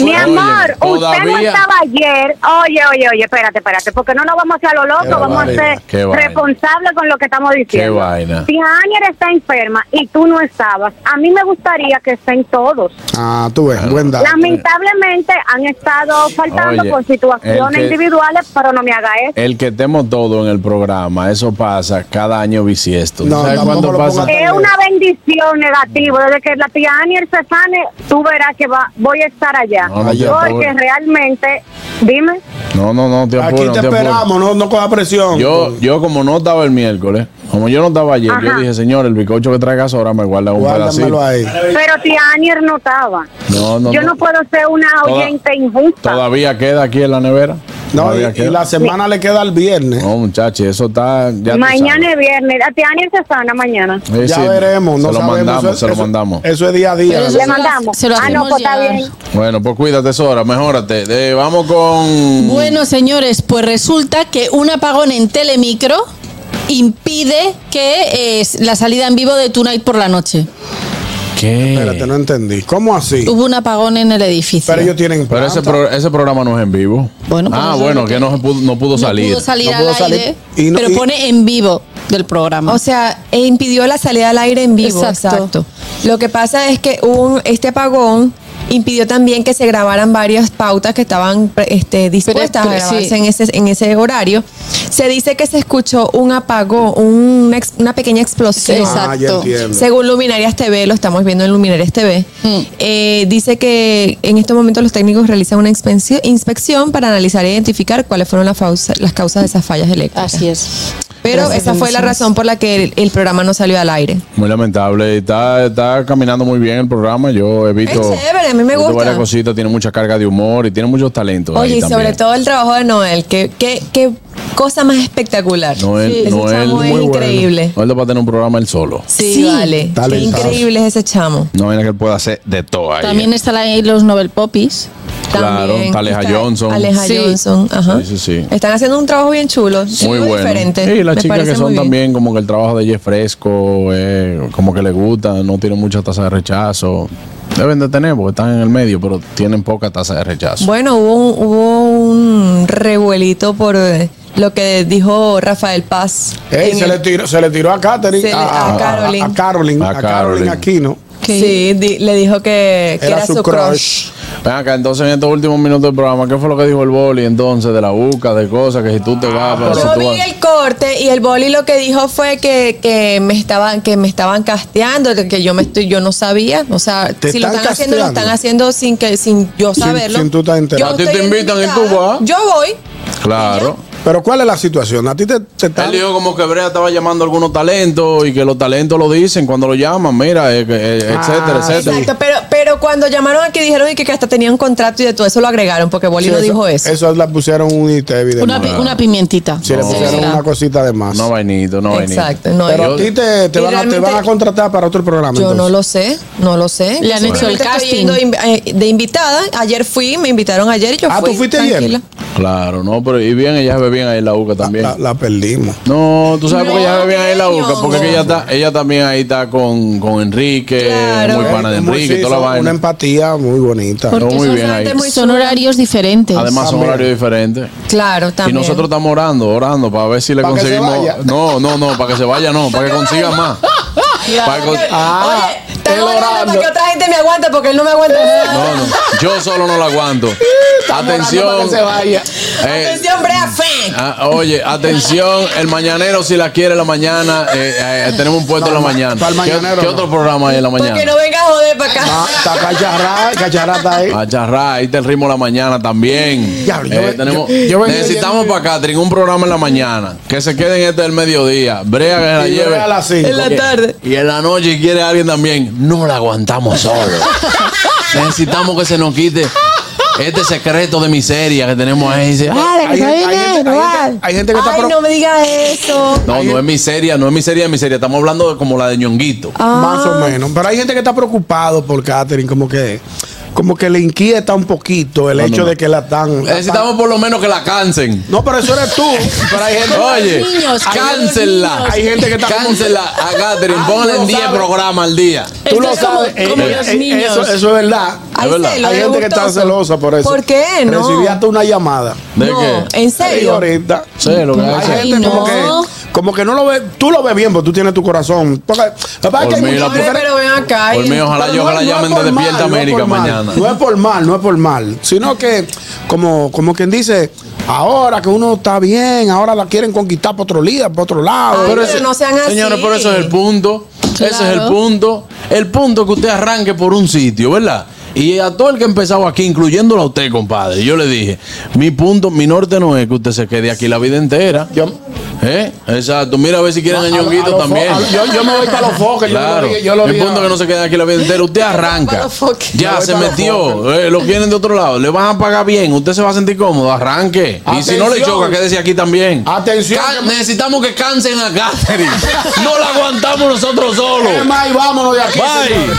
Mi amor, usted no
todavía-
estaba ayer. Oye, oye, oye, espérate, espérate, porque no nos vamos a hacer a lo loco,
Qué
vamos
barbaridad,
a
qué
ser
vaina.
responsables con lo que estamos diciendo.
Qué vaina.
Si Anier está enferma y tú no estabas, a mí me gustaría que estén todos.
Ah, tú ves, buen dato.
Lamentablemente han estado faltando
Oye,
por situaciones
el que-
individuales, pero no me haga eso.
El que estemos todo en el programa, eso pasa cada año bisiesto. ¿Tú
No,
¿Sabes
tampoco
cuándo
lo
pasa?
Es una bendición negativa. Desde que la tía Anier se sane, tú verás que va, voy a estar allá.
No, no, ya,
porque
pobre.
realmente, dime.
No, no, no, te apuro,
Aquí te
apuro.
esperamos, no, no coja presión.
Yo, yo como no estaba el miércoles, como yo no estaba ayer, yo
Ajá.
dije, señor, el bizcocho que traigas ahora me guarda un pedacito.
Guárdamelo ahí.
Pero tía Anier no estaba.
No, no,
Yo
no.
no puedo ser una
Toda-
oyente injusta.
Todavía queda aquí en la nevera.
No, y,
Todavía
y
queda.
la semana le queda el viernes.
No, muchachos, eso está. Ya tú
mañana es viernes. La tía Anier se sana mañana.
sabes.
ya
Sí, sí,
veremos, no
Eh, se lo
sabemos,
mandamos,
eso es-
se lo
eso-
mandamos.
Eso es día a día.
Le mandamos.
se lo
ah, no,
hacemos
pues está
llegar.
bien.
Bueno, pues cuídate, Sora, mejórate. Eh, vamos con.
Bueno, señores, pues resulta que un apagón en Telemicro impide que eh, la salida en vivo de Tonight por la noche.
¿Qué?
Espérate, no entendí. ¿Cómo así?
Hubo un apagón en el edificio.
Pero ellos tienen
Pero ese, pro- ese programa no es en vivo.
Bueno, pues
ah,
eso
bueno,
es lo
que,
que-
no, se pudo, no pudo salir.
pudo salir
No
al
pudo
aire,
salir.
pero pone en vivo del programa.
O sea, e impidió la salida al aire en vivo.
Exacto.
Exacto. Lo que pasa es que hubo un- este apagón impidió también que se grabaran varias pautas que estaban pre- este, dispuestas
pero
a grabarse
sí.
en, ese, en ese horario. Se dice que se escuchó un apagón, una, ex- una pequeña explosión.
Ah, ya Exacto. entiendo.
Según Luminarias TV, lo estamos viendo en Luminarias TV,
Hmm.
eh, dice que en estos momentos los técnicos realizan una inspencio- inspección para analizar e identificar cuáles fueron las, fausa- las causas de esas fallas eléctricas.
Así es.
Pero
Gracias,
esa fue la
bendiciones.
razón por la que el, el programa no salió al aire.
Muy lamentable. Está, está caminando muy bien el programa. Yo evito.
Es chévere, a mí me
evito
gusta.
varias cositas. Tiene mucha carga de humor y tiene muchos talentos.
Oye,
ahí
y
también.
sobre todo el trabajo de Noel, qué, qué, qué cosa más espectacular.
Noel,
Ese
Noel,
chamo es
muy bueno.
increíble.
Noel va a tener un programa él solo.
Sí, vale. Qué
Talentoso.
increíble es ese chamo.
No mira que él puede hacer de todo ahí.
También están ahí los Nobel Poppies.
claro,
también
está Aleja
está
Johnson.
Aleja
Sí.
Johnson, ajá.
Sí, sí, sí.
Están haciendo un trabajo bien chulo,
Muy
chulo y
bueno.
diferente.
Y las
Me
chicas
parece
que son
muy bien.
también como que el trabajo de ella es fresco, eh, como que le gusta, no tienen mucha tasa de rechazo. Deben de tener porque están en el medio, pero tienen poca tasa de rechazo.
Bueno, hubo un, hubo un revuelito por eh, lo que dijo Rafael Paz.
Ey,
en
se,
el-
le tiró, se le tiró a
Se
Catherine.
le-
A,
a
a-
Caroline.
a- a Caroline.
A
A Caroline
Caroline.
Aquino.
Sí, di- le dijo que, que era, su, crush.
Ven acá, entonces en estos últimos minutos del programa, ¿qué fue lo que dijo el boli entonces de la UCA, de cosas que si tú te vas, pero si
Yo
tú
vi
vas-
el corte y el boli lo que dijo fue que, que me estaban que me estaban casteando, de que yo me estoy yo no sabía, o sea,
¿Te
si lo
están
están haciendo lo
casteando?
están haciendo sin que sin yo
Sin-
saberlo.
sin tú estar enterado.
Yo
A ti
estoy
te invitan y tú
invitada,
vas.
Yo voy.
Claro.
Pero ¿cuál es la situación? A ti te, te están-
Él dijo como que Brea estaba llamando a algunos talentos y que los talentos lo dicen cuando lo llaman, mira, eh, que, eh, etcétera,
Ah,
etcétera.
Ah, Exacto, pero pero cuando llamaron aquí dijeron y que, que hasta tenían un contrato y de todo eso lo agregaron porque boli
Sí,
no dijo eso.
Eso le pusieron un ITEVI de
Una,
más.
pi- una pimientita.
Si le
No.
pusieron una cosita de más.
No vainito, no vainito.
Exacto, no,
Pero
yo-
a ti te, te
y
van a, te
realmente-
van a contratar para otro programa.
Yo no
entonces.
lo sé, no lo sé.
Le
Yo
han hecho el
simplemente estoy
casting.
yendo in- eh, de invitada. Ayer fui, me invitaron ayer y yo
Ah, ¿tú
fui.
fuiste ayer?
tranquila.
Claro, no, pero y bien, ella se ve bien ahí en la UCA también.
La, la perdimos.
No, tú sabes por qué
No,
ella se ve bien ahí en la
niño.
UCA, porque es que ella está, ella también ahí está con, con Enrique,
Claro.
muy pana de
Eh,
Enrique,
sí,
toda la
son Una
vaina.
empatía muy bonita.
Porque muy
son,
bien ahí.
muy
son horarios diferentes.
Además son
También.
horarios diferentes.
Claro,
Y
también.
nosotros estamos orando, orando para ver si le
Para que se
conseguimos.
vaya.
No, no, no, para que se vaya, no, para que consiga más. Para que cons-
Oye, está están orando para que otra gente me aguante porque él no me aguanta.
No, no, yo solo no lo aguanto.
orando para
Atención.
que se vaya.
Eh,
Atención, Brea Frank.
ah, oye, atención, el mañanero si la quiere la mañana, eh, eh, tenemos un puesto en la mañana.
para el
¿Qué-
mañanero
¿Qué,
no.
otro programa hay en la mañana? Ah,
Que no venga a joder para acá.
Está cacharrá, cacharrá está ahí.
Acharrá, ahí está el ritmo de la mañana también.
Diablo, yo
Eh,
ve-
tenemos-
yo- yo venía
necesitamos para Catherine un programa en la mañana. Que se quede en este del mediodía. Brea que la
Y
lleve.
llega a las cinco. En la tarde.
Y en la noche, si quiere alguien también, no la aguantamos solo. necesitamos que se nos quite este secreto de miseria que tenemos ahí. Dice, "Ah,
Hay gente- hay gente- hay gente- hay gente que está pro-
Ay, no me diga eso.
no, no es miseria, no es miseria, es miseria. Estamos hablando de como la de ñonguito.
Más
Ah.
o menos. Pero hay gente que está preocupado por Catherine, como que, como que le inquieta un poquito el
No,
hecho
no, no.
de que la tan. la tan-
Necesitamos por lo menos que la cansen.
No, pero eso eres tú. Pero hay gente.
Oye,
Niños,
cáncela.
hay gente que está como-
Cáncela a Catherine.
Ah,
Póngale
tú
en
lo
10
sabes.
programas al día.
Tú
Esto
lo
Este es como-
sabes. eh,
como
eh,
los
eh,
niños.
eso, eso es verdad.
Hay
Es verdad.
celo,
Hay
es
gente que está
gustoso.
celosa por eso.
¿Por qué? No.
Recibí hasta una llamada.
¿De
No,
qué?
¿en
Te digo
serio?
ahorita.
Celo, que
Hay
hace.
gente
Ay,
como,
no.
que, como que no lo ve, tú lo ves bien, pero tú tienes tu corazón. Porque, lo que pasa es que
Por mí,
hay muchas
la-
Hombre,
diferentes-
pero ven acá.
Por
y-
mí, ojalá
Pero
yo
no-
que la
no es
llamen de
por
Despierta
mal, no es
América
por mal,
mañana.
No es por mal, no es por mal. Sino que, como, como quien dice, ahora que uno está bien, ahora la quieren conquistar por otro líder, por otro lado.
Ay, pero no sean así.
Señores, pero eso es el punto. Ese es el
Claro.
punto. El punto que usted arranque por un sitio, ¿verdad? Y a todo el que empezaba aquí, incluyéndolo a usted, compadre, yo le dije, mi punto, mi norte no es que usted se quede aquí la vida entera. ¿Eh? Exacto. Mira a ver si quieren a,
A- a- a
Ñonguito
los
también.
fo- a- yo- yo me voy para los focos, yo
Claro.
lo dije- yo lo
Mi
dije
punto
a-
es que no se quede aquí la vida entera. Usted arranca.
Me
Ya
voy
se
para los
metió. eh, lo quieren de otro lado. Le van a pagar bien. Usted se va a sentir cómodo. Arranque. Y si no le
Atención.
choca, quédese aquí también.
Atención.
Ca-
que-
necesitamos que cansen a Catherine. No la aguantamos nosotros solos.
Es más, y vámonos de aquí.
Bye.
señores.